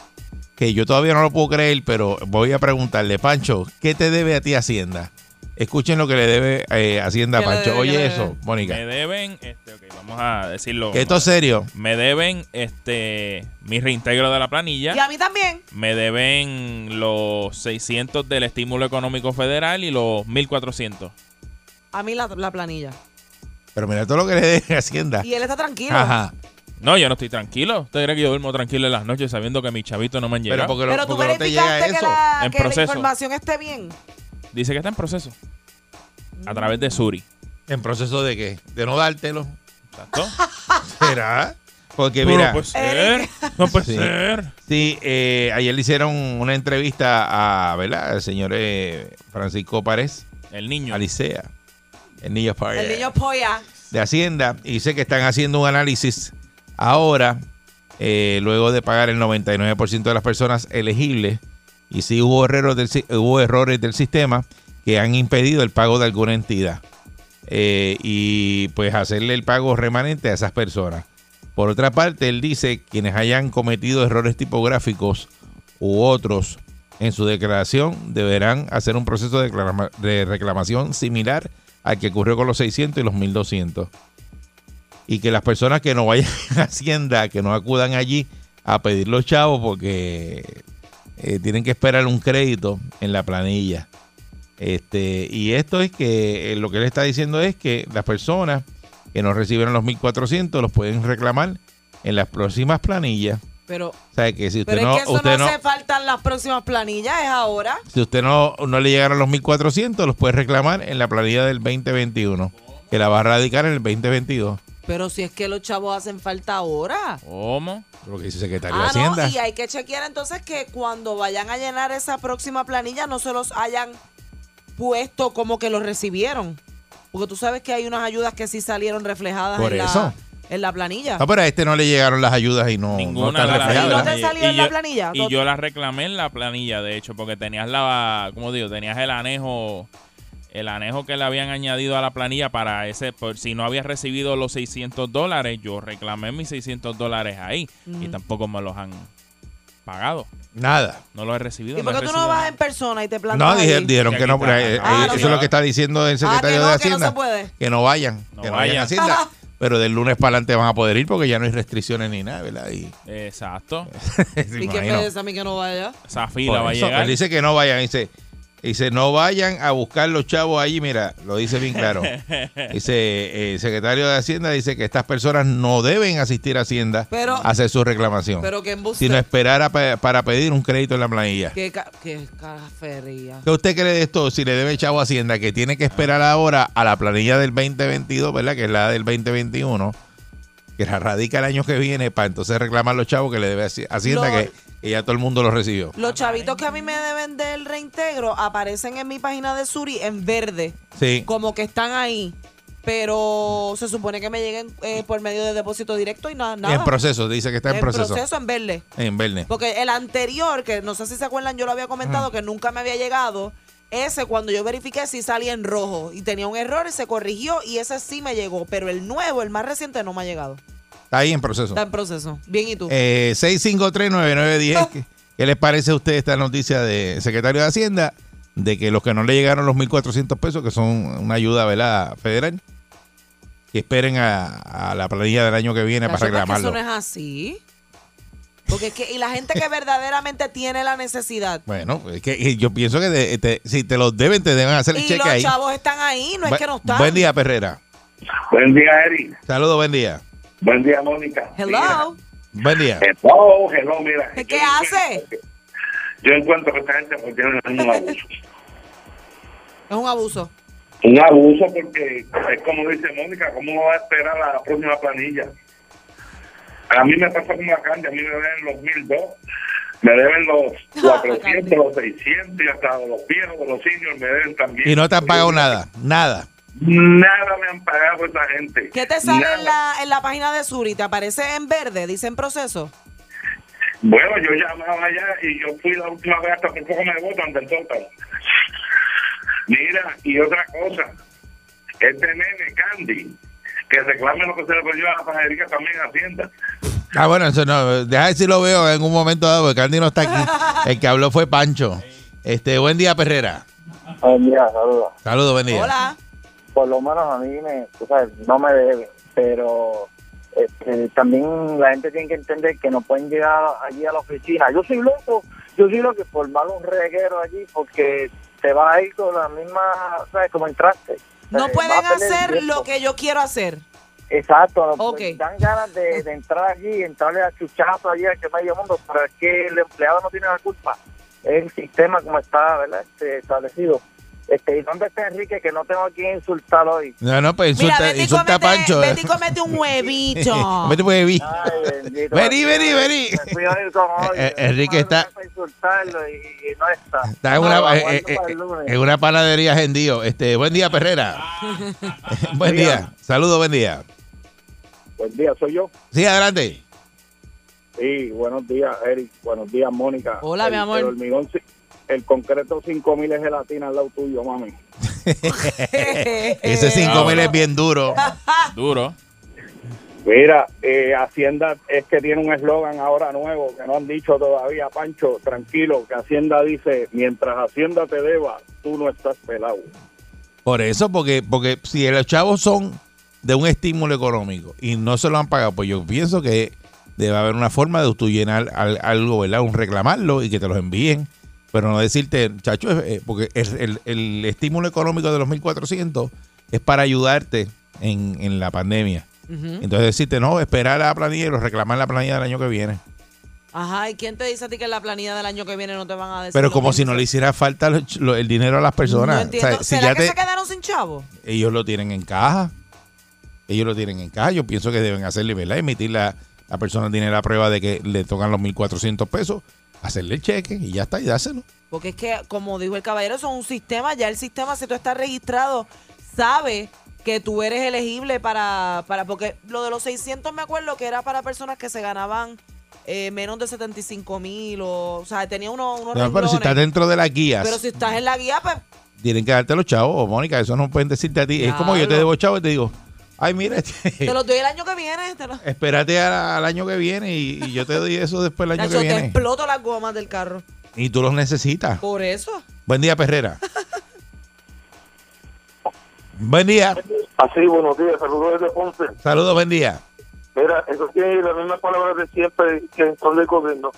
[SPEAKER 2] que yo todavía no lo puedo creer, pero voy a preguntarle, Pancho, ¿qué te debe a ti Hacienda? Escuchen lo que le debe eh, Hacienda a
[SPEAKER 1] ¿Qué le
[SPEAKER 2] Pancho.
[SPEAKER 1] debe? ¿Qué
[SPEAKER 2] Oye
[SPEAKER 1] le
[SPEAKER 2] eso,
[SPEAKER 1] debe?
[SPEAKER 2] Mónica.
[SPEAKER 13] Me deben, este, ok, vamos a decirlo.
[SPEAKER 2] Que esto es serio.
[SPEAKER 13] Me deben este mi reintegro de la planilla.
[SPEAKER 1] Y a mí también.
[SPEAKER 13] Me deben los 600 del estímulo económico federal y los 1400.
[SPEAKER 1] A mí la, la planilla.
[SPEAKER 2] Pero mira todo lo que le debe Hacienda.
[SPEAKER 1] Y él está tranquilo.
[SPEAKER 2] Ajá.
[SPEAKER 13] No, yo no estoy tranquilo. ¿Usted cree que yo duermo tranquilo en las noches sabiendo que mis chavitos no me han
[SPEAKER 2] Pero
[SPEAKER 13] llegado?
[SPEAKER 2] porque, lo-
[SPEAKER 1] Pero tú
[SPEAKER 2] porque no te llega
[SPEAKER 1] verificaste que,
[SPEAKER 2] eso.
[SPEAKER 1] la,
[SPEAKER 13] en
[SPEAKER 1] que la
[SPEAKER 13] proceso.
[SPEAKER 1] información esté bien.
[SPEAKER 13] Dice que está en proceso. A través de Suri.
[SPEAKER 2] ¿En proceso de qué? De no dártelo.
[SPEAKER 13] Exacto.
[SPEAKER 2] ¿Será? Porque
[SPEAKER 13] Pero
[SPEAKER 2] mira.
[SPEAKER 13] No puede ser. No puede
[SPEAKER 2] Sí.
[SPEAKER 13] ser.
[SPEAKER 2] Sí, eh, ayer le hicieron una entrevista a, ¿verdad? Al señor eh, Francisco Párez,
[SPEAKER 13] El niño.
[SPEAKER 2] Alicea, el niño Párez
[SPEAKER 1] El niño polla.
[SPEAKER 2] de Hacienda, y dice que están haciendo un análisis ahora, eh, luego de pagar el 99% de las personas elegibles, y si hubo errores del, si- hubo errores del sistema que han impedido el pago de alguna entidad, eh, y pues hacerle el pago remanente a esas personas. Por otra parte, él dice quienes hayan cometido errores tipográficos u otros en su declaración deberán hacer un proceso de, reclama- de reclamación similar al que ocurrió con los 600 y los 1200. Y que las personas que no vayan a Hacienda, que no acudan allí a pedir los chavos porque eh, tienen que esperar un crédito en la planilla. Este, y esto es que eh, lo que él está diciendo es que las personas que no recibieron los 1400 los pueden reclamar en las próximas planillas.
[SPEAKER 1] Pero,
[SPEAKER 2] O sea, que si usted
[SPEAKER 1] pero es
[SPEAKER 2] no,
[SPEAKER 1] que eso
[SPEAKER 2] usted
[SPEAKER 1] no
[SPEAKER 2] no,
[SPEAKER 1] hace falta en las próximas planillas, es ahora.
[SPEAKER 2] si usted no, no le llegaron los 1400, los puede reclamar en la planilla del 2021, que la va a radicar en el 2022.
[SPEAKER 1] Pero si es que los chavos hacen falta ahora.
[SPEAKER 13] ¿Cómo?
[SPEAKER 2] Lo que dice secretario de
[SPEAKER 1] Ah,
[SPEAKER 2] Hacienda.
[SPEAKER 1] no, y hay que chequear entonces que cuando vayan a llenar esa próxima planilla no se los hayan puesto como que los recibieron. Porque tú sabes que hay unas ayudas que sí salieron reflejadas
[SPEAKER 2] Por
[SPEAKER 1] en,
[SPEAKER 2] eso.
[SPEAKER 1] La, en la planilla.
[SPEAKER 2] No, pero a este no le llegaron las ayudas y no,
[SPEAKER 13] Ninguna
[SPEAKER 2] no están
[SPEAKER 13] de las
[SPEAKER 2] reflejadas.
[SPEAKER 13] ayudas.
[SPEAKER 1] ¿No te salió en la planilla?
[SPEAKER 13] Y
[SPEAKER 1] No-
[SPEAKER 13] yo la reclamé en la planilla, de hecho, porque tenías la, como digo, tenías el anejo, el anejo que le habían añadido a la planilla para ese, por si no habías recibido los 600 dólares, yo reclamé mis 600 dólares ahí y
[SPEAKER 1] Ujú.
[SPEAKER 13] tampoco me los han pagado.
[SPEAKER 2] Nada.
[SPEAKER 13] No los he recibido.
[SPEAKER 1] ¿Y por
[SPEAKER 13] he
[SPEAKER 1] qué tú
[SPEAKER 13] recibido
[SPEAKER 1] no vas
[SPEAKER 13] nada.
[SPEAKER 1] en persona y te plantas
[SPEAKER 2] No, dije-
[SPEAKER 1] ahí?
[SPEAKER 2] dijeron que no, pero, eh,
[SPEAKER 1] Ah,
[SPEAKER 2] eh,
[SPEAKER 1] no,
[SPEAKER 2] eso
[SPEAKER 1] que
[SPEAKER 2] es lo
[SPEAKER 1] no.
[SPEAKER 2] que está diciendo el secretario
[SPEAKER 1] Ah,
[SPEAKER 2] de
[SPEAKER 1] que no, que no
[SPEAKER 2] Hacienda.
[SPEAKER 1] se puede.
[SPEAKER 2] que no vayan,
[SPEAKER 13] No
[SPEAKER 2] que no vayan a
[SPEAKER 13] vayan.
[SPEAKER 2] Hacienda. Pero del lunes para adelante van a poder ir porque ya no hay restricciones ni nada, ¿verdad? Y,
[SPEAKER 13] Exacto.
[SPEAKER 2] se
[SPEAKER 1] ¿Y qué
[SPEAKER 2] imagino.
[SPEAKER 1] pereza a mí que no vaya?
[SPEAKER 13] Esa
[SPEAKER 2] Por
[SPEAKER 13] fila va a
[SPEAKER 2] eso,
[SPEAKER 13] llegar.
[SPEAKER 2] Él dice que no vayan, dice, dice, no vayan a buscar los chavos allí, mira, lo dice bien claro. Dice, eh, el secretario de Hacienda dice que estas personas no deben asistir a Hacienda
[SPEAKER 1] Pero-
[SPEAKER 2] a hacer su reclamación,
[SPEAKER 1] Pero que embuste.
[SPEAKER 2] sino esperar a pe- para pedir un crédito en la planilla.
[SPEAKER 1] Qué, ca- qué cafería.
[SPEAKER 2] ¿Qué usted cree de esto? Si le debe el chavo a Hacienda, que tiene que esperar ahora a la planilla del 2022, ¿verdad? Que es la del 2021, que la radica el año que viene, para entonces reclamar los chavos que le debe a Haci- Hacienda,
[SPEAKER 1] Lo-
[SPEAKER 2] que, que ya todo el mundo los recibió.
[SPEAKER 1] Los chavitos que a mí me deben del reintegro aparecen en mi página de Suri en verde.
[SPEAKER 2] Sí.
[SPEAKER 1] Como que están ahí. Pero se supone que me lleguen eh, por medio de depósito directo y nada. nada.
[SPEAKER 2] En proceso, dice que está en,
[SPEAKER 1] En
[SPEAKER 2] proceso.
[SPEAKER 1] proceso en verde.
[SPEAKER 2] En verde.
[SPEAKER 1] Porque el anterior, que no sé si se acuerdan, yo lo había comentado, que nunca me había llegado. Ese cuando yo verifiqué sí salía en rojo y tenía un error y se corrigió y ese sí me llegó. Pero el nuevo, el más reciente, no me ha llegado.
[SPEAKER 2] Está ahí en proceso.
[SPEAKER 1] Está en proceso. Bien, ¿y tú?
[SPEAKER 2] Eh, 6539910. ¿Qué- ¿Qué les parece a ustedes esta noticia de secretario de Hacienda? De que los que no le llegaron los 1.400 pesos, que son una ayuda ¿verdad? federal, que esperen a, a la planilla del año que viene para
[SPEAKER 1] Nacho, pero es que
[SPEAKER 2] reclamarlo.
[SPEAKER 1] Eso no es así. Porque es que, y la gente que verdaderamente tiene la necesidad.
[SPEAKER 2] Bueno, es que eh, yo pienso que de- te- si te los deben, te deben hacer el
[SPEAKER 1] y
[SPEAKER 2] cheque
[SPEAKER 1] los
[SPEAKER 2] ahí.
[SPEAKER 1] chavos están ahí, no es
[SPEAKER 2] Bu-
[SPEAKER 1] que no están.
[SPEAKER 2] Buen día, Perrera.
[SPEAKER 12] Buen día, Eric.
[SPEAKER 2] Saludos, buen día.
[SPEAKER 12] Buen día, Mónica. Mira,
[SPEAKER 1] Hello.
[SPEAKER 2] Buen día.
[SPEAKER 12] Hello, hello, mira.
[SPEAKER 1] ¿Qué
[SPEAKER 12] Yo
[SPEAKER 1] hace?
[SPEAKER 12] encuentro- Yo encuentro que esta gente pues, tiene un abuso.
[SPEAKER 1] Es un abuso.
[SPEAKER 12] un abuso porque es como dice Mónica, ¿cómo uno va a esperar a la próxima planilla? A mí me pasa con la cancha, a mí me deben los 1002, me deben los 400, los 600 y hasta los viejos, los seniors me deben también.
[SPEAKER 2] Y no te han pagado nada, nada.
[SPEAKER 12] Nada me han pagado esta gente.
[SPEAKER 1] ¿Qué te sale
[SPEAKER 12] Nada.
[SPEAKER 1] en la, en la página de Suri? ¿Te aparece en verde? Dice en proceso.
[SPEAKER 11] Eh,
[SPEAKER 12] Bueno, yo llamaba allá y yo fui la última vez hasta por poco me botan del sótano. Mira, y otra cosa, este nene Candy, que reclame lo que se le perdió a la pajadería también a Hacienda.
[SPEAKER 2] Ah, bueno, eso no. Deja ver si lo veo en un momento dado, porque Candy no está aquí. El que habló fue Pancho. Este, buen día, Perrera.
[SPEAKER 11] mira, saludos.
[SPEAKER 2] Saludos, buen día.
[SPEAKER 1] Hola.
[SPEAKER 11] Por lo menos a mí me, tú sabes, no me deben, pero este, también la gente tiene que entender que no pueden llegar allí a la oficina. Yo soy loco, yo soy loco que formar un reguero allí porque te vas a ir con la misma, ¿sabes? Como entraste.
[SPEAKER 1] No
[SPEAKER 11] Eh,
[SPEAKER 1] pueden
[SPEAKER 11] vas a perder
[SPEAKER 1] hacer
[SPEAKER 11] el
[SPEAKER 1] lo
[SPEAKER 11] tiempo.
[SPEAKER 1] que yo quiero hacer.
[SPEAKER 11] Exacto, no,
[SPEAKER 1] Ok.
[SPEAKER 11] pues, dan ganas de, de entrar allí, entrarle a chuchazo allí al que medio mundo, pero es que el empleado no tiene la culpa. Es el sistema como está ¿verdad? Este, establecido. Este, ¿Y dónde está Enrique? Que no tengo a quién insultar hoy.
[SPEAKER 2] No, no, pues
[SPEAKER 1] Mira,
[SPEAKER 2] insulta,
[SPEAKER 1] vete y
[SPEAKER 2] insulta a
[SPEAKER 1] cómete-
[SPEAKER 2] Pancho. ¿eh?
[SPEAKER 1] vete y cómete un huevito.
[SPEAKER 2] Vete, pues, vi.
[SPEAKER 11] Ay, eh. bendito.
[SPEAKER 2] Vení, vení, vení.
[SPEAKER 11] Me fui a ir con hoy.
[SPEAKER 2] Eh, eh, Enrique
[SPEAKER 11] Madre,
[SPEAKER 2] está-
[SPEAKER 11] para insultarlo y, y no está.
[SPEAKER 2] Está en
[SPEAKER 11] No, lo
[SPEAKER 2] una,
[SPEAKER 11] aguanto
[SPEAKER 2] eh, eh,
[SPEAKER 11] para
[SPEAKER 2] eh,
[SPEAKER 11] el lunes. Ah,
[SPEAKER 2] en una panadería gendío. Este, buen día, Perrera. buen día. Saludos, buen día.
[SPEAKER 12] Buen día, soy yo.
[SPEAKER 2] Sí, adelante.
[SPEAKER 12] Sí, buenos días, Eric. Buenos días, Mónica.
[SPEAKER 1] Hola,
[SPEAKER 12] El-
[SPEAKER 1] mi amor.
[SPEAKER 12] El hormigón, ci- el concreto 5000 es gelatina al lado tuyo, mami.
[SPEAKER 2] Ese 5 mil
[SPEAKER 13] bueno.
[SPEAKER 2] es bien duro.
[SPEAKER 13] Duro.
[SPEAKER 12] Mira, eh, Hacienda es que tiene un eslogan ahora nuevo que no han dicho todavía, Pancho. Tranquilo, que Hacienda dice: mientras Hacienda te deba, tú no estás pelado.
[SPEAKER 2] Por eso, porque, porque si los chavos son de un estímulo económico y no se lo han pagado, pues yo pienso que debe haber una forma de tú llenar al- algo, ¿verdad? Un reclamarlo y que te los envíen, pero no decirte, chacho, eh, porque el, el- el estímulo económico de los 1.400 es para ayudarte en, en la pandemia.
[SPEAKER 1] Ujú.
[SPEAKER 2] Entonces decirte, no, esperar la planilla y lo reclamar la planilla del año que viene.
[SPEAKER 1] Ajá, ¿y quién te dice a ti que en la planilla del año que viene no te van a decir?
[SPEAKER 2] Pero
[SPEAKER 1] lo
[SPEAKER 2] como
[SPEAKER 1] mismo?
[SPEAKER 2] si no le hiciera falta lo- lo- el dinero a las
[SPEAKER 1] No
[SPEAKER 2] personas. O sea,
[SPEAKER 1] entiendo.
[SPEAKER 2] si
[SPEAKER 1] ¿Será
[SPEAKER 2] ya
[SPEAKER 1] que
[SPEAKER 2] te-
[SPEAKER 1] se quedaron sin chavo?
[SPEAKER 2] ellos lo tienen en caja. Ellos lo tienen en caja. Yo pienso que deben hacerle, ¿verdad? Emitir la, la persona tiene la prueba de que le tocan los 1.400 pesos, hacerle el cheque y ya está, y dáselo.
[SPEAKER 1] Porque es que, como dijo el caballero, son un sistema. Ya el sistema, si tú estás registrado, sabe que tú eres elegible para, para porque lo de los 600 me acuerdo que era para personas que se ganaban eh, menos de 75 mil o, o sea, tenía uno, unos
[SPEAKER 2] No, pero si
[SPEAKER 1] renglones.
[SPEAKER 2] estás dentro de las guías,
[SPEAKER 1] Pero si estás en la guía, pues
[SPEAKER 2] tienen que darte los chavos, oh, Mónica. Eso no pueden decirte a ti. Es como yo te
[SPEAKER 1] Claro.
[SPEAKER 2] debo chavos y te digo, ay, mira, este,
[SPEAKER 1] te los doy el año que viene. Te, los-
[SPEAKER 2] espérate a- al año que viene y, y yo te doy eso después el año
[SPEAKER 1] Nacho,
[SPEAKER 2] que
[SPEAKER 1] te
[SPEAKER 2] viene.
[SPEAKER 1] exploto las gomas del carro.
[SPEAKER 2] Y tú los necesitas.
[SPEAKER 1] Por eso.
[SPEAKER 2] Buen día, Perrera. buen día.
[SPEAKER 14] Así, Ah, buenos días, saludos desde Ponce.
[SPEAKER 2] Saludos, buen día.
[SPEAKER 14] Mira, eso tiene las mismas palabras de siempre que son del gobierno.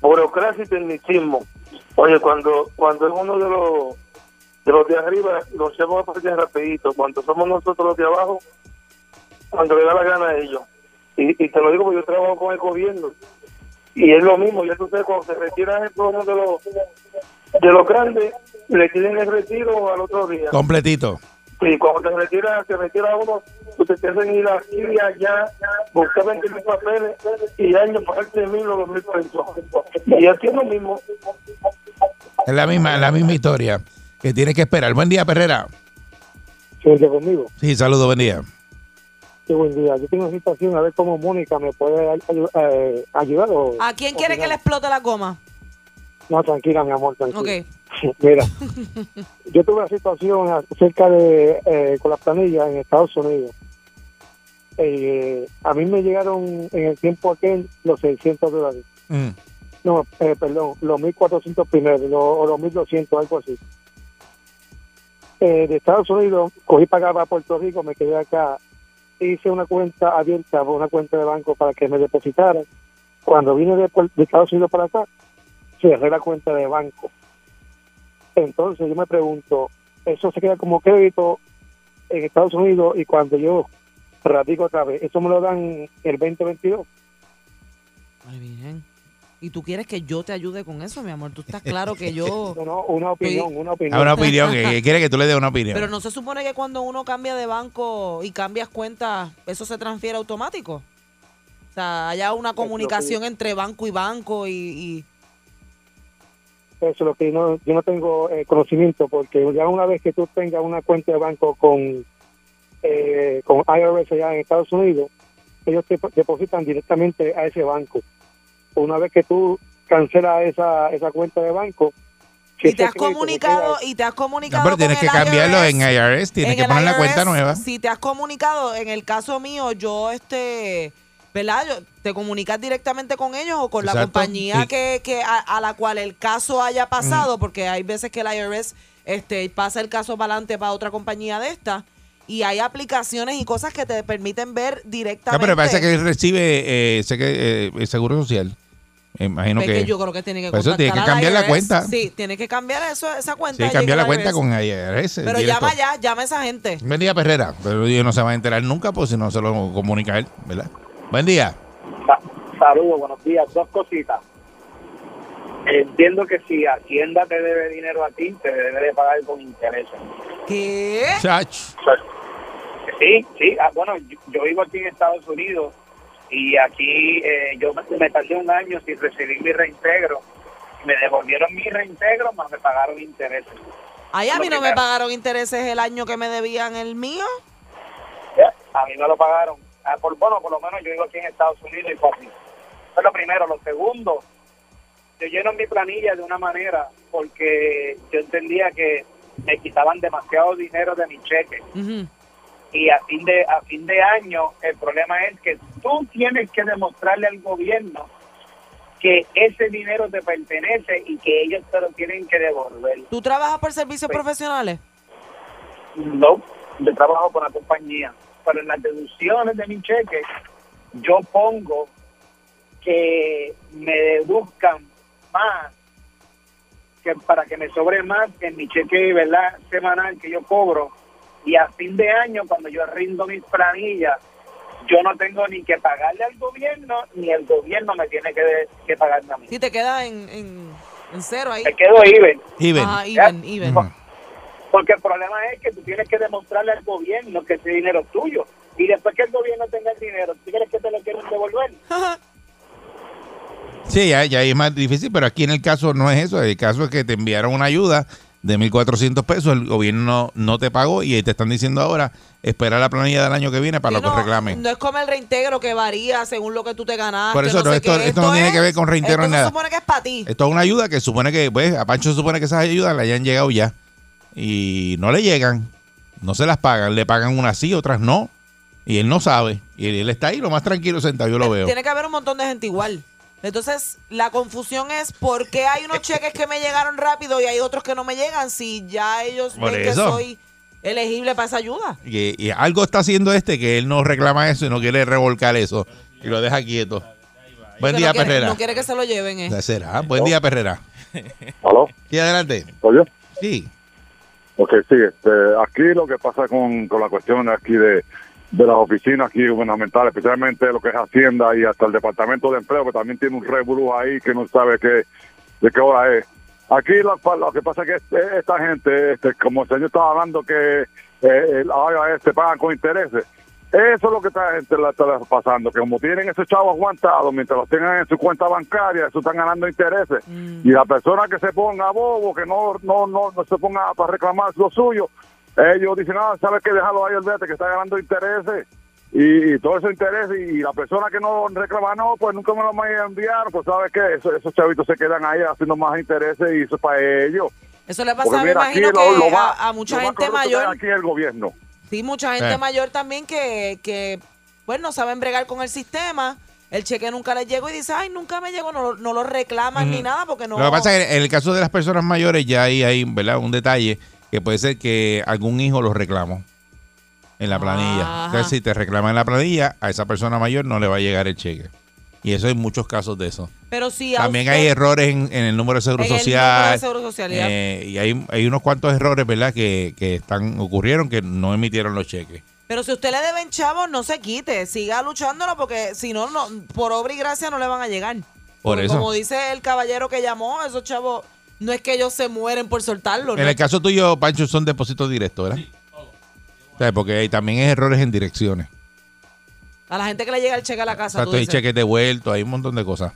[SPEAKER 14] Burocracia y tecnicismo. Oye, cuando cuando es uno de los de los de arriba, lo hacemos partir rapidito. Cuando somos nosotros los de abajo, cuando le da la gana a ellos. Y, y te lo digo porque yo trabajo con el gobierno. Y es lo mismo, ya tú sabes, cuando se retiran uno de los, de los grandes, le tienen el retiro al otro día.
[SPEAKER 2] Completito.
[SPEAKER 14] Sí, cuando te retira, te retira uno, usted te hacen ir aquí y allá, buscar 20 mil papeles y año pagarte mil o dos mil pesos. Y aquí es lo mismo.
[SPEAKER 2] Es la misma, es la misma historia que tienes que esperar. Buen día, Perrera.
[SPEAKER 6] Siente conmigo.
[SPEAKER 2] Sí, saludos, buen día.
[SPEAKER 6] Qué buen día. Yo tengo una situación, a ver cómo Mónica me puede ay- ay- eh, ayudar. O,
[SPEAKER 1] ¿A quién quiere que le explote las gomas?
[SPEAKER 6] No, tranquila, mi amor, tranquila.
[SPEAKER 1] Ok.
[SPEAKER 6] Mira, yo tuve una situación acerca de eh, con las planillas en Estados Unidos. Eh, a mí me llegaron en el tiempo aquel los 600 dólares.
[SPEAKER 2] mm.
[SPEAKER 6] No, eh, perdón, los 1.400 primero, lo- o los 1.200, algo así. Eh, de Estados Unidos, cogí para acá, para Puerto Rico, me quedé acá, hice una cuenta abierta, una cuenta de banco para que me depositaran. Cuando vine de, Puer- de Estados Unidos para acá, cerré la cuenta de banco. Entonces yo me pregunto, eso se queda como crédito en Estados Unidos y cuando yo radico otra vez, eso me lo dan el 2022.
[SPEAKER 1] Ay, Virgen. ¿Y tú quieres que yo te ayude con eso, mi amor? Tú estás claro que yo...
[SPEAKER 6] No, no, una opinión, una opinión.
[SPEAKER 2] Ah, una opinión, que, que quiere que tú le des una opinión.
[SPEAKER 1] Pero no se supone que cuando uno cambia de banco y cambias cuentas, eso se transfiere automático. O sea, haya una comunicación entre banco y banco y, y-
[SPEAKER 6] Eso es lo que no, yo no tengo eh, conocimiento, porque ya una vez que tú tengas una cuenta de banco con, eh, con IRS allá en Estados Unidos, ellos te depositan directamente a ese banco. Una vez que tú cancelas esa, esa cuenta de banco, si
[SPEAKER 1] y te
[SPEAKER 6] ese
[SPEAKER 1] has
[SPEAKER 6] crédito se
[SPEAKER 1] comunicado
[SPEAKER 6] queda-
[SPEAKER 1] y te has
[SPEAKER 2] No,
[SPEAKER 1] comunicado
[SPEAKER 2] Ah, pero tienes
[SPEAKER 1] con
[SPEAKER 2] que
[SPEAKER 1] el
[SPEAKER 2] cambiarlo
[SPEAKER 1] IRS.
[SPEAKER 2] en IRS, tienes
[SPEAKER 1] En
[SPEAKER 2] que
[SPEAKER 1] el
[SPEAKER 2] poner la cuenta
[SPEAKER 1] IRS,
[SPEAKER 2] nueva.
[SPEAKER 1] Si te has comunicado, en el caso mío, yo este, ¿verdad? Yo- te comunicas directamente con ellos o con la
[SPEAKER 2] Exacto,
[SPEAKER 1] compañía
[SPEAKER 2] sí.
[SPEAKER 1] que, que a, a la cual el caso haya pasado, porque hay veces que el IRS este, pasa el caso para adelante para otra compañía de esta. Y hay aplicaciones y cosas que te permiten ver
[SPEAKER 2] Ah,
[SPEAKER 1] directamente.
[SPEAKER 2] pero parece que él recibe eh, sé que, eh, el seguro social. Me Imagino
[SPEAKER 1] Ve que
[SPEAKER 2] que.
[SPEAKER 1] yo creo que tiene que
[SPEAKER 2] Por eso tiene que
[SPEAKER 1] contactar al
[SPEAKER 2] cambiar la
[SPEAKER 1] IRS.
[SPEAKER 2] cuenta.
[SPEAKER 1] Sí, tiene que cambiar eso, esa cuenta.
[SPEAKER 2] Sí,
[SPEAKER 1] allí
[SPEAKER 2] cambiar la cuenta
[SPEAKER 1] IRS.
[SPEAKER 2] con IRS.
[SPEAKER 1] Pero
[SPEAKER 2] directo.
[SPEAKER 1] llama ya, llama a esa gente.
[SPEAKER 2] Buen día, Perrera. Pero ellos no se van a enterar nunca, pues si no se lo comunica él, ¿verdad? Buen día.
[SPEAKER 15] Saludos, buenos días. Dos cositas. Entiendo que si Hacienda te debe dinero a ti, te debe de pagar con intereses.
[SPEAKER 1] ¿Qué?
[SPEAKER 2] Chach.
[SPEAKER 15] Sí, sí. Ah, bueno, yo, yo vivo aquí en Estados Unidos y aquí eh, yo me, me tardé un año sin recibir mi reintegro. Me devolvieron mi reintegro, más me pagaron intereses.
[SPEAKER 1] Ay, a mí no
[SPEAKER 15] Lo
[SPEAKER 1] me
[SPEAKER 15] primero.
[SPEAKER 1] pagaron intereses el año que me debían el mío.
[SPEAKER 15] A mí me lo pagaron. Ah, por, bueno, por lo menos yo vivo aquí en Estados Unidos y por mí. Eso es lo primero. Lo segundo, yo lleno mi planilla de una manera porque yo entendía que me quitaban demasiado dinero de mi cheque. Y a fin de a fin de año, el problema es que tú tienes que demostrarle al gobierno que ese dinero te pertenece y que ellos te lo tienen que devolver.
[SPEAKER 1] ¿Tú trabajas por servicios profesionales?
[SPEAKER 15] No, yo trabajo con la compañía, pero en las deducciones de mi cheque yo pongo que me deduzcan más que para que me sobre más en mi cheque ¿verdad? semanal que yo cobro y a fin de año cuando yo rindo mis planillas
[SPEAKER 16] yo no tengo ni que pagarle al gobierno, ni el gobierno me tiene que, que pagarme a mí.
[SPEAKER 1] Si te queda en, en, en cero ahí.
[SPEAKER 16] Me quedo even.
[SPEAKER 2] Even.
[SPEAKER 1] Ajá, even, even.
[SPEAKER 16] Porque el problema es que tú tienes que demostrarle al gobierno que ese dinero es tuyo. Y después que el gobierno tenga el dinero, ¿tú crees que te lo quieren devolver?
[SPEAKER 2] Sí, ya, ya es más difícil, pero aquí en el caso no es eso. El caso es que te enviaron una ayuda de 1.400 pesos, el gobierno no te pagó y te están diciendo ahora, espera la planilla del año que viene para lo que reclamen.
[SPEAKER 1] No es como el reintegro que varía según lo que tú te ganaste.
[SPEAKER 2] Por eso
[SPEAKER 1] no
[SPEAKER 2] no,
[SPEAKER 1] sé
[SPEAKER 2] esto,
[SPEAKER 1] qué.
[SPEAKER 2] esto no tiene que ver con
[SPEAKER 1] esto
[SPEAKER 2] reintegro ni
[SPEAKER 1] se
[SPEAKER 2] nada.
[SPEAKER 1] supone que es para ti.
[SPEAKER 2] Esto es una ayuda que supone que, pues, a Pancho supone que esas ayudas le hayan llegado ya. Y no le llegan. No se las pagan. Le pagan unas sí, otras no. Y él no sabe. Y él está ahí lo más tranquilo sentado, yo lo veo.
[SPEAKER 1] Tiene que haber un montón de gente igual. Entonces, la confusión es por qué hay unos cheques que me llegaron rápido y hay otros que no me llegan si ya ellos
[SPEAKER 2] Por
[SPEAKER 1] ven
[SPEAKER 2] eso.
[SPEAKER 1] que soy elegible para esa ayuda.
[SPEAKER 2] Y, y algo está haciendo este que él no reclama eso y no quiere revolcar eso. Y lo deja quieto. Buen
[SPEAKER 1] Que
[SPEAKER 2] día,
[SPEAKER 1] no quiere,
[SPEAKER 2] Perrera.
[SPEAKER 1] No quiere que se lo lleven, eh.
[SPEAKER 2] Será. Ah, Buen día, Perrera.
[SPEAKER 17] ¿Aló?
[SPEAKER 2] Sí, adelante.
[SPEAKER 17] ¿Soy yo?
[SPEAKER 2] Sí.
[SPEAKER 17] Ok, sí. este, aquí lo que pasa con, con la cuestión aquí de, de las oficinas aquí gubernamentales, especialmente lo que es Hacienda y hasta el Departamento de Empleo, que también tiene un revolú ahí que no sabe qué, de qué hora es. Aquí lo, lo que pasa es que este- esta gente, este, como el señor estaba hablando que eh, el IRS te pagan con intereses, eso es lo que esta gente la está pasando, que como tienen esos chavos aguantados, mientras los tengan en su cuenta bancaria, eso están ganando intereses. Y la persona que se ponga bobo, que no, no, no, no se ponga para reclamar lo suyo, ellos dicen, ah, sabes que déjalo ahí, olvídate que está ganando intereses y, y todo ese interés y, y la persona que no reclama no pues nunca me lo van a enviar pues sabes que esos chavitos se quedan ahí haciendo más intereses y eso es para ellos
[SPEAKER 1] Eso le pasa,
[SPEAKER 17] Porque
[SPEAKER 1] me
[SPEAKER 17] mira, aquí
[SPEAKER 1] imagino,
[SPEAKER 17] lo-
[SPEAKER 1] que
[SPEAKER 17] lo más-
[SPEAKER 1] a, a mucha
[SPEAKER 17] lo más
[SPEAKER 1] gente
[SPEAKER 17] corrupto que hay
[SPEAKER 1] mayor.
[SPEAKER 17] aquí es el gobierno
[SPEAKER 1] Sí, mucha gente
[SPEAKER 17] Eh.
[SPEAKER 1] mayor también que, que, bueno, saben bregar con el sistema. El cheque nunca les llegó y dice, ay, nunca me llegó, no, lo- no lo reclaman ni nada porque no.
[SPEAKER 2] Lo que pasa es que eh, en el caso de las personas mayores ya hay, hay ¿verdad? un detalle que puede ser que algún hijo los reclamó en la planilla. Entonces, si te reclama en la planilla, a esa persona mayor no le va a llegar el cheque. Y eso hay muchos casos de eso.
[SPEAKER 1] Pero si a
[SPEAKER 2] También
[SPEAKER 1] usted-
[SPEAKER 2] hay errores en, en el número de seguro
[SPEAKER 1] En el número
[SPEAKER 2] social.
[SPEAKER 1] de seguro social, ya.
[SPEAKER 2] eh, y hay, hay unos cuantos errores, ¿verdad?, que, que están ocurrieron que no emitieron los cheques.
[SPEAKER 1] Pero si usted le deben chavos, no se quite, siga luchándolo porque si no, no por obra y gracia no le van a llegar.
[SPEAKER 2] Por
[SPEAKER 1] Porque
[SPEAKER 2] eso.
[SPEAKER 1] Como dice el caballero que llamó, esos chavos, no es que ellos se mueren por soltarlo.
[SPEAKER 2] En
[SPEAKER 1] ¿no?
[SPEAKER 2] el caso tuyo, Pancho, son depósitos directos, ¿verdad? O sea, Porque hay, también hay errores en direcciones.
[SPEAKER 1] A la gente que le llega el cheque a la casa. tú
[SPEAKER 2] Exacto, hay
[SPEAKER 1] dices.
[SPEAKER 2] cheques devueltos, hay un montón de cosas.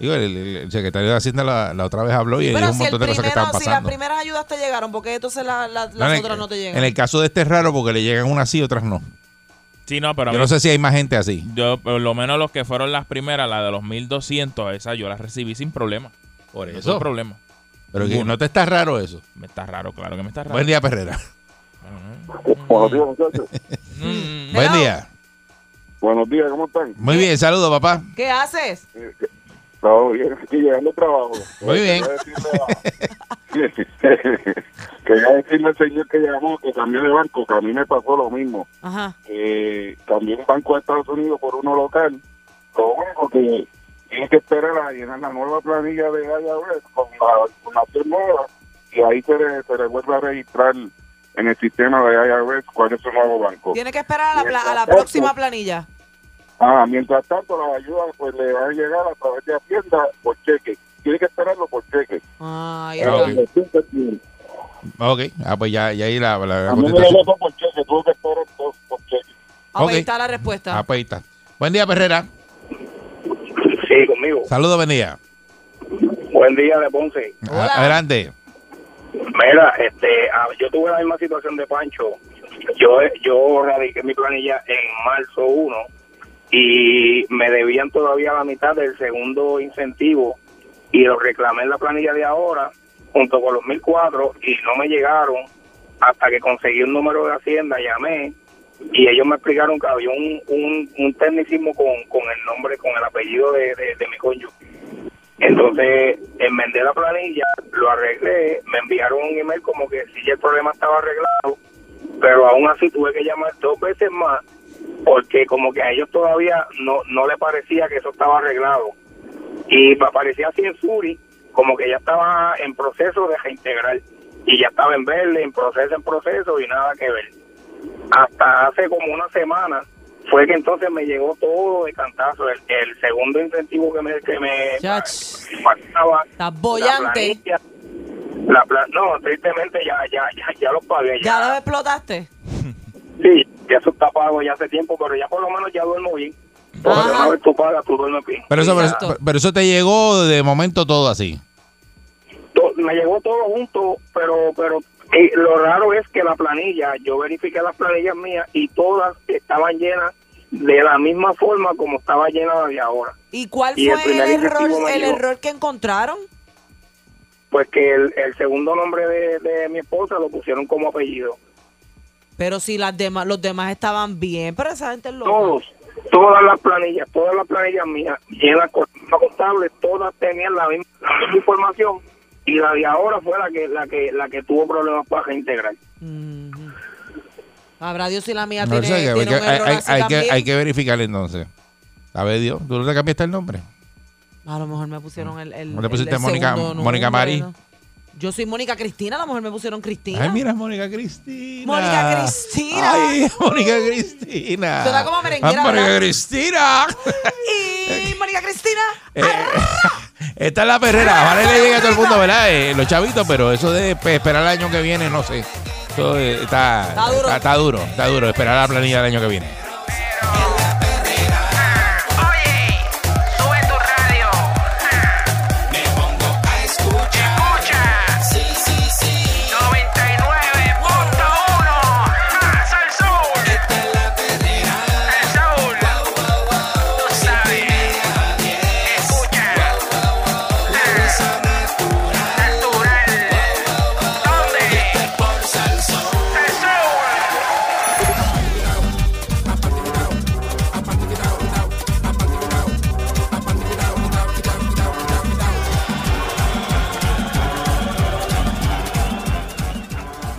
[SPEAKER 2] Digo, el, el- el secretario de Hacienda la, la otra vez habló y dijo
[SPEAKER 1] Pero
[SPEAKER 2] un
[SPEAKER 1] si, el
[SPEAKER 2] montón de cosas que
[SPEAKER 1] primero,
[SPEAKER 2] están
[SPEAKER 1] si las
[SPEAKER 2] pasando.
[SPEAKER 1] primeras ayudas te llegaron, porque entonces la- la- las
[SPEAKER 2] No, en el-
[SPEAKER 1] otras no te llegan.
[SPEAKER 2] En el caso de este es raro porque le llegan unas sí, otras no.
[SPEAKER 13] Sí, no, pero a
[SPEAKER 2] Yo
[SPEAKER 13] mí-
[SPEAKER 2] no sé si hay más gente así.
[SPEAKER 13] Yo, por lo menos los que fueron las primeras, la de los 1200, esa yo la recibí sin problema.
[SPEAKER 2] Por
[SPEAKER 13] No
[SPEAKER 2] eso.
[SPEAKER 13] tuve problema.
[SPEAKER 2] Pero que
[SPEAKER 13] Ninguno.
[SPEAKER 2] no te está raro eso.
[SPEAKER 13] Me está raro, claro que me está raro.
[SPEAKER 2] Buen día, Perrera.
[SPEAKER 18] Buenos días, muchachos.
[SPEAKER 1] Mm.
[SPEAKER 2] Buen día.
[SPEAKER 18] Buenos días, ¿cómo están?
[SPEAKER 2] Muy bien, saludos, papá.
[SPEAKER 1] ¿Qué haces?
[SPEAKER 18] Todo bien, aquí llegando al trabajo.
[SPEAKER 2] Muy bien.
[SPEAKER 18] Quería decirle al señor que llamó que cambió de banco, que a mí me pasó lo mismo.
[SPEAKER 1] Ajá.
[SPEAKER 18] Eh, cambié un banco de Estados Unidos por uno local. Lo único que tiene que esperar a llenar la nueva planilla de IRS con la información nueva y ahí se le, se le vuelve a registrar en el sistema de IRS cuál es su nuevo banco.
[SPEAKER 1] Tiene que esperar a la, pla- a la
[SPEAKER 18] Mientras
[SPEAKER 1] próxima planilla.
[SPEAKER 18] Ah, mientras tanto, las ayudas pues, le van a llegar a través de Hacienda por cheque. Tiene que esperarlo por cheque.
[SPEAKER 1] Ah,
[SPEAKER 2] ya.
[SPEAKER 18] Pero me siento bien.
[SPEAKER 2] Ok, ah, pues ya, ya ahí la, la- la
[SPEAKER 18] A mí me
[SPEAKER 2] contestación.
[SPEAKER 18] llegó todo por cheque, tuve que esperar todo por cheque.
[SPEAKER 1] Ah, pues
[SPEAKER 2] Ok.
[SPEAKER 1] ahí está la respuesta.
[SPEAKER 2] Ah, pues ahí está. Buen día, Perrera.
[SPEAKER 15] Sí, conmigo.
[SPEAKER 2] Saludos, buen día.
[SPEAKER 15] Buen día de Ponce.
[SPEAKER 2] A- Adelante.
[SPEAKER 15] Mira, este, ah, yo tuve la misma situación de Pancho. Yo, yo radiqué mi planilla en marzo 1 y me debían todavía la mitad del segundo incentivo y lo reclamé en la planilla de ahora junto con los 1004 y no me llegaron hasta que conseguí un número de Hacienda, llamé y ellos me explicaron que había un, un, un tecnicismo con, con el nombre, con el apellido de, de, de mi cónyuge. Entonces, enmendé la planilla, lo arreglé, me enviaron un email como que si ya el problema estaba arreglado, pero aún así tuve que llamar dos veces más porque como que a ellos todavía no, no le parecía que eso estaba arreglado. Y pa- parecía así en Suri, como que ya estaba en proceso de reintegrar y ya estaba en verde, en proceso, en proceso y nada que ver. Hasta hace como una semana fue que entonces me llegó todo de cantazo. El, el segundo incentivo que me, que me faltaba.
[SPEAKER 1] Estás bollante.
[SPEAKER 15] La planilla- la pla- no, tristemente ya, ya, ya, ya lo pagué.
[SPEAKER 1] Ya lo explotaste.
[SPEAKER 15] Sí, ya eso está pago ya hace tiempo, pero ya por lo menos ya duermo bien. Porque una vez tú pagas, tú duermes bien.
[SPEAKER 2] Pero eso, pero,
[SPEAKER 15] Exacto.
[SPEAKER 2] eso- pero eso te llegó de momento todo así.
[SPEAKER 15] To- me llegó todo junto, pero pero eh, lo raro es que la planilla, yo verifiqué las planillas mías y todas estaban llenas de la misma forma como estaba llena la de ahora.
[SPEAKER 1] ¿Y cuál
[SPEAKER 15] Y el
[SPEAKER 1] fue el,
[SPEAKER 15] primer
[SPEAKER 1] error,
[SPEAKER 15] incentivo me
[SPEAKER 1] el
[SPEAKER 15] llegó.
[SPEAKER 1] error que encontraron?
[SPEAKER 15] Pues que el, el segundo nombre de, de mi esposa lo pusieron como apellido.
[SPEAKER 1] Pero si las demás, los demás estaban bien, pero esa gente es loca.
[SPEAKER 15] Todos, todas las planillas, todas las planillas mías llenas con la contable, todas tenían la misma, la misma información y la de ahora fue la que la que la que tuvo problemas para reintegrar.
[SPEAKER 1] Habrá Dios si la mía
[SPEAKER 2] No
[SPEAKER 1] tiene,
[SPEAKER 2] sé, que-
[SPEAKER 1] tiene
[SPEAKER 2] que-
[SPEAKER 1] un error
[SPEAKER 2] hay,
[SPEAKER 1] así
[SPEAKER 2] hay que,
[SPEAKER 1] también.
[SPEAKER 2] hay que verificar entonces. ¿Sabe Dios? ¿Tú no te cambiaste el nombre?
[SPEAKER 1] A lo mejor me pusieron el, el,
[SPEAKER 2] ¿No te
[SPEAKER 1] el
[SPEAKER 2] pusiste
[SPEAKER 1] del
[SPEAKER 2] Mónica-
[SPEAKER 1] segundo
[SPEAKER 2] Mónica
[SPEAKER 1] nombre,
[SPEAKER 2] Marí?
[SPEAKER 1] no? Yo soy Mónica Cristina, a lo mejor me pusieron Cristina.
[SPEAKER 2] Ay, mira, Mónica Cristina.
[SPEAKER 1] Mónica Cristina.
[SPEAKER 2] Ay, Mónica Cristina.
[SPEAKER 1] Suena como merenguera,
[SPEAKER 2] Ah, Mónica
[SPEAKER 1] ¿verdad?
[SPEAKER 2] Cristina.
[SPEAKER 1] Y Mónica Cristina.
[SPEAKER 2] Eh, esta es la perrera. Vale, le llega a todo el mundo, ¿verdad? Eh, los chavitos, pero eso de pues, esperar el año que viene, no sé. Eso eh, está,
[SPEAKER 8] Está duro.
[SPEAKER 2] Está, está duro, está duro. Esperar la planilla del año que viene.
[SPEAKER 8] Sube tu radio. Me pongo a escuchar. Escucha. Sí, sí, sí. 99.1. Ah, Sal Soul. Esta es la perrera. El Soul. Tú sabes. Escucha. Ah. Natural. ¿Dónde? Por Sal Soul. Sal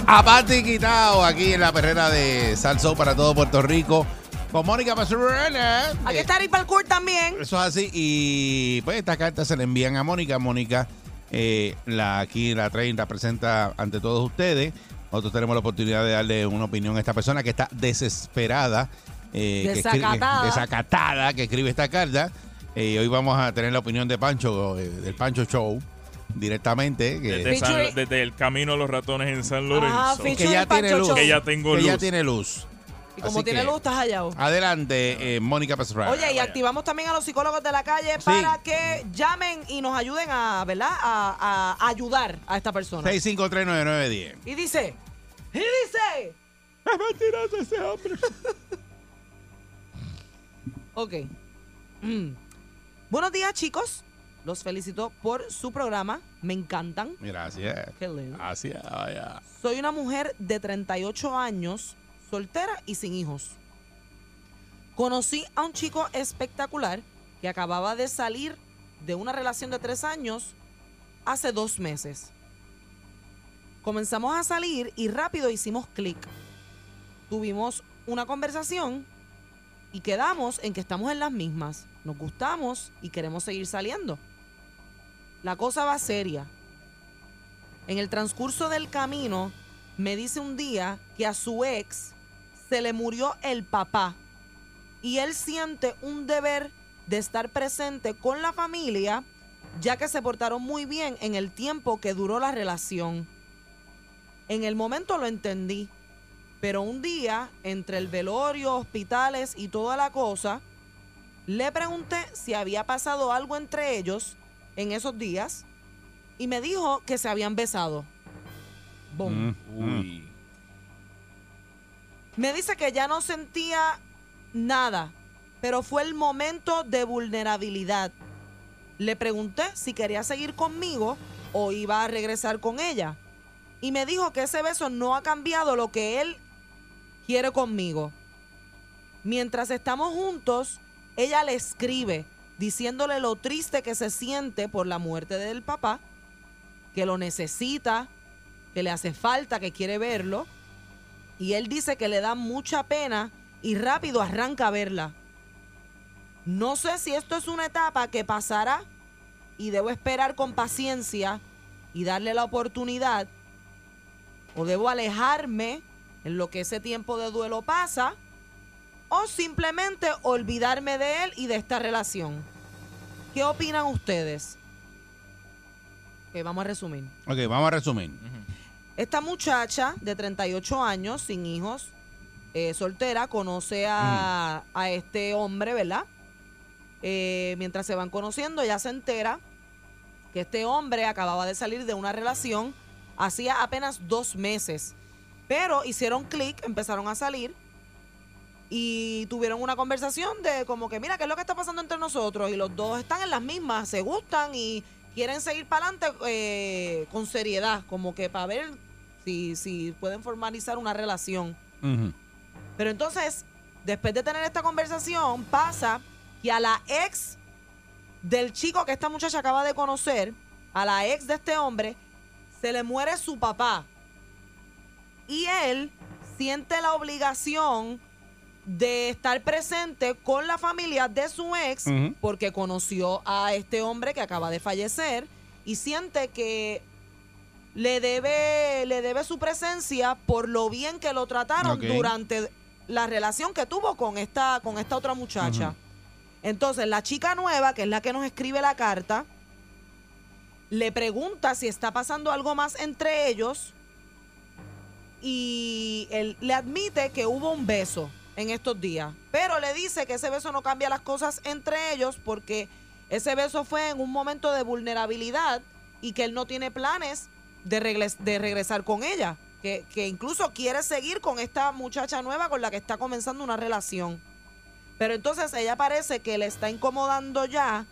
[SPEAKER 2] Aparte quitado aquí en la perrera de Salso para todo Puerto Rico. Con Mónica Pasurana.
[SPEAKER 1] Hay que estar ahí para el court también.
[SPEAKER 2] Eso es así. Y pues estas cartas se le envían a Mónica. Mónica, eh, la aquí la 30 presenta ante todos ustedes. Nosotros tenemos la oportunidad de darle una opinión a esta persona que está desesperada. eh, que escribe-
[SPEAKER 8] Desacatada.
[SPEAKER 2] desacatada que escribe esta carta. Eh, hoy vamos a tener la opinión de Pancho, eh, del Pancho Show, directamente. que-
[SPEAKER 13] Desde, San- desde el camino a los ratones en San
[SPEAKER 1] Ajá,
[SPEAKER 13] Lorenzo.
[SPEAKER 1] featuring Que ya tiene Pancho luz. Show.
[SPEAKER 13] Que ya tengo
[SPEAKER 2] que
[SPEAKER 13] luz.
[SPEAKER 2] ya tiene luz.
[SPEAKER 1] Y como
[SPEAKER 2] Así
[SPEAKER 1] tiene
[SPEAKER 2] que,
[SPEAKER 1] luz, estás hallado.
[SPEAKER 2] Adelante, eh, Mónica Pasurana.
[SPEAKER 1] Oye, y activamos también a los psicólogos de la calle para que llamen y nos ayuden a, ¿verdad? A, a ayudar a esta persona.
[SPEAKER 2] 6539910.
[SPEAKER 1] Y dice, y dice. Es mentiroso ese hombre. ok. Mm. Buenos días, chicos. Los felicito por su programa. Me encantan.
[SPEAKER 2] Gracias.
[SPEAKER 1] Qué lindo.
[SPEAKER 2] Gracias, vaya.
[SPEAKER 1] Soy una mujer de 38 años, soltera y sin hijos. Conocí a un chico espectacular que acababa de salir de una relación de tres años hace dos meses. Comenzamos a salir y rápido hicimos clic. Tuvimos una conversación y quedamos en que estamos en las mismas. Nos gustamos y queremos seguir saliendo. La cosa va seria. En el transcurso del camino, me dice un día que a su ex se le murió el papá y él siente un deber de estar presente con la familia, ya que se portaron muy bien en el tiempo que duró la relación. En el momento lo entendí, pero un día, entre el velorio, hospitales y toda la cosa, le pregunté si había pasado algo entre ellos en esos días y me dijo que se habían besado.
[SPEAKER 2] Mm,
[SPEAKER 1] Boom.
[SPEAKER 13] Uy.
[SPEAKER 1] Me dice que ya no sentía nada, pero fue el momento de vulnerabilidad. Le pregunté si quería seguir conmigo o iba a regresar con ella. Y me dijo que ese beso no ha cambiado lo que él quiere conmigo. Mientras estamos juntos, ella le escribe diciéndole lo triste que se siente por la muerte del papá, que lo necesita, que le hace falta, que quiere verlo. Y él dice que le da mucha pena y rápido arranca a verla. No sé si esto es una etapa que pasará y debo esperar con paciencia y darle la oportunidad o debo alejarme en lo que ese tiempo de duelo pasa o simplemente olvidarme de él y de esta relación. ¿Qué opinan ustedes? Ok, vamos a resumir.
[SPEAKER 2] Ok, vamos a resumir.
[SPEAKER 1] Esta muchacha de 38 años, sin hijos, eh, soltera, conoce a, a este hombre, ¿verdad? Eh, mientras se van conociendo, ella se entera que este hombre acababa de salir de una relación hacía apenas dos meses. Pero hicieron clic, empezaron a salir y tuvieron una conversación de como que, mira, ¿qué es lo que está pasando entre nosotros? Y los dos están en las mismas, se gustan y quieren seguir para adelante eh, con seriedad, como que para ver si, si pueden formalizar una relación. Pero entonces, después de tener esta conversación, pasa que a la ex del chico que esta muchacha acaba de conocer, a la ex de este hombre, se le muere su papá. Y él siente la obligación de estar presente con la familia de su ex
[SPEAKER 9] Ujú.
[SPEAKER 1] porque conoció a este hombre que acaba de fallecer y siente que le debe, le debe su presencia por lo bien que lo trataron
[SPEAKER 9] Ok.
[SPEAKER 1] durante la relación que tuvo con esta, con esta otra muchacha. Entonces, la chica nueva, que es la que nos escribe la carta, le pregunta si está pasando algo más entre ellos y él le admite que hubo un beso en estos días, pero le dice que ese beso no cambia las cosas entre ellos porque ese beso fue en un momento de vulnerabilidad y que él no tiene planes de, regles- de regresar con ella, que, que incluso quiere seguir con esta muchacha nueva con la que está comenzando una relación. Pero entonces ella parece que le está incomodando ya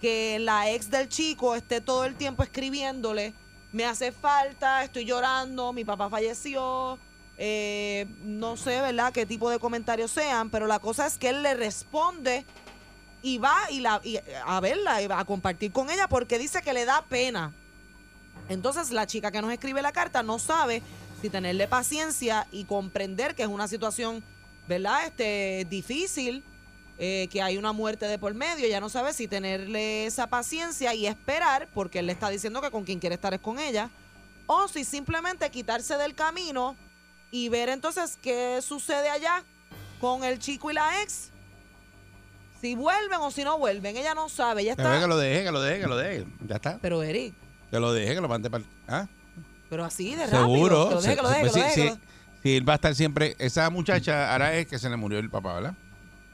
[SPEAKER 1] que la ex del chico esté todo el tiempo escribiéndole, me hace falta, estoy llorando, mi papá falleció, eh, no sé, ¿verdad?, qué tipo de comentarios sean, pero la cosa es que él le responde y va y la, y a verla, y va a compartir con ella porque dice que le da pena. Entonces la chica que nos escribe la carta no sabe si tenerle paciencia y comprender que es una situación, ¿verdad? Este, difícil, eh, que hay una muerte de por medio, ya no sabe si tenerle esa paciencia y esperar, porque él le está diciendo que con quien quiere estar es con ella, o si simplemente quitarse del camino y ver entonces qué sucede allá con el chico y la ex. Si vuelven o si no vuelven, ella no sabe, ella
[SPEAKER 2] Que lo-
[SPEAKER 1] está...
[SPEAKER 2] que lo deje, que lo deje, que lo deje. Ya está.
[SPEAKER 1] Pero Eric,
[SPEAKER 2] Que lo deje, que lo mande para... ¿Ah?
[SPEAKER 1] pero así de rápido.
[SPEAKER 2] Seguro.
[SPEAKER 1] que lo deje, que lo
[SPEAKER 2] Se-
[SPEAKER 1] deje,
[SPEAKER 2] pues
[SPEAKER 1] que lo
[SPEAKER 2] sí,
[SPEAKER 1] deje, que lo
[SPEAKER 2] sí. Sí, él va a estar siempre... Esa muchacha ahora es que se le murió el papá, ¿verdad?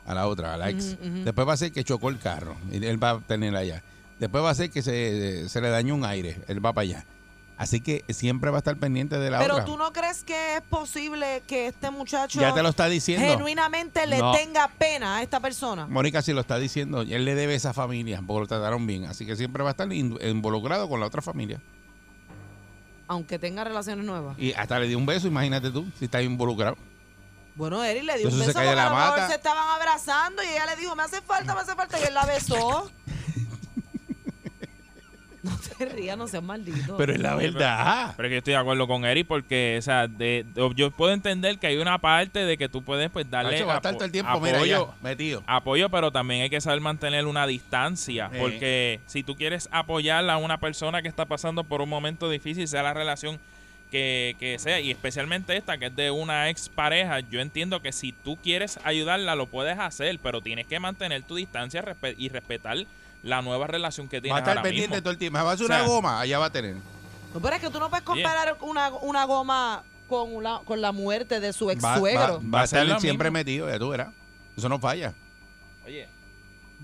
[SPEAKER 2] A la otra, a la ex.
[SPEAKER 1] Ujú, ujú.
[SPEAKER 2] Después va a ser que chocó el carro. Y él va a tener allá. Después va a ser que se, se le dañó un aire. Él va para allá. Así que siempre va a estar pendiente de la
[SPEAKER 1] Pero
[SPEAKER 2] otra.
[SPEAKER 1] tú no crees que es posible que este muchacho
[SPEAKER 2] Ya te lo está diciendo.
[SPEAKER 1] genuinamente le
[SPEAKER 2] No.
[SPEAKER 1] tenga pena a esta persona.
[SPEAKER 2] Mónica sí lo está diciendo. Él le debe a esa familia porque lo trataron bien. Así que siempre va a estar in- involucrado con la otra familia.
[SPEAKER 1] Aunque tenga relaciones nuevas.
[SPEAKER 2] Y hasta le dio un beso, imagínate tú, si está involucrado.
[SPEAKER 1] Bueno, Eric le dio un
[SPEAKER 2] Entonces
[SPEAKER 1] beso
[SPEAKER 2] se cae
[SPEAKER 1] porque
[SPEAKER 2] de la
[SPEAKER 1] a lo mejor
[SPEAKER 2] mata.
[SPEAKER 1] se estaban abrazando y ella le dijo, me hace falta, me hace falta, y él la besó. no te rías, no seas maldito.
[SPEAKER 13] Pero, pero que yo estoy de acuerdo con Eric porque, o sea, de, de- yo puedo entender que hay una parte de que tú puedes pues darle
[SPEAKER 2] Nacho, va a estar
[SPEAKER 13] apo-
[SPEAKER 2] todo el tiempo, mira,
[SPEAKER 13] apoyo,
[SPEAKER 2] allá, metido.
[SPEAKER 13] apoyo, pero también hay que saber mantener una distancia
[SPEAKER 2] Eh.
[SPEAKER 13] porque si tú quieres apoyar a una persona que está pasando por un momento difícil, sea la relación que, que sea, y especialmente esta que es de una ex pareja, yo entiendo que si tú quieres ayudarla lo puedes hacer, pero tienes que mantener tu distancia respe- y respetar la nueva relación que
[SPEAKER 2] Va a
[SPEAKER 13] tienes
[SPEAKER 2] estar
[SPEAKER 13] ahora
[SPEAKER 2] pendiente
[SPEAKER 13] mismo.
[SPEAKER 2] todo el tiempo. Va a hacer
[SPEAKER 13] O sea,
[SPEAKER 2] una goma, allá va a tener.
[SPEAKER 1] No, pero es que tú no puedes comparar una, una goma con, una- con la muerte de su ex
[SPEAKER 2] Va,
[SPEAKER 1] suegro.
[SPEAKER 2] va- va a estar
[SPEAKER 13] lo
[SPEAKER 2] siempre metido, ya tú verás. Eso no falla.
[SPEAKER 13] Oye.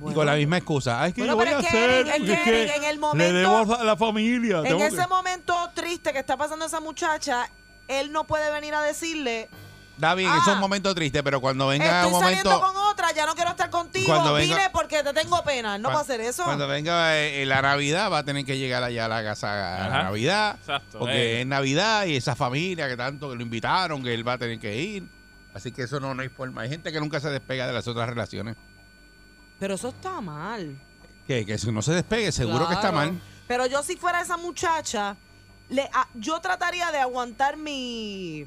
[SPEAKER 2] Y con la misma excusa. "Ah, es que
[SPEAKER 1] Bueno,
[SPEAKER 2] yo voy
[SPEAKER 1] pero
[SPEAKER 2] a
[SPEAKER 1] es que
[SPEAKER 2] hacer.
[SPEAKER 1] Eric- es que
[SPEAKER 2] es
[SPEAKER 1] Eric en el
[SPEAKER 2] Le debo
[SPEAKER 1] momento-
[SPEAKER 2] a la familia.
[SPEAKER 1] En
[SPEAKER 2] tengo
[SPEAKER 1] ese
[SPEAKER 2] que-".
[SPEAKER 1] momento triste que está pasando esa muchacha, él no puede venir a decirle,
[SPEAKER 2] Está bien, eso es un momento triste, pero cuando venga
[SPEAKER 1] Ah. estoy
[SPEAKER 2] un momento.
[SPEAKER 1] saliendo con otra, ya no quiero estar contigo,
[SPEAKER 2] Cuando venga-
[SPEAKER 1] vine porque te tengo pena. No va a hacer eso.
[SPEAKER 2] Cuando venga eh, eh, la Navidad, va a tener que llegar allá a la casa a la
[SPEAKER 13] Ajá.
[SPEAKER 2] Navidad.
[SPEAKER 13] Exacto,
[SPEAKER 2] Porque
[SPEAKER 13] eh.
[SPEAKER 2] es Navidad y esa familia que tanto que lo invitaron, que él va a tener que ir. Así que eso no, no hay forma. Hay gente que nunca se despega de las otras relaciones.
[SPEAKER 1] Pero eso está mal.
[SPEAKER 2] Que, que si no se despegue, seguro que está
[SPEAKER 1] Claro.
[SPEAKER 2] mal.
[SPEAKER 1] Pero yo si fuera esa muchacha, le, a- yo trataría de aguantar mi,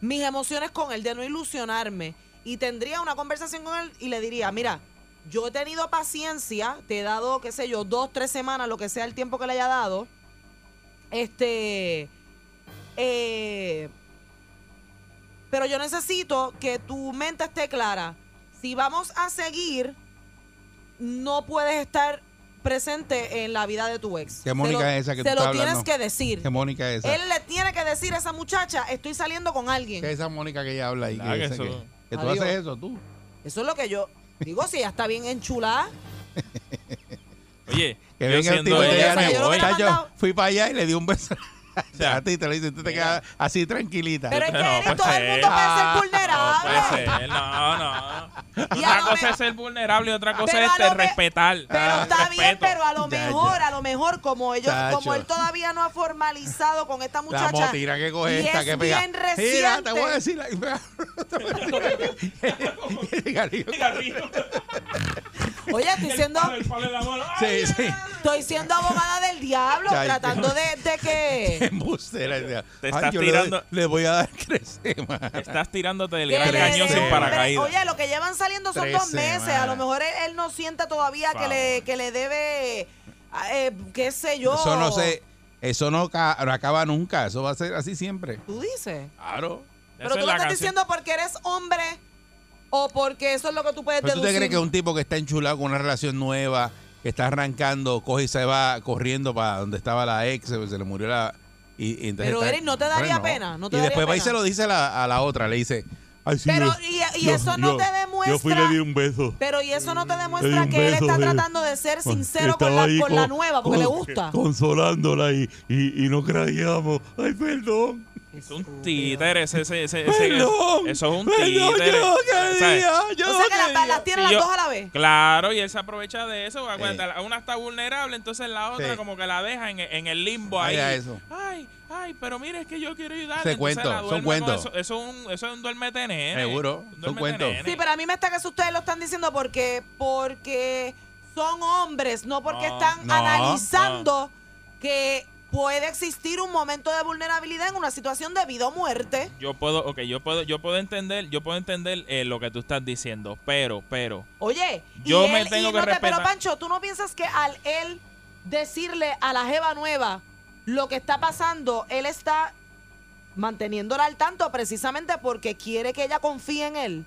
[SPEAKER 1] mis emociones con él, de no ilusionarme. Y tendría una conversación con él y le diría, mira, yo he tenido paciencia, te he dado, qué sé yo, dos, tres semanas, lo que sea el tiempo que le haya dado. Este... eh, pero yo necesito que tu mente esté clara. si vamos a seguir, no puedes estar presente en la vida de tu ex.
[SPEAKER 2] ¿Qué Mónica
[SPEAKER 1] Se lo-
[SPEAKER 2] es esa que tú
[SPEAKER 1] Se
[SPEAKER 2] estás
[SPEAKER 1] lo tienes
[SPEAKER 2] hablando?
[SPEAKER 1] que decir.
[SPEAKER 2] Que Mónica es esa.
[SPEAKER 1] Él le tiene que decir a esa muchacha, estoy saliendo con alguien.
[SPEAKER 2] Que esa Mónica que ella habla ahí.
[SPEAKER 19] Ah,
[SPEAKER 2] Que,
[SPEAKER 19] que
[SPEAKER 2] dice
[SPEAKER 19] eso-
[SPEAKER 2] que- que tú
[SPEAKER 1] Adiós.
[SPEAKER 2] haces eso, tú.
[SPEAKER 1] Eso es lo que yo digo, si ella está bien enchulada.
[SPEAKER 13] Oye,
[SPEAKER 2] Que
[SPEAKER 13] yo
[SPEAKER 2] venga el
[SPEAKER 13] siendo
[SPEAKER 2] tipo y te
[SPEAKER 13] ella,
[SPEAKER 2] diga,
[SPEAKER 13] me
[SPEAKER 2] "Yo
[SPEAKER 13] voy".
[SPEAKER 2] chacho, fui para allá y le di un beso a ti. Te lo dice, tú te quedas así tranquilita. Ah,
[SPEAKER 13] Pero es que No, eres- pues, todo el mundo puede ser
[SPEAKER 1] vulnerable.
[SPEAKER 13] Puede ser, no, no. Una cosa es ser vulnerable y otra cosa
[SPEAKER 1] Pero
[SPEAKER 13] es
[SPEAKER 1] a
[SPEAKER 13] este,
[SPEAKER 1] lo me-
[SPEAKER 13] respetar. Ah,
[SPEAKER 1] Pero está bien, pero a lo
[SPEAKER 13] Ya,
[SPEAKER 1] mejor, a lo mejor, como ellos,
[SPEAKER 13] Chacho.
[SPEAKER 1] como él todavía no ha formalizado con esta
[SPEAKER 2] La
[SPEAKER 1] muchacha.
[SPEAKER 2] motira que coge
[SPEAKER 1] y
[SPEAKER 2] esta
[SPEAKER 1] es
[SPEAKER 2] que pega.
[SPEAKER 1] bien reciente.
[SPEAKER 2] Mira, te voy a decir. la- Garrido.
[SPEAKER 1] Oye, estoy siendo,
[SPEAKER 2] Sí, sí.
[SPEAKER 1] estoy siendo abogada del diablo,
[SPEAKER 2] Chacho.
[SPEAKER 1] tratando de, de que.
[SPEAKER 2] Embustera. Te
[SPEAKER 13] estás
[SPEAKER 2] le, doy-
[SPEAKER 13] tirando-
[SPEAKER 2] le voy a dar cresema.
[SPEAKER 13] Estás tirándote del
[SPEAKER 2] Que
[SPEAKER 13] gran
[SPEAKER 2] le
[SPEAKER 13] cañón
[SPEAKER 2] dé
[SPEAKER 13] sin
[SPEAKER 2] un
[SPEAKER 13] paracaídas.
[SPEAKER 1] Oye, lo que llevan saliendo son
[SPEAKER 13] Tres
[SPEAKER 1] dos meses. A lo
[SPEAKER 13] semanas.
[SPEAKER 1] mejor él, él no sienta todavía que
[SPEAKER 2] Vamos.
[SPEAKER 1] le, que le debe, eh, qué sé yo.
[SPEAKER 2] Eso no sé. Eso no, ca- no acaba nunca. Eso va a ser así siempre.
[SPEAKER 1] Tú dices.
[SPEAKER 2] Claro.
[SPEAKER 1] Pero tú lo estás diciendo porque eres hombre o porque eso es lo que tú puedes
[SPEAKER 2] ¿Pero tú
[SPEAKER 1] deducir.
[SPEAKER 2] te crees que un tipo que está enchulado con una relación nueva, que está arrancando, coge y se va corriendo para donde estaba la ex, se se le murió la... Y, y entonces
[SPEAKER 1] Pero,
[SPEAKER 2] está-
[SPEAKER 1] Eric, ¿no te daría
[SPEAKER 2] Hombre,
[SPEAKER 1] pena? ¿No te
[SPEAKER 2] y
[SPEAKER 1] daría
[SPEAKER 2] después va y
[SPEAKER 1] pena?
[SPEAKER 2] se lo dice a la, a la otra, le dice... Ay, sí,
[SPEAKER 1] Pero,
[SPEAKER 2] yo-
[SPEAKER 1] y- y
[SPEAKER 2] yo-
[SPEAKER 1] eso no
[SPEAKER 2] yo-
[SPEAKER 1] te demuestra-
[SPEAKER 2] Yo fui y le di un beso.
[SPEAKER 1] Pero y eso no te
[SPEAKER 2] Le di
[SPEAKER 1] demuestra
[SPEAKER 2] un
[SPEAKER 1] que él
[SPEAKER 2] beso,
[SPEAKER 1] está
[SPEAKER 2] le-
[SPEAKER 1] tratando de ser sincero
[SPEAKER 2] Estaba
[SPEAKER 1] con la,
[SPEAKER 2] ahí
[SPEAKER 1] con la
[SPEAKER 2] con-
[SPEAKER 1] nueva, porque le
[SPEAKER 2] con-
[SPEAKER 1] gusta.
[SPEAKER 2] Consolándola y, y, y no creíamos. Ay, perdón.
[SPEAKER 13] Es un títere. Ese, ese, ese, ese-
[SPEAKER 2] Perdón.
[SPEAKER 13] eso es un
[SPEAKER 2] Perdón, yo
[SPEAKER 13] títere.
[SPEAKER 2] no quería,
[SPEAKER 13] ¿Sabes?
[SPEAKER 2] yo
[SPEAKER 1] O sea que las- las, tiene
[SPEAKER 13] Y
[SPEAKER 1] las
[SPEAKER 13] yo-
[SPEAKER 1] dos a la vez.
[SPEAKER 13] Claro, y él se aprovecha de eso. porque acuérdate, la- Una está vulnerable, entonces la otra
[SPEAKER 2] Sí.
[SPEAKER 13] como que la deja en, en el limbo ahí.
[SPEAKER 2] Ay, a eso.
[SPEAKER 13] Ay, ay, pero mire, es que yo quiero ayudar.
[SPEAKER 2] Se
[SPEAKER 13] entonces
[SPEAKER 2] cuento,
[SPEAKER 13] la
[SPEAKER 2] son
[SPEAKER 13] duerme con
[SPEAKER 2] cuentos.
[SPEAKER 13] Eso, eso es un, eso es un duerme TNN.
[SPEAKER 2] Seguro, son
[SPEAKER 13] duerme
[SPEAKER 2] cuentos.
[SPEAKER 13] TNN.
[SPEAKER 1] Sí, pero a mí me está que eso ustedes lo están diciendo porque porque son hombres, no porque
[SPEAKER 13] No,
[SPEAKER 1] están
[SPEAKER 13] no,
[SPEAKER 1] analizando que puede existir un momento de vulnerabilidad en una situación de vida o muerte.
[SPEAKER 13] Yo puedo, ok, yo puedo, yo puedo entender, yo puedo entender eh, lo que tú estás diciendo, pero, pero,
[SPEAKER 1] Oye,
[SPEAKER 13] Yo
[SPEAKER 1] y
[SPEAKER 13] me
[SPEAKER 1] él-
[SPEAKER 13] tengo
[SPEAKER 1] y
[SPEAKER 13] que
[SPEAKER 1] no te- Pero
[SPEAKER 13] respetar.
[SPEAKER 1] Pancho, ¿tú no piensas que al él decirle a la jeva nueva lo que está pasando, él está manteniéndola al tanto precisamente porque quiere que ella confíe en él?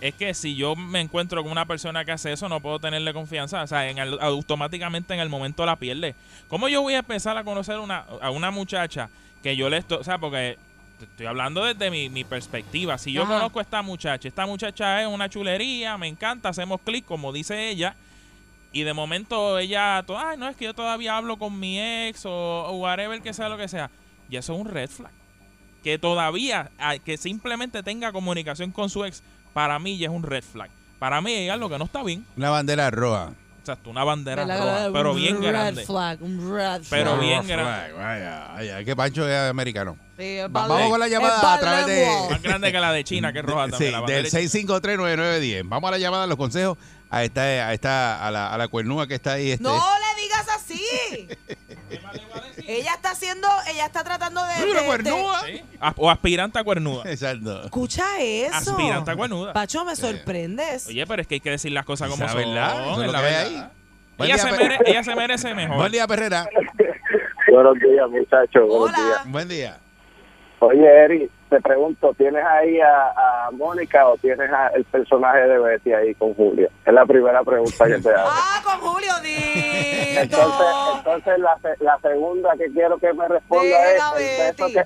[SPEAKER 13] es que si yo me encuentro con una persona que hace eso, no puedo tenerle confianza. O sea, en el- automáticamente en el momento la pierde. ¿Cómo yo voy a empezar a conocer una, a una muchacha que yo le estoy... O sea, porque te estoy hablando desde mi, mi perspectiva. Si yo
[SPEAKER 2] Ajá.
[SPEAKER 13] conozco a esta muchacha, esta muchacha es una chulería, me encanta, hacemos clic, como dice ella. Y de momento ella, to- ay, no, es que yo todavía hablo con mi ex o, o whatever que sea lo que sea. Y eso es un red flag. Que todavía, ah, que simplemente tenga comunicación con su ex, para mí ya es un red flag. Para mí ella es lo que no está bien.
[SPEAKER 2] Una bandera roja.
[SPEAKER 13] Exacto, una bandera roja, pero bien grande. Pero bien grande.
[SPEAKER 2] Vaya, vaya, vaya, que Pancho es americano.
[SPEAKER 1] Sí, es
[SPEAKER 2] Va-
[SPEAKER 1] Bad-
[SPEAKER 2] vamos con la
[SPEAKER 1] es
[SPEAKER 2] llamada
[SPEAKER 1] Bad
[SPEAKER 2] a través de...
[SPEAKER 1] Lemon.
[SPEAKER 13] Más grande que la de China, que es roja
[SPEAKER 2] Sí,
[SPEAKER 13] también. la bandera
[SPEAKER 2] del 6539910. Vamos a la llamada, a los consejos a esta, a esta, a la, a la cuernúa que está ahí. Este.
[SPEAKER 1] No le digas así. ella está haciendo, ella está tratando de, de- de-
[SPEAKER 13] As- O aspirante a cuernuda.
[SPEAKER 2] Exacto.
[SPEAKER 1] escucha eso.
[SPEAKER 13] Aspirante a cuernuda.
[SPEAKER 1] Pacho, me sorprendes.
[SPEAKER 13] Oye, pero es que hay que decir las cosas como
[SPEAKER 2] Esa
[SPEAKER 13] son.
[SPEAKER 2] verdad, eso es
[SPEAKER 13] es
[SPEAKER 2] lo
[SPEAKER 13] la
[SPEAKER 2] que hay
[SPEAKER 13] verdad.
[SPEAKER 2] ahí. Buen
[SPEAKER 13] Ella,
[SPEAKER 2] día,
[SPEAKER 13] se
[SPEAKER 2] Pe-
[SPEAKER 13] mere- ella se merece mejor.
[SPEAKER 2] Buen día, Perrera.
[SPEAKER 15] Buenos días, muchachos. Buenos días.
[SPEAKER 2] Buen día.
[SPEAKER 15] Oye, Eri, te pregunto, ¿tienes ahí a, a Mónica o tienes a- el personaje de Betty ahí con Julio? Es la primera pregunta que te hago.
[SPEAKER 1] Ah, con Julio, di.
[SPEAKER 15] Entonces, entonces la, se- la segunda que quiero que me responda
[SPEAKER 1] Diga,
[SPEAKER 15] es, el beso que,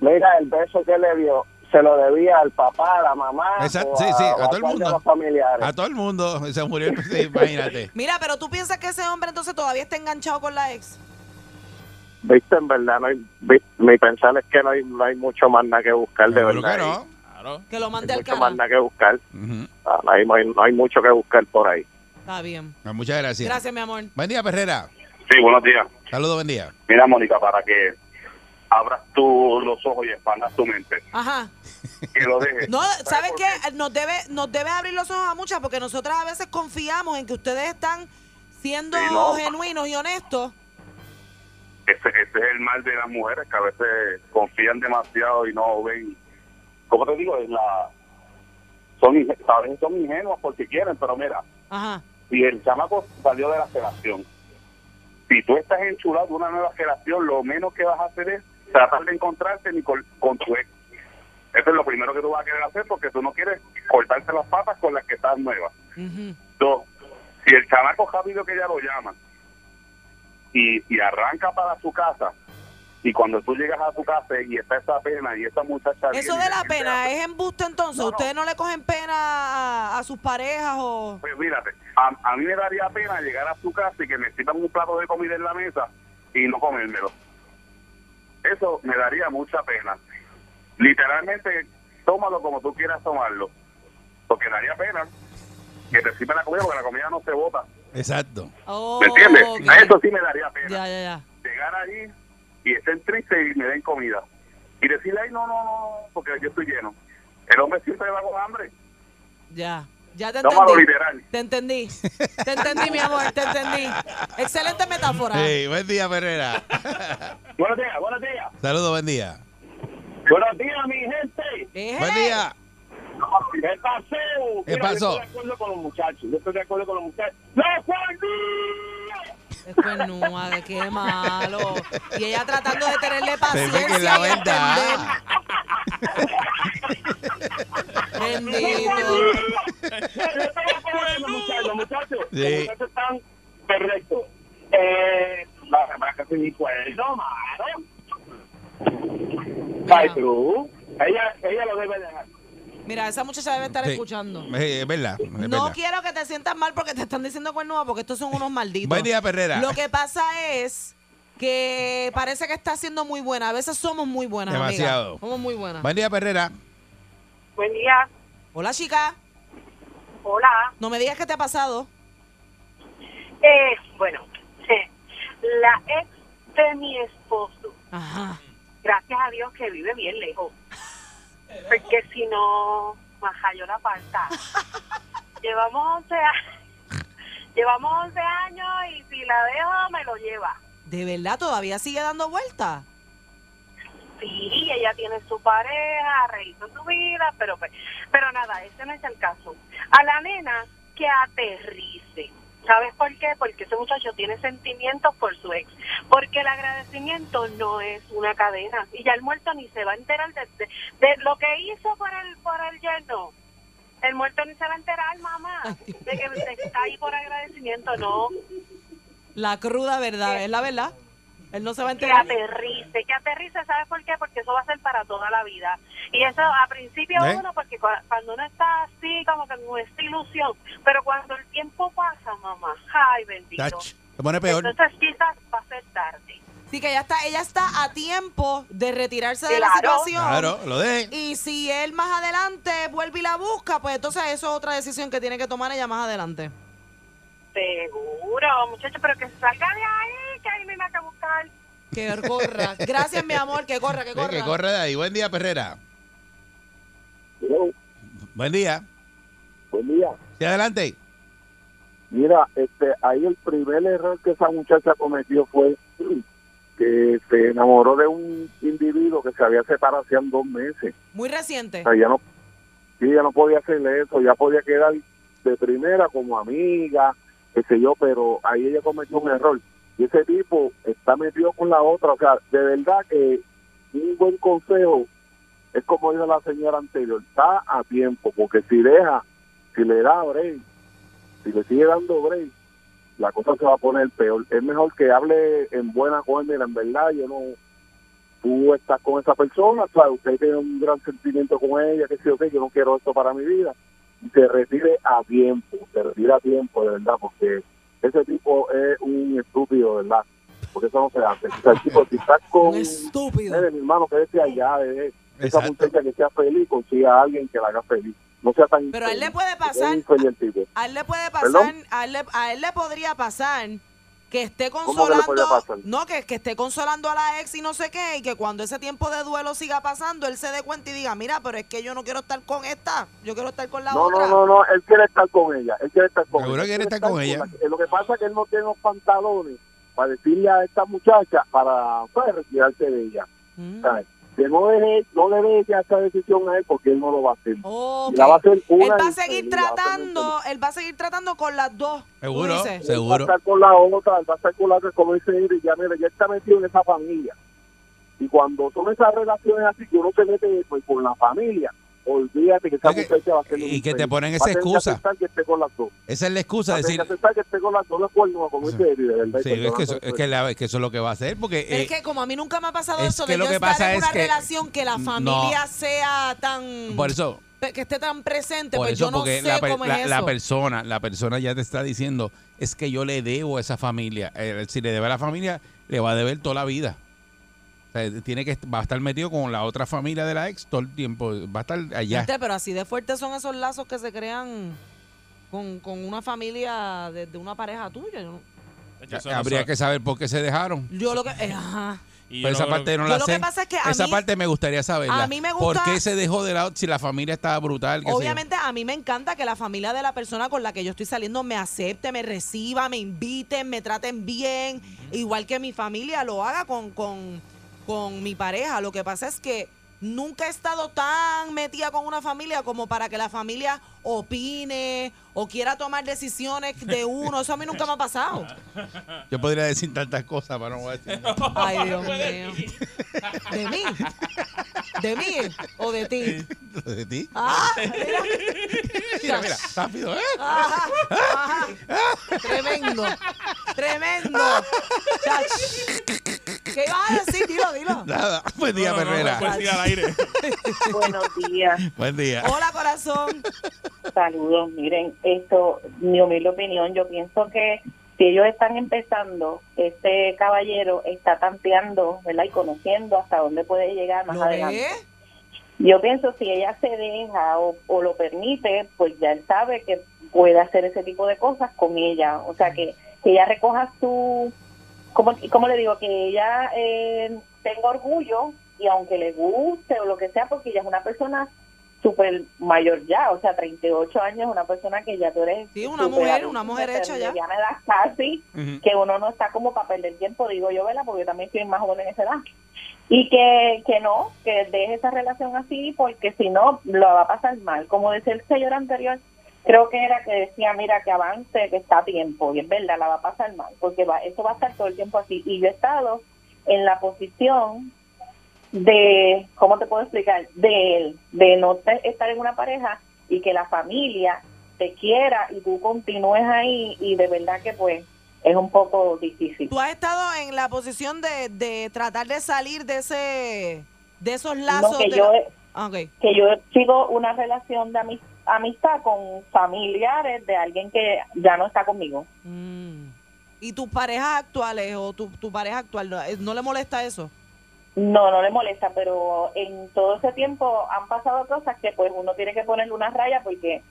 [SPEAKER 15] mira, el beso que le dio, se lo debía al papá, a la mamá,
[SPEAKER 2] Exacto,
[SPEAKER 15] o
[SPEAKER 2] sí, sí, a
[SPEAKER 15] o
[SPEAKER 2] todo el
[SPEAKER 15] cuál de
[SPEAKER 2] mundo.
[SPEAKER 15] los familiares.
[SPEAKER 2] A todo el mundo se murió, sí, imagínate.
[SPEAKER 1] Mira, pero tú piensas que ese hombre entonces todavía está enganchado con la ex.
[SPEAKER 15] Viste, en verdad, no hay- vi- mi pensar es que no hay, no hay mucho más nada que buscar, de verdad. ahí.
[SPEAKER 1] Que lo mande
[SPEAKER 15] hay
[SPEAKER 1] al
[SPEAKER 15] mucho
[SPEAKER 1] canal.
[SPEAKER 15] más nada que buscar. Ah, no, hay, no hay- no hay mucho que buscar por ahí.
[SPEAKER 1] Está bien.
[SPEAKER 2] Ah, Muchas gracias.
[SPEAKER 1] Gracias, mi amor.
[SPEAKER 2] Buen día, Perrera.
[SPEAKER 12] Sí, buenos días.
[SPEAKER 2] Saludos, buen día.
[SPEAKER 12] Mira, Mónica, para que abras tú los ojos y expandas tu mente.
[SPEAKER 1] Ajá.
[SPEAKER 12] Que lo dejes.
[SPEAKER 1] No, ¿sabes qué? Nos debe, nos debe abrir los ojos a muchas porque nosotras a veces confiamos en que ustedes están siendo
[SPEAKER 12] Sí, no.
[SPEAKER 1] genuinos y honestos.
[SPEAKER 12] Ese, ese es el mal de las mujeres que a veces confían demasiado y no ven. ¿Cómo te digo? Es la, son, inge- a veces son ingenuos porque quieren, pero mira,
[SPEAKER 1] Ajá.
[SPEAKER 12] si el chamaco salió de la relación, si tú estás enchulado de una nueva relación, lo menos que vas a hacer es tratar de encontrarte ni con, con tu ex. Eso es lo primero que tú vas a querer hacer porque tú no quieres cortarse las patas con las que están nuevas. Dos, si el chamaco rápido que ya lo llama y, y arranca para su casa, y cuando tú llegas a tu casa y está esa pena y esa muchacha.
[SPEAKER 1] Eso
[SPEAKER 12] viene
[SPEAKER 1] de
[SPEAKER 12] y
[SPEAKER 1] la
[SPEAKER 12] te
[SPEAKER 1] pena
[SPEAKER 12] hace-
[SPEAKER 1] es embuste entonces. ¿Ustedes no le cogen pena a, a sus parejas o...?
[SPEAKER 12] Pues mírate, a, a mí me daría pena llegar a tu casa y que me sirvan un plato de comida en la mesa y no comérmelo. Eso me daría mucha pena. Literalmente, tómalo como tú quieras tomarlo. Porque daría pena que te sirvan la comida porque la comida no se bota.
[SPEAKER 2] Exacto.
[SPEAKER 1] Oh,
[SPEAKER 12] ¿Me entiendes?
[SPEAKER 2] ok.
[SPEAKER 12] A eso sí me daría pena.
[SPEAKER 1] Ya, ya, ya.
[SPEAKER 12] Llegar allí y estén tristes y me den comida. Y decirle, ay, no, no, no, porque yo estoy lleno. El hombre siempre va con hambre.
[SPEAKER 1] Ya. Ya te
[SPEAKER 12] Tómalo
[SPEAKER 1] entendí.
[SPEAKER 12] literal.
[SPEAKER 1] Te entendí. Te entendí, mi amor. Te entendí. Excelente metáfora.
[SPEAKER 2] Hey, buen día, Pereira.
[SPEAKER 11] Buenos días, buenos días.
[SPEAKER 2] Saludos, buen día.
[SPEAKER 11] Buenos días, mi gente.
[SPEAKER 2] Buen día.
[SPEAKER 11] ¿Qué pasó?
[SPEAKER 2] ¿Qué
[SPEAKER 11] Mira,
[SPEAKER 2] pasó?
[SPEAKER 11] Yo estoy de acuerdo con los muchachos. Yo estoy de acuerdo con los muchachos. ¡La
[SPEAKER 1] Después de qué malo. Y ella tratando de tenerle
[SPEAKER 2] Te
[SPEAKER 1] paciencia.
[SPEAKER 2] que la
[SPEAKER 1] y
[SPEAKER 2] verdad.
[SPEAKER 1] Bendito.
[SPEAKER 11] Muchachos, muchachos.
[SPEAKER 2] Sí.
[SPEAKER 11] Los muchachos están correctos. Eh, la remarca se mi cuerno, mano. ¿eh? Ay, true. Ella, ella lo debe dejar.
[SPEAKER 1] Mira, esa muchacha debe estar
[SPEAKER 2] Sí.
[SPEAKER 1] escuchando.
[SPEAKER 2] Eh, Es verdad. es
[SPEAKER 1] No
[SPEAKER 2] verdad.
[SPEAKER 1] quiero que te sientas mal porque te están diciendo cuernuda porque estos son unos malditos.
[SPEAKER 2] Buen día, Perrera.
[SPEAKER 1] Lo que pasa es que parece que está siendo muy buena. A veces somos muy buenas, amiga.
[SPEAKER 2] Demasiado.
[SPEAKER 1] Somos muy buenas.
[SPEAKER 2] Buen día, Perrera.
[SPEAKER 1] Buen día. Hola, chica.
[SPEAKER 20] Hola.
[SPEAKER 1] No me digas qué te ha pasado.
[SPEAKER 20] Eh, bueno, la ex de mi esposo,
[SPEAKER 1] Ajá.
[SPEAKER 20] gracias a Dios que vive bien lejos. Porque si no, maja, yo la falta. llevamos 11 años. Llevamos 11 años y si la dejo, me lo lleva.
[SPEAKER 1] ¿De verdad todavía sigue dando vueltas?
[SPEAKER 20] Sí, ella tiene su pareja, rehizo su vida, pero pues- pero nada, ese no es el caso. A la nena que aterrice. ¿Sabes por qué? Porque ese muchacho tiene sentimientos por su ex. Porque el agradecimiento no es una cadena. Y ya el muerto ni se va a enterar de, de- de lo que hizo por el, por el yerno. El muerto ni se va a enterar, mamá. De que está ahí por agradecimiento, no.
[SPEAKER 1] La cruda verdad, es la verdad. Él no se va a
[SPEAKER 20] Que
[SPEAKER 1] enterar.
[SPEAKER 20] aterrice, que aterrice, ¿sabes por qué? Porque eso va a ser para toda la vida. Y eso a principio
[SPEAKER 1] ¿Eh?
[SPEAKER 20] uno, porque cua- cuando uno está así, como que no es ilusión, pero cuando el tiempo pasa, mamá, ay bendito.
[SPEAKER 2] Tach, se pone peor.
[SPEAKER 1] Este
[SPEAKER 20] Entonces quizás va a ser tarde.
[SPEAKER 1] Sí, que ella está, ella está a tiempo de retirarse de la
[SPEAKER 20] Claro.
[SPEAKER 1] situación.
[SPEAKER 2] Claro, lo dejen.
[SPEAKER 1] Y si él más adelante vuelve y la busca, pues entonces eso es otra decisión que tiene que tomar ella más adelante.
[SPEAKER 20] Seguro, muchachos, pero que se salga de ahí, que ahí me va a buscar.
[SPEAKER 1] Que corra. Gracias, mi amor, que corra, que
[SPEAKER 2] Sí, Este que
[SPEAKER 1] corra.
[SPEAKER 2] corre de ahí. Buen día, Perrera. Buen día.
[SPEAKER 21] Buen día.
[SPEAKER 2] Sí, adelante.
[SPEAKER 21] Mira, este, ahí el primer error que esa muchacha cometió fue que se enamoró de un individuo que se había separado hacía dos meses.
[SPEAKER 1] Muy reciente.
[SPEAKER 21] O sea, ya no, sí, ya no podía hacerle eso, ya podía quedar de primera como amiga, qué sé yo, pero ahí ella cometió un error. Y ese tipo está metido con la otra. O sea, de verdad que un buen consejo es como dijo la señora anterior, está a tiempo, porque si deja, si le da break, si le sigue dando break, la cosa se va a poner peor. Es mejor que hable en buena forma, mira, en verdad, yo no, tú estás con esa persona, claro, usted tiene un gran sentimiento con ella, que sí, ok, yo no quiero esto para mi vida. Y se retire a tiempo, se retire a tiempo, de verdad, porque ese tipo es un estúpido, de verdad. Porque eso no se hace. O sea, el tipo, si estás con.
[SPEAKER 1] estúpido.
[SPEAKER 21] mi hermano, que desde allá, de esa muchacha que sea feliz, consiga a alguien que la haga feliz. No sea tan.
[SPEAKER 1] Pero a él le
[SPEAKER 21] infeliz,
[SPEAKER 1] puede
[SPEAKER 21] porque es
[SPEAKER 1] pasar-
[SPEAKER 21] infeliz el tipo.
[SPEAKER 1] A él le puede pasar,
[SPEAKER 21] ¿Perdón?
[SPEAKER 1] a él le, a él le podría pasar que esté
[SPEAKER 21] ¿Cómo que le puede
[SPEAKER 1] consolando,
[SPEAKER 21] pasar?
[SPEAKER 1] no, que, que esté consolando a la ex y no sé qué, y que cuando ese tiempo de duelo siga pasando, él se dé cuenta y diga, mira, pero es que yo no quiero estar con esta, yo quiero estar con la
[SPEAKER 21] No,
[SPEAKER 1] otra.
[SPEAKER 21] no, no, no, él quiere estar con ella, él quiere estar con
[SPEAKER 2] Seguro
[SPEAKER 21] ella.
[SPEAKER 2] quiere
[SPEAKER 21] él
[SPEAKER 2] estar con ella.
[SPEAKER 21] la- Lo que pasa es que él no tiene los pantalones para decirle a esta muchacha para pues, retirarse de ella.
[SPEAKER 1] Mm.
[SPEAKER 21] ¿sabes? Que no, deje, no le deje ya esa decisión a él porque él no lo va a hacer.
[SPEAKER 1] Ok.
[SPEAKER 21] Y la va a hacer una
[SPEAKER 1] él va a
[SPEAKER 21] y-
[SPEAKER 1] seguir
[SPEAKER 21] y la va a tener
[SPEAKER 1] tratando, él va a seguir tratando con las dos. tú dices.
[SPEAKER 21] Él va a estar con la otra, él va a estar con la otra, como dice Ingrid, ya, mira, ya está metido en esa familia. Y cuando son esas relaciones así, que uno se mete pues, con la familia,
[SPEAKER 22] olvídate que esa muchacha va a ser
[SPEAKER 2] y que te ponen esa excusa.
[SPEAKER 22] que esté con las dos.
[SPEAKER 2] Esa es la excusa,
[SPEAKER 22] Va a tener
[SPEAKER 2] decir-
[SPEAKER 22] que aceptar que esté con las dos, no es cuerno, como dice Eddie, de verdad. y
[SPEAKER 2] Sí, es
[SPEAKER 22] perdonando
[SPEAKER 2] que eso,
[SPEAKER 22] eso.
[SPEAKER 2] es que la- es que eso es lo que va a hacer, porque
[SPEAKER 1] Pero
[SPEAKER 2] eh,
[SPEAKER 1] es que como a mí nunca me ha pasado
[SPEAKER 2] es
[SPEAKER 1] eso
[SPEAKER 2] que
[SPEAKER 1] de
[SPEAKER 2] lo
[SPEAKER 1] yo
[SPEAKER 2] que
[SPEAKER 1] estar
[SPEAKER 2] pasa
[SPEAKER 1] en
[SPEAKER 2] es
[SPEAKER 1] una
[SPEAKER 2] que-
[SPEAKER 1] relación que la
[SPEAKER 2] No.
[SPEAKER 1] familia sea tan...
[SPEAKER 2] Por eso-
[SPEAKER 1] Que esté tan presente,
[SPEAKER 2] por
[SPEAKER 1] pues
[SPEAKER 2] eso,
[SPEAKER 1] yo no
[SPEAKER 2] porque
[SPEAKER 1] sé
[SPEAKER 2] la, per-
[SPEAKER 1] cómo
[SPEAKER 2] la-
[SPEAKER 1] es
[SPEAKER 2] la
[SPEAKER 1] eso.
[SPEAKER 2] persona, la persona ya te está diciendo, es que yo le debo a esa familia. Eh, si le debe a la familia, le va a deber toda la vida. O sea, tiene que va a estar metido con la otra familia de la ex todo el tiempo, va a estar allá.
[SPEAKER 1] Viste, Pero así de fuertes son esos lazos que se crean con, con una familia de, de una pareja tuya. Yo, no-
[SPEAKER 13] eso no
[SPEAKER 2] Habría
[SPEAKER 13] sabe.
[SPEAKER 2] que saber por qué se dejaron.
[SPEAKER 1] yo lo que... eh, ajá.
[SPEAKER 13] Y
[SPEAKER 2] Pero
[SPEAKER 13] yo
[SPEAKER 2] esa
[SPEAKER 13] no-
[SPEAKER 2] parte no
[SPEAKER 1] yo
[SPEAKER 2] la
[SPEAKER 1] lo
[SPEAKER 2] sé.
[SPEAKER 1] que pasa es que a
[SPEAKER 2] esa
[SPEAKER 1] mí-
[SPEAKER 2] parte me gustaría saberla.
[SPEAKER 1] a mí me
[SPEAKER 2] ¿Por
[SPEAKER 1] gusta-
[SPEAKER 2] qué se dejó de lado si la familia estaba brutal? qué sé yo?
[SPEAKER 1] Obviamente a mí me encanta que la familia de la persona con la que yo estoy saliendo me acepte, me reciba, me inviten, me traten bien, igual que mi familia lo haga con, con, con mi pareja. Lo que pasa es que nunca he estado tan metida con una familia como para que la familia opine o quiera tomar decisiones de uno. Eso a mí nunca me ha pasado.
[SPEAKER 2] Yo podría decir tantas cosas, pero no voy a decir. nada.
[SPEAKER 1] Ay, Dios mío. ¿De mí? ¿De mí o de ti?
[SPEAKER 2] ¿De ti?
[SPEAKER 1] Ah,
[SPEAKER 2] Mira, mira, rápido, ¿eh?
[SPEAKER 1] Ajá, ajá. Tremendo. Tremendo. Chach. ¿Qué ibas a decir? Dilo, dilo.
[SPEAKER 2] Nada. Buen día,
[SPEAKER 13] No, no, no,
[SPEAKER 2] Perrera.
[SPEAKER 13] puedes ir al aire.
[SPEAKER 20] Buenos días.
[SPEAKER 2] Buen día.
[SPEAKER 1] Hola, corazón.
[SPEAKER 20] Saludos. Miren, esto, mi humilde opinión, yo pienso que si ellos están empezando, este caballero está tanteando, ¿verdad? Y conociendo hasta dónde puede llegar más
[SPEAKER 1] ¿Lo
[SPEAKER 20] adelante.
[SPEAKER 1] ve?
[SPEAKER 20] Yo pienso si ella se deja o, o lo permite, pues ya él sabe que puede hacer ese tipo de cosas con ella. O sea, que, que ella recoja su... ¿Cómo, cómo le digo? Que ella eh, tenga orgullo y aunque le guste o lo que sea, porque ella es una persona súper mayor ya, o sea, 38 años, una persona que ya tú eres...
[SPEAKER 1] Sí, una
[SPEAKER 20] súper
[SPEAKER 1] mujer, una mujer
[SPEAKER 20] súper
[SPEAKER 1] hecha ya.
[SPEAKER 20] mediana edad casi,
[SPEAKER 1] Ujú.
[SPEAKER 20] que uno no está como para perder tiempo, digo yo, ¿verdad? Porque yo también soy más joven en esa edad y que, que no, que deje esa relación así porque si no, lo va a pasar mal. Como decía el señor anterior, creo que era que decía, mira, que avance, que está a tiempo, y es verdad, la va a pasar mal, porque va, eso va a estar todo el tiempo así. Y yo he estado en la posición de, ¿cómo te puedo explicar? De él, de no te- estar en una pareja y que la familia te quiera y tú continúes ahí y de verdad que pues es un poco difícil.
[SPEAKER 1] Tú has estado en la posición de, de tratar de salir de ese de esos lazos.
[SPEAKER 20] que
[SPEAKER 1] de
[SPEAKER 20] yo
[SPEAKER 1] la-
[SPEAKER 20] he-
[SPEAKER 1] Ah, ok.
[SPEAKER 20] que yo sigo una relación de amis- amistad con familiares de alguien que ya no está conmigo.
[SPEAKER 1] Mm. ¿Y tus parejas actuales o tu, tu pareja actual no, eh, no le molesta eso?
[SPEAKER 20] No, no le molesta, pero en todo ese tiempo han pasado cosas que pues uno tiene que ponerle una raya porque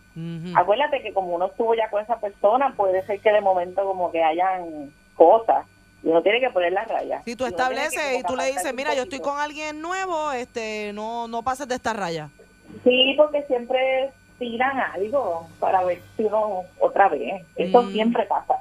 [SPEAKER 20] acuérdate que como uno estuvo ya con esa persona, puede ser que de momento como que hayan cosas y uno tiene que poner la raya.
[SPEAKER 1] Si tú
[SPEAKER 20] Uno tiene que
[SPEAKER 1] estableces
[SPEAKER 20] como
[SPEAKER 1] y tú le
[SPEAKER 20] apartarse
[SPEAKER 1] dices,
[SPEAKER 20] un
[SPEAKER 1] mira, yo estoy
[SPEAKER 20] poquito".
[SPEAKER 1] con alguien nuevo, este, no, no pases de esta raya.
[SPEAKER 20] Sí, porque siempre tiran algo para ver si uno otra vez. Eso
[SPEAKER 1] Mm.
[SPEAKER 20] siempre pasa.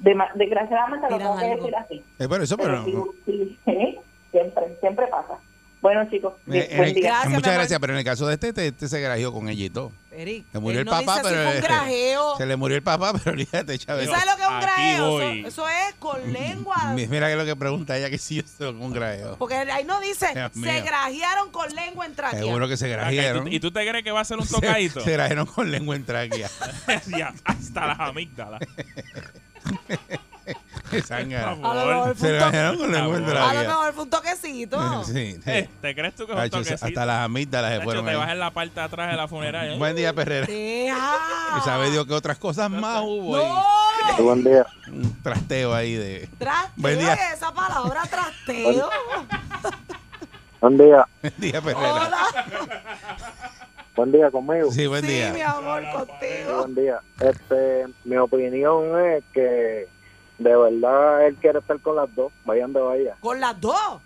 [SPEAKER 20] Dema- desgraciadamente lo tengo que decir así.
[SPEAKER 2] Eh, pero eso, pero.
[SPEAKER 20] Sí, sí, siempre, siempre pasa. Bueno, chicos,
[SPEAKER 2] Eh, en el-
[SPEAKER 20] buen día.
[SPEAKER 2] muchas gracias, pero en el caso de este, este, este se grajeó con ella y todo.
[SPEAKER 1] Eric,
[SPEAKER 2] Se murió el
[SPEAKER 1] él no
[SPEAKER 2] papá,
[SPEAKER 1] dice si
[SPEAKER 2] pero. eh,
[SPEAKER 1] fue un grajeo.
[SPEAKER 2] Se le murió el papá, pero olvídate, Chávez.
[SPEAKER 1] ¿Tú sabes lo que es un grajeo? Eso,
[SPEAKER 2] grajeo?
[SPEAKER 1] eso es con lengua.
[SPEAKER 2] Mira que lo que pregunta ella, que sí, yo soy un grajeo.
[SPEAKER 1] Porque ahí no dice,
[SPEAKER 2] Dios
[SPEAKER 1] se
[SPEAKER 2] mío.
[SPEAKER 1] grajearon con lengua en tráquea.
[SPEAKER 2] Seguro que se grajearon.
[SPEAKER 13] ¿Y tú te crees que va a ser un
[SPEAKER 2] Se-
[SPEAKER 13] tocadito?
[SPEAKER 2] Se grajearon con lengua en tráquea.
[SPEAKER 13] Ya, Hasta las amígdalas.
[SPEAKER 2] Zángara.
[SPEAKER 13] Por favor. A lo mejor fue
[SPEAKER 2] Se
[SPEAKER 13] un
[SPEAKER 2] grajearon
[SPEAKER 13] to-
[SPEAKER 2] con lengua en
[SPEAKER 13] Por
[SPEAKER 1] A lo
[SPEAKER 2] tráquea.
[SPEAKER 1] mejor fue un toquecito.
[SPEAKER 2] Sí, sí.
[SPEAKER 13] Eh, ¿Te crees tú que es un
[SPEAKER 2] Hacho,
[SPEAKER 13] toquecito?
[SPEAKER 2] Hasta las amígdalas se
[SPEAKER 13] Tacho,
[SPEAKER 2] fueron
[SPEAKER 13] te
[SPEAKER 2] ahí.
[SPEAKER 13] vas en la parte de atrás de la funeraria.
[SPEAKER 2] Buen día, Perrera.
[SPEAKER 1] Deja.
[SPEAKER 2] Y sabe Dios que otras cosas más hubo. ahí.
[SPEAKER 22] Buen día.
[SPEAKER 2] Un trasteo ahí de.
[SPEAKER 1] Trasteo, eh.
[SPEAKER 2] Buen día.
[SPEAKER 1] oye, esa palabra trasteo.
[SPEAKER 22] Buen día.
[SPEAKER 2] Buen día, pues. Perrera.
[SPEAKER 1] Hola.
[SPEAKER 22] Buen día conmigo.
[SPEAKER 2] Sí, buen
[SPEAKER 22] día.
[SPEAKER 1] Mi amor, contigo.
[SPEAKER 22] Buen día. Este, mi opinión es que de verdad él quiere estar con las dos, vayan de vaya.
[SPEAKER 1] Con las dos.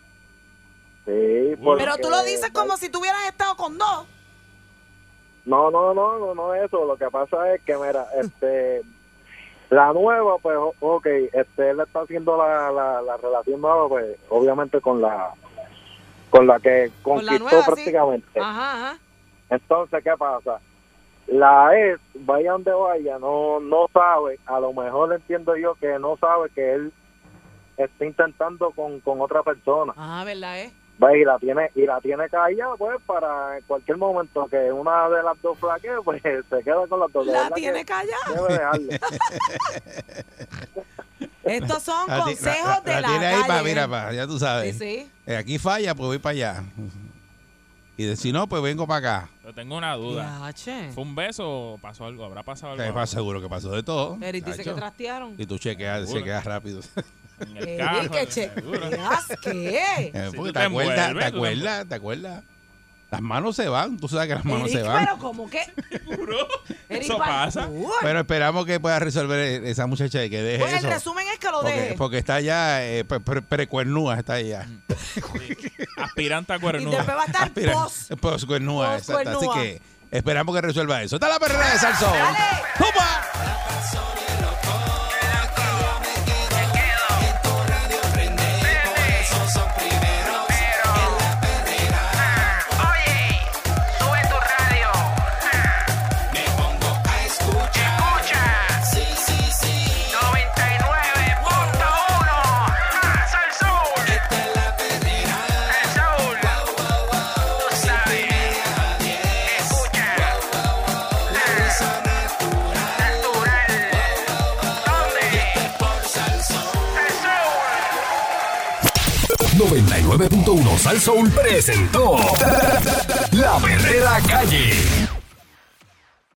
[SPEAKER 22] Sí,
[SPEAKER 1] Pero tú lo
[SPEAKER 22] porque-
[SPEAKER 1] dices como si tú hubieras estado con dos.
[SPEAKER 22] No, no, no, no, no es eso. Lo que pasa es que, mira, este, la nueva, pues, o- ok, este, él está haciendo la, la, la relación nueva, pues, obviamente con la, con la que
[SPEAKER 1] Con la
[SPEAKER 22] conquistó
[SPEAKER 1] nueva, sí.
[SPEAKER 22] prácticamente.
[SPEAKER 1] Ajá, ajá.
[SPEAKER 22] Entonces, ¿qué pasa? La ex, vaya donde vaya, no, no sabe, a lo mejor entiendo yo que no sabe que él está intentando con, con otra persona.
[SPEAKER 1] Ajá, ¿verdad, eh?
[SPEAKER 22] Va y la tiene y la tiene caída pues para en cualquier momento que una de las dos flaquee pues se queda con las dos De
[SPEAKER 1] La
[SPEAKER 22] verdad
[SPEAKER 1] tiene callada.
[SPEAKER 22] que debe dejarlo.
[SPEAKER 1] Estos son
[SPEAKER 2] La ti- la-
[SPEAKER 1] consejos de la
[SPEAKER 2] tiene ahí para,
[SPEAKER 1] calle. ¿eh?
[SPEAKER 2] mira, para, ya tú sabes.
[SPEAKER 1] Sí, sí.
[SPEAKER 2] Eh, aquí falla, pues voy para allá. Y de- si no, pues vengo para acá.
[SPEAKER 13] Yo tengo una duda.
[SPEAKER 1] Ya, che.
[SPEAKER 13] ¿Fue un beso o pasó algo? ¿Habrá pasado algo?
[SPEAKER 2] Te pasa seguro que pasó de todo.
[SPEAKER 1] Pero y dice que
[SPEAKER 2] Chacho.
[SPEAKER 1] trastearon.
[SPEAKER 2] Y tú chequeas,
[SPEAKER 13] Seguro.
[SPEAKER 2] chequeas rápido.
[SPEAKER 1] Ey,
[SPEAKER 13] carro,
[SPEAKER 1] que che- Veas ¿Qué?
[SPEAKER 2] Eh, porque
[SPEAKER 13] tú
[SPEAKER 2] te, acuerdas,
[SPEAKER 13] te envuelves,
[SPEAKER 2] te
[SPEAKER 13] tú te
[SPEAKER 2] acuerdas, te acuerdas. Las manos se van, tú sabes que las manos
[SPEAKER 1] Eric,
[SPEAKER 2] se van.
[SPEAKER 1] pero ¿cómo que? Eric,
[SPEAKER 13] Eso
[SPEAKER 1] para-
[SPEAKER 13] pasa.
[SPEAKER 2] Pero esperamos que pueda resolver e- esa muchacha y que deje
[SPEAKER 1] Pues el
[SPEAKER 2] eso.
[SPEAKER 1] resumen es que lo
[SPEAKER 2] porque,
[SPEAKER 1] deje. Mm.
[SPEAKER 2] Porque está ya eh, pre- pre- precuernúa, está ahí ya.
[SPEAKER 13] Aspirante a
[SPEAKER 1] Y después
[SPEAKER 13] cuernuda.
[SPEAKER 1] va a estar
[SPEAKER 2] Mira,
[SPEAKER 1] post.
[SPEAKER 2] poscuernúa, exacto. Así
[SPEAKER 1] Poscuernúa.
[SPEAKER 2] que esperamos que resuelva eso. Está la perrera de Salsón.
[SPEAKER 8] Oye, sube tu radio. Me pongo a escuchar. Escucha. Sí, sí, sí. 99.1. Ah, Sal Soul. Esta es la perrera. El Soul. Tú sabes. Escucha. Ah, Natural. ¿Dónde? Por Sal Soul. Sal Soul.
[SPEAKER 9] 99.1 Sal Soul presentó La Perrera Calle.